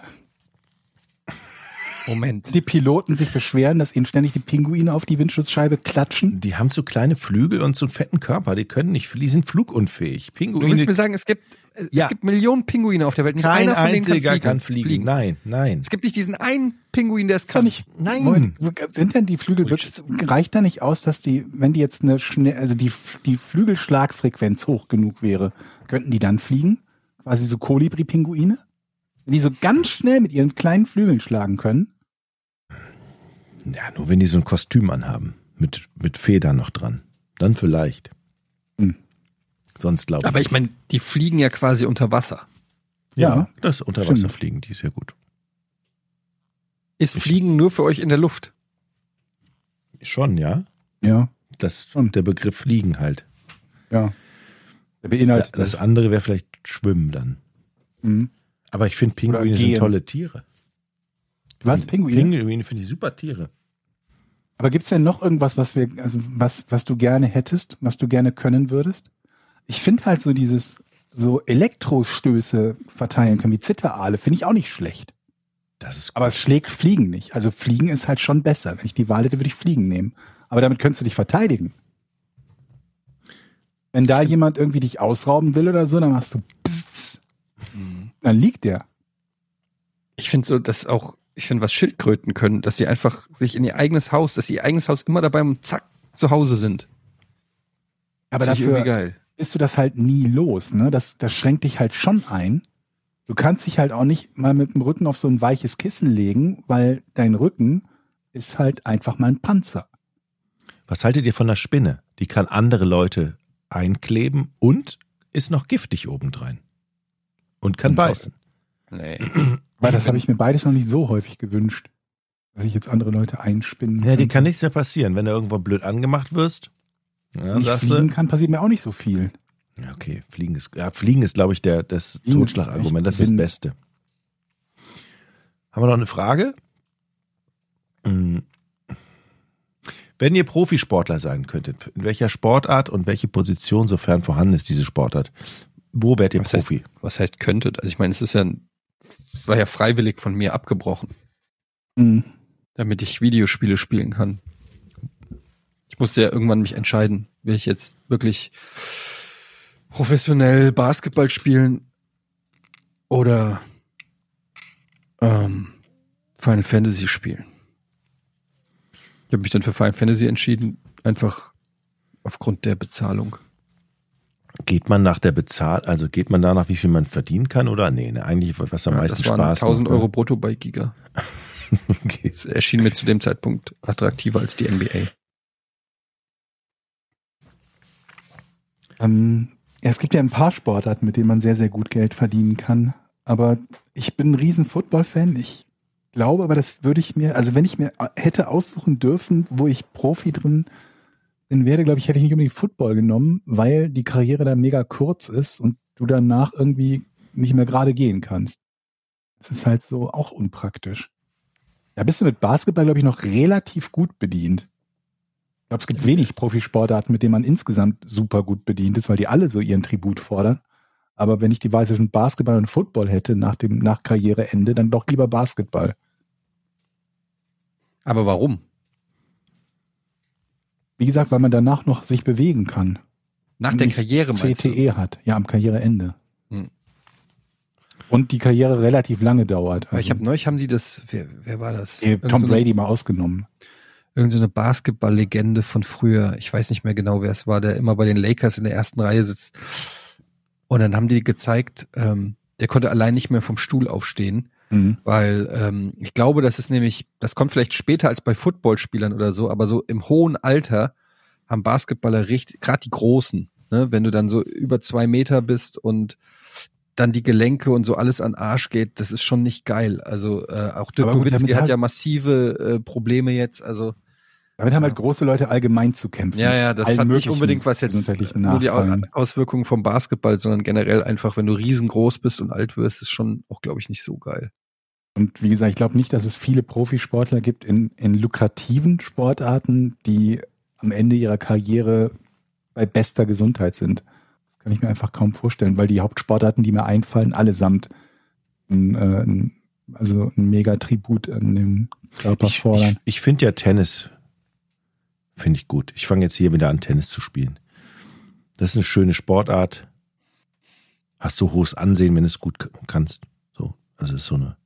Speaker 3: Moment.
Speaker 4: Die Piloten sich beschweren, dass ihnen ständig die Pinguine auf die Windschutzscheibe klatschen.
Speaker 2: Die haben so kleine Flügel und so einen fetten Körper, die können nicht fliegen, die sind flugunfähig.
Speaker 3: Du willst mir
Speaker 2: Pinguine,
Speaker 3: sagen, es gibt, es
Speaker 2: Ja.
Speaker 3: gibt Millionen Pinguine auf der Welt. Nicht
Speaker 2: kein
Speaker 3: einer von denen
Speaker 2: einziger kann fliegen.
Speaker 3: fliegen.
Speaker 2: Nein, nein.
Speaker 3: Es gibt nicht diesen einen Pinguin, der es
Speaker 4: Ist doch
Speaker 3: kann.
Speaker 4: nicht,
Speaker 2: Nein.
Speaker 4: Moment, sind denn die Flügel wirklich, reicht da nicht aus, dass die, wenn die jetzt eine schnell, also die, die Flügelschlagfrequenz hoch genug wäre, könnten die dann fliegen? Quasi so Kolibri-Pinguine? Wenn die so ganz schnell mit ihren kleinen Flügeln schlagen können?
Speaker 2: Ja, nur wenn die so ein Kostüm anhaben, mit, mit Federn noch dran. Dann vielleicht.
Speaker 4: Hm.
Speaker 2: Sonst glaube ich.
Speaker 3: Aber ich meine, die fliegen ja quasi unter Wasser.
Speaker 4: ja.
Speaker 2: Das
Speaker 4: Stimmt.
Speaker 2: Unterwasserfliegen, die ist ja gut.
Speaker 3: Ist Fliegen nur für euch in der Luft?
Speaker 2: Schon, ja.
Speaker 4: Ja,
Speaker 2: Das
Speaker 4: Schon.
Speaker 2: der Begriff Fliegen halt.
Speaker 4: ja. Der
Speaker 2: Das,
Speaker 4: beinhaltet
Speaker 2: das
Speaker 4: das.
Speaker 2: andere wäre vielleicht Schwimmen dann.
Speaker 4: Mhm.
Speaker 2: Aber ich finde Pinguine
Speaker 4: Oder
Speaker 2: sind
Speaker 4: gehen.
Speaker 2: tolle Tiere.
Speaker 4: Was, Pinguine?
Speaker 2: Pinguine finde ich super Tiere.
Speaker 4: Aber gibt's denn noch irgendwas, was wir, also was, was du gerne hättest, was du gerne können würdest? Ich finde halt so dieses, so Elektrostöße verteilen können, wie Zitterale, finde ich auch nicht schlecht.
Speaker 2: Das ist
Speaker 4: Aber es schlägt Fliegen nicht. Also Fliegen ist halt schon besser. Wenn ich die Wahl hätte, würde ich Fliegen nehmen. Aber damit könntest du dich verteidigen. Wenn da jemand irgendwie dich ausrauben will oder so, dann machst du psst, dann liegt der.
Speaker 3: Ich finde so, dass auch, ich finde, was Schildkröten können, dass sie einfach sich in ihr eigenes Haus, dass sie ihr eigenes Haus immer dabei und zack, zu Hause sind.
Speaker 4: Aber
Speaker 3: Find ich
Speaker 4: dafür,
Speaker 3: irgendwie geil.
Speaker 4: bist du das halt nie los. Ne? Das, das schränkt dich halt schon ein. Du kannst dich halt auch nicht mal mit dem Rücken auf so ein weiches Kissen legen, weil dein Rücken ist halt einfach mal ein Panzer.
Speaker 2: Was haltet ihr von der Spinne? Die kann andere Leute einkleben und ist noch giftig obendrein. Und kann
Speaker 4: Und
Speaker 2: beißen.
Speaker 3: Nee.
Speaker 4: Weil das habe ich mir beides noch nicht so häufig gewünscht, dass ich jetzt andere Leute einspinnen
Speaker 2: Ja, dir
Speaker 4: könnte.
Speaker 2: kann nichts mehr passieren, wenn du irgendwo blöd angemacht wirst. Ja,
Speaker 4: Wenn ich
Speaker 2: sagst
Speaker 4: fliegen
Speaker 2: du,
Speaker 4: kann, passiert mir auch nicht so viel.
Speaker 2: ja, okay, Fliegen ist, ja, Fliegen ist glaube ich, der, das
Speaker 4: Fliegen ist
Speaker 2: Totschlagargument.
Speaker 4: echt
Speaker 2: Das ist das
Speaker 4: Wind.
Speaker 2: Beste. Haben wir noch eine Frage? Hm. Wenn ihr Profisportler sein könntet, in welcher Sportart und welche Position, sofern vorhanden ist, diese Sportart, wo wärt ihr
Speaker 3: Was heißt-
Speaker 2: Profi?
Speaker 3: Was heißt könntet? Also ich meine, es ist ja, ein- war ja freiwillig von mir abgebrochen.
Speaker 4: Mhm.
Speaker 3: damit ich Videospiele spielen kann. Ich musste ja irgendwann mich entscheiden, will ich jetzt wirklich professionell Basketball spielen oder ähm, Final Fantasy spielen. Ich habe mich dann für Final Fantasy entschieden, einfach aufgrund der Bezahlung.
Speaker 2: Geht man nach der Bezahl, also geht man danach, wie viel man verdienen kann oder? Nee, ne, eigentlich, was am
Speaker 3: Ja,
Speaker 2: meisten
Speaker 3: das waren
Speaker 2: Spaß
Speaker 3: 1000
Speaker 2: macht, ne?
Speaker 3: Euro brutto bei Giga.
Speaker 2: Okay.
Speaker 3: Es erschien mir zu dem Zeitpunkt attraktiver als die NBA.
Speaker 4: Ähm, ja, es gibt ja ein paar Sportarten, mit denen man sehr, sehr gut Geld verdienen kann. Aber ich bin ein riesen Football-Fan. Ich glaube aber, das würde ich mir, also wenn ich mir hätte aussuchen dürfen, wo ich Profi drin bin, wäre, glaube ich, hätte ich nicht unbedingt Football genommen, weil die Karriere dann mega kurz ist und du danach irgendwie nicht mehr gerade gehen kannst. Das ist halt so auch unpraktisch. Da bist du mit Basketball, glaube ich, noch relativ gut bedient. Ich glaube, es gibt wenig Profisportarten, mit denen man insgesamt super gut bedient ist, weil die alle so ihren Tribut fordern. Aber wenn ich die Wahl zwischen Basketball und Football hätte nach dem nach Karriereende, dann doch lieber Basketball.
Speaker 3: Aber warum?
Speaker 4: Wie gesagt, weil man danach noch sich bewegen kann.
Speaker 3: Nach der
Speaker 4: Nicht
Speaker 3: Karriere meinst du?
Speaker 4: CTE hat, ja, am Karriereende.
Speaker 3: Hm.
Speaker 4: Und die Karriere relativ lange dauert.
Speaker 3: Aber ich habe neulich haben die das, wer, wer war das?
Speaker 4: Äh, Mhm. Tom
Speaker 3: Irgend so eine-
Speaker 4: Brady mal ausgenommen.
Speaker 3: Irgend so eine Basketball-Legende von früher. Ich weiß nicht mehr genau, wer es war, der immer bei den Lakers in der ersten Reihe sitzt. Und dann haben die gezeigt, ähm, der konnte allein nicht mehr vom Stuhl aufstehen,
Speaker 4: Mhm.
Speaker 3: weil ähm, ich glaube, das ist nämlich, das kommt vielleicht später als bei Footballspielern oder so, aber so im hohen Alter haben Basketballer richtig, gerade die Großen, ne, wenn du dann so über zwei Meter bist und dann die Gelenke und so alles an Arsch geht, das ist schon nicht geil. Also äh, auch Dirk
Speaker 4: Aber gut,
Speaker 3: Nowitzki
Speaker 4: damit
Speaker 3: hat
Speaker 4: hat-
Speaker 3: ja massive äh, Probleme jetzt, also
Speaker 4: Damit haben halt große Leute allgemein zu kämpfen.
Speaker 3: ja, ja, das
Speaker 4: Allen
Speaker 3: hat nicht
Speaker 4: möglichen
Speaker 3: unbedingt was jetzt
Speaker 4: gesundheitlichen
Speaker 3: nur die Au-
Speaker 4: Nachteilen.
Speaker 3: Auswirkungen vom Basketball, sondern generell einfach, wenn du riesengroß bist und alt wirst, ist schon auch, glaube ich, nicht so geil.
Speaker 4: Und wie gesagt, ich glaube nicht, dass es viele Profisportler gibt in, in lukrativen Sportarten, die am Ende ihrer Karriere bei bester Gesundheit sind. Das kann ich mir einfach kaum vorstellen, weil die Hauptsportarten, die mir einfallen, allesamt ein, äh, ein, also ein mega Tribut an den Körper
Speaker 2: Ich, ich,
Speaker 4: fordern.
Speaker 2: ich finde ja Tennis, finde ich gut. Ich fange jetzt hier wieder an, Tennis zu spielen. Das ist eine schöne Sportart. Hast so hohes Ansehen, wenn du es gut k- kannst. So, also es ist so eine.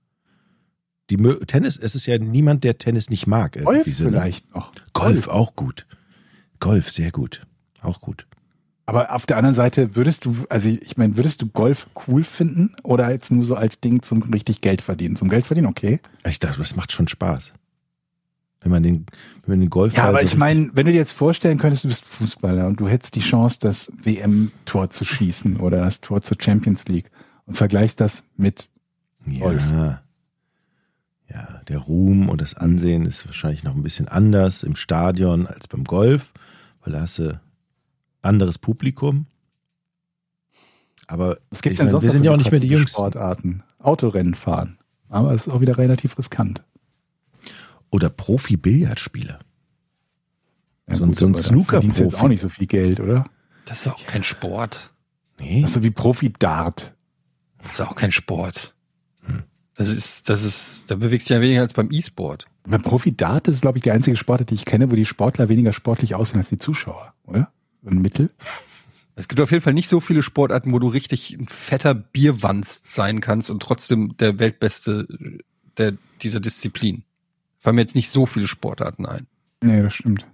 Speaker 2: Die Mö Tennis, es ist ja niemand, der Tennis nicht mag. irgendwie
Speaker 4: Golf
Speaker 2: so, ne?
Speaker 4: vielleicht noch.
Speaker 2: Golf auch gut. Golf sehr gut, auch gut.
Speaker 4: Aber auf der anderen Seite würdest du, also ich meine, würdest du Golf cool finden oder jetzt nur so als Ding zum richtig Geld verdienen? Zum Geld verdienen, okay.
Speaker 2: Ich dachte, das macht schon Spaß. wenn man den, wenn man den Golf
Speaker 4: Ja, aber ich meine, wenn du dir jetzt vorstellen könntest, du bist Fußballer und du hättest die Chance, das WM-Tor zu schießen oder das Tor zur Champions League und vergleichst das mit, Golf.
Speaker 2: Ja. ja, der Ruhm und das Ansehen ist wahrscheinlich noch ein bisschen anders im Stadion als beim Golf, weil da hast du anderes Publikum. Aber
Speaker 4: was gibt's
Speaker 2: ich
Speaker 4: denn
Speaker 2: meine,
Speaker 4: sonst
Speaker 2: wir
Speaker 4: noch
Speaker 2: sind
Speaker 4: für
Speaker 2: ja auch nicht mehr die
Speaker 4: bekloppte
Speaker 2: Jüngsten.
Speaker 4: Sportarten. Autorennen fahren. Aber ist auch wieder relativ riskant.
Speaker 2: Oder Profi-Billardspieler.
Speaker 4: Ja,
Speaker 2: So ein- so ein
Speaker 4: aber da verdienst du jetzt
Speaker 2: Snooker-Profi.
Speaker 4: auch nicht so viel Geld, oder?
Speaker 3: Das ist auch kein Sport.
Speaker 2: Nee.
Speaker 4: Das ist so wie Profi-Dart.
Speaker 3: Das ist auch kein Sport. Das ist, das ist, da bewegst du dich ja weniger als beim E-Sport.
Speaker 4: Beim Profi-Dart ist, glaube ich, die einzige Sportart, die ich kenne, wo die Sportler weniger sportlich aussehen als die Zuschauer, oder? Im Mittel.
Speaker 3: Es gibt auf jeden Fall nicht so viele Sportarten, wo du richtig ein fetter Bierwanst sein kannst und trotzdem der Weltbeste der, dieser Disziplin. Fallen mir jetzt nicht so viele Sportarten ein.
Speaker 4: Nee, das stimmt.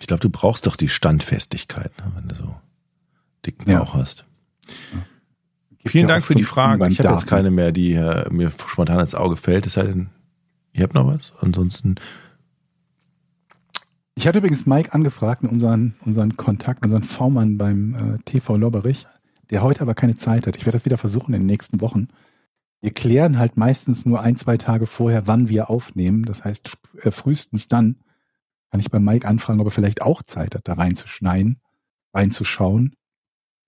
Speaker 2: Ich glaube, du brauchst doch die Standfestigkeit, ne, wenn du so dicken
Speaker 4: Ja.
Speaker 2: Bauch hast.
Speaker 4: Gibt
Speaker 2: Vielen
Speaker 4: ja
Speaker 2: Dank
Speaker 4: auch
Speaker 2: für
Speaker 4: zum
Speaker 2: die Fragen.
Speaker 4: Beim
Speaker 2: Ich habe jetzt
Speaker 4: Darten.
Speaker 2: keine mehr, die äh, mir spontan ins Auge fällt. Es sei denn, ihr habt noch was? Ansonsten
Speaker 4: Ich hatte übrigens Mike angefragt, unseren, unseren Kontakt, unseren V-Mann beim äh, TV Lobberich, der heute aber keine Zeit hat. Ich werde das wieder versuchen in den nächsten Wochen. Wir klären halt meistens nur ein, zwei Tage vorher, wann wir aufnehmen. Das heißt, sp- äh, frühestens dann kann ich bei Mike anfragen, ob er vielleicht auch Zeit hat, da reinzuschneiden, reinzuschauen.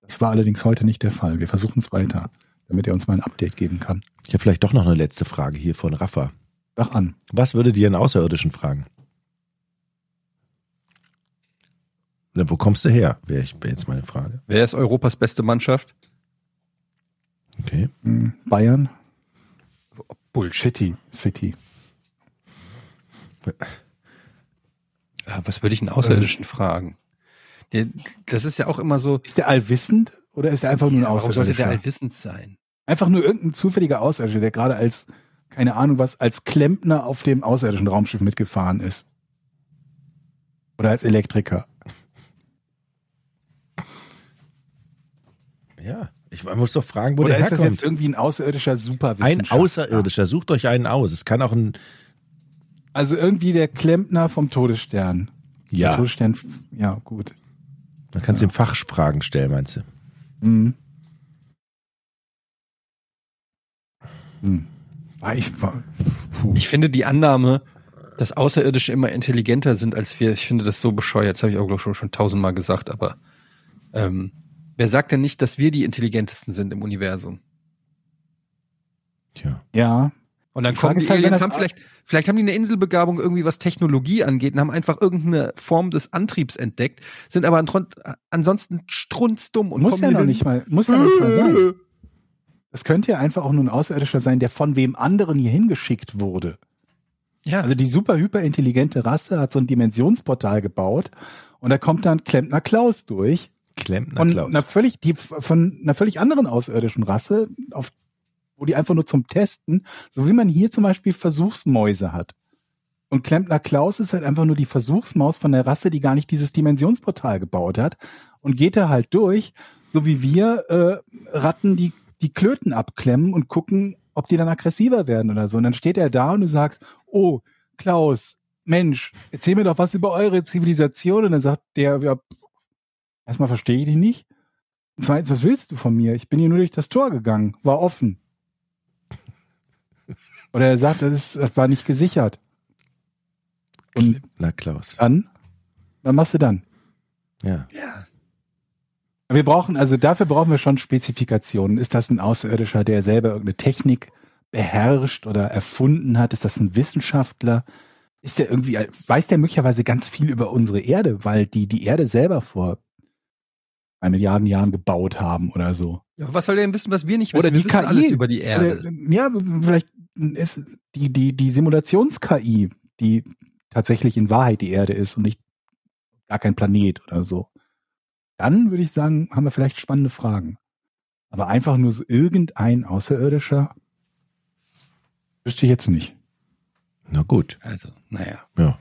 Speaker 4: Das war allerdings heute nicht der Fall. Wir versuchen es weiter, damit er uns mal ein Update geben kann.
Speaker 2: Ich habe vielleicht doch noch eine letzte Frage hier von Rafa.
Speaker 4: Sag an.
Speaker 2: Was würdet ihr einen Außerirdischen fragen? Na, wo kommst du her? Wäre ich- wäre jetzt meine Frage.
Speaker 3: Wer ist Europas beste Mannschaft?
Speaker 2: Okay.
Speaker 4: Hm, Bayern?
Speaker 3: Bullshit.
Speaker 4: City. City.
Speaker 3: Ja, Ah, was würde ich einen Außerirdischen fragen? Der, das ist ja auch immer so,
Speaker 4: Ist der allwissend oder ist er einfach nur ein
Speaker 3: warum sollte der
Speaker 4: Außerirdischer?
Speaker 3: allwissend sein?
Speaker 4: Einfach nur irgendein zufälliger Außerirdischer, der gerade als, keine Ahnung was, als Klempner auf dem außerirdischen Raumschiff mitgefahren ist. Oder als Elektriker.
Speaker 2: Ja, ich man muss doch fragen, wo
Speaker 4: Oder
Speaker 2: der
Speaker 4: ist das jetzt
Speaker 2: herkommt.
Speaker 4: irgendwie ein außerirdischer Superwissenschaftler?
Speaker 2: Ein Außerirdischer, sucht euch einen aus. Es kann auch ein
Speaker 4: Also irgendwie der Klempner vom Todesstern. Der
Speaker 2: Ja,
Speaker 4: Todesstern, ja, gut.
Speaker 2: man kann es ihm Fachfragen stellen, meinst du?
Speaker 4: Hm. Hm. Ah, Ich, war- puh.
Speaker 3: Ich finde die Annahme, dass Außerirdische immer intelligenter sind als wir, ich finde das so bescheuert. Das habe ich auch, glaube ich, schon, schon tausendmal gesagt, aber ähm, wer sagt denn nicht, dass wir die intelligentesten sind im Universum?
Speaker 2: Tja.
Speaker 4: ja,
Speaker 3: Und dann
Speaker 4: Die Frage
Speaker 3: kommen die
Speaker 4: ist halt, wenn
Speaker 3: Aliens,
Speaker 4: das
Speaker 3: haben
Speaker 4: Ar-
Speaker 3: vielleicht, vielleicht haben die eine Inselbegabung irgendwie, was Technologie angeht, und haben einfach irgendeine Form des Antriebs entdeckt, sind aber antron- ansonsten strunzdumm und
Speaker 4: muss ja
Speaker 3: kommen
Speaker 4: noch
Speaker 3: hier
Speaker 4: nicht mal, muss ja
Speaker 3: hin-
Speaker 4: nicht mal sein. Es könnte ja einfach auch nur ein Außerirdischer sein, der von wem anderen hier hingeschickt wurde.
Speaker 3: Ja,
Speaker 4: Also die super hyperintelligente Rasse hat so ein Dimensionsportal gebaut und da kommt dann Klempner Klaus durch
Speaker 2: Klempner
Speaker 4: von
Speaker 2: Klaus.
Speaker 4: einer völlig die von einer völlig anderen außerirdischen Rasse, auf, wo die einfach nur zum Testen, so wie man hier zum Beispiel Versuchsmäuse hat. Und Klempner Klaus ist halt einfach nur die Versuchsmaus von der Rasse, die gar nicht dieses Dimensionsportal gebaut hat und geht da halt durch, so wie wir äh, Ratten die die Klöten abklemmen und gucken, ob die dann aggressiver werden oder so. Und dann steht er da und du sagst, oh Klaus, Mensch, erzähl mir doch was über eure Zivilisation. Und dann sagt der, ja, Erstmal verstehe ich dich nicht. Und zweitens, was willst du von mir? Ich bin hier nur durch das Tor gegangen, war offen. Oder er sagt, das, ist, das war nicht gesichert. Und
Speaker 2: Klempner Klaus.
Speaker 4: dann, dann machst du dann.
Speaker 2: Ja.
Speaker 3: ja.
Speaker 4: Wir brauchen, also dafür brauchen wir schon Spezifikationen. Ist das ein Außerirdischer, der selber irgendeine Technik beherrscht oder erfunden hat? Ist das ein Wissenschaftler? Ist der irgendwie, weiß der möglicherweise ganz viel über unsere Erde, weil die die Erde selber vor ein Milliarden Jahren gebaut haben oder so?
Speaker 3: Aber Was soll der denn wissen, was wir nicht wissen?
Speaker 4: Oder die
Speaker 3: wir wissen alles
Speaker 4: KI.
Speaker 3: über die Erde.
Speaker 4: Oder, äh, Ja, vielleicht ist die, die, die Simulations-KI, die tatsächlich in Wahrheit die Erde ist und nicht gar kein Planet oder so. Dann würde ich sagen, haben wir vielleicht spannende Fragen. Aber einfach nur so irgendein Außerirdischer wüsste ich jetzt nicht.
Speaker 2: Na gut.
Speaker 3: Also, naja.
Speaker 2: Ja.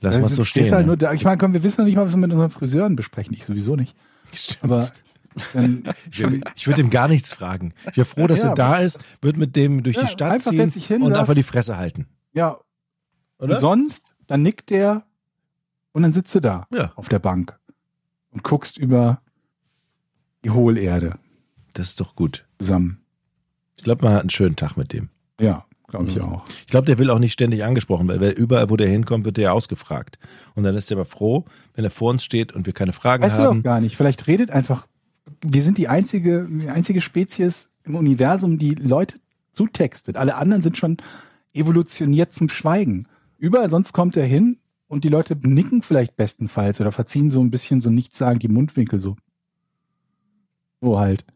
Speaker 2: Lass mal
Speaker 4: Äh,
Speaker 2: so stehen.
Speaker 4: stehst
Speaker 2: ne?
Speaker 4: Halt
Speaker 2: ja.
Speaker 4: nur da. Ich meine, komm, wir wissen noch nicht mal, was wir mit unseren Friseuren besprechen. Ich sowieso nicht.
Speaker 2: Stimmt.
Speaker 4: Aber dann,
Speaker 2: Ich, würd- ich würde ihm gar nichts fragen. Ich wäre froh, dass
Speaker 4: Ja,
Speaker 2: er da ist, würde mit dem durch
Speaker 4: Ja,
Speaker 2: die Stadt
Speaker 4: einfach
Speaker 2: ziehen
Speaker 4: setz dich hin,
Speaker 2: und
Speaker 4: lass-
Speaker 2: einfach die Fresse halten.
Speaker 4: ja, Und sonst, dann nickt er und dann sitzt du da
Speaker 2: Ja.
Speaker 4: auf der Bank und guckst über die Hohlerde
Speaker 2: Das ist doch gut.
Speaker 4: zusammen.
Speaker 2: Ich glaube, man hat einen schönen Tag mit dem.
Speaker 4: Ja, glaube ich
Speaker 3: Mhm.
Speaker 4: auch.
Speaker 2: Ich glaube, der will auch nicht ständig angesprochen werden, weil überall, wo der hinkommt, wird er ja ausgefragt. Und dann ist er aber froh, wenn er vor uns steht und wir keine Fragen
Speaker 4: Weißt du
Speaker 2: haben.
Speaker 4: doch gar nicht. Vielleicht redet einfach, wir sind die einzige, die einzige Spezies im Universum, die Leute zutextet. Alle anderen sind schon evolutioniert zum Schweigen. Überall sonst kommt er hin und die Leute nicken vielleicht bestenfalls oder verziehen so ein bisschen so nicht sagen die Mundwinkel so. So halt.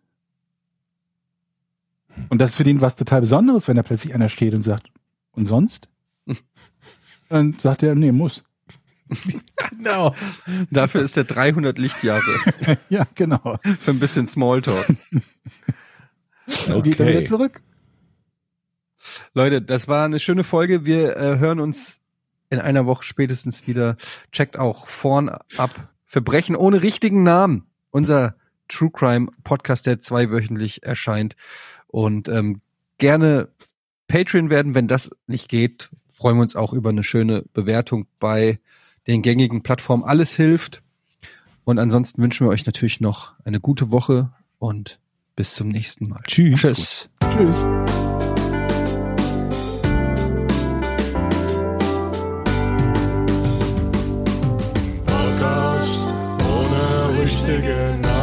Speaker 4: Und das ist für den was total Besonderes, wenn da plötzlich einer steht und sagt, und sonst? Dann sagt er, nee, muss.
Speaker 2: Genau.
Speaker 3: Dafür ist er 300 Lichtjahre
Speaker 4: Ja, genau.
Speaker 3: für ein bisschen Smalltalk.
Speaker 4: Dann geht er wieder
Speaker 2: Okay.
Speaker 4: zurück.
Speaker 3: Leute, das war eine schöne Folge. Wir äh, hören uns in einer Woche spätestens wieder. Checkt auch vorn ab. Verbrechen ohne richtigen Namen. Unser True Crime Podcast, der zweiwöchentlich erscheint. Und ähm, gerne Patreon werden, wenn das nicht geht. Freuen wir uns auch über eine schöne Bewertung bei den gängigen Plattformen. Alles hilft. Und ansonsten wünschen wir euch natürlich noch eine gute Woche und bis zum nächsten Mal.
Speaker 2: Tschüss.
Speaker 3: Tschüss.
Speaker 4: Tschüss.
Speaker 1: Podcast ohne richtigen Namen.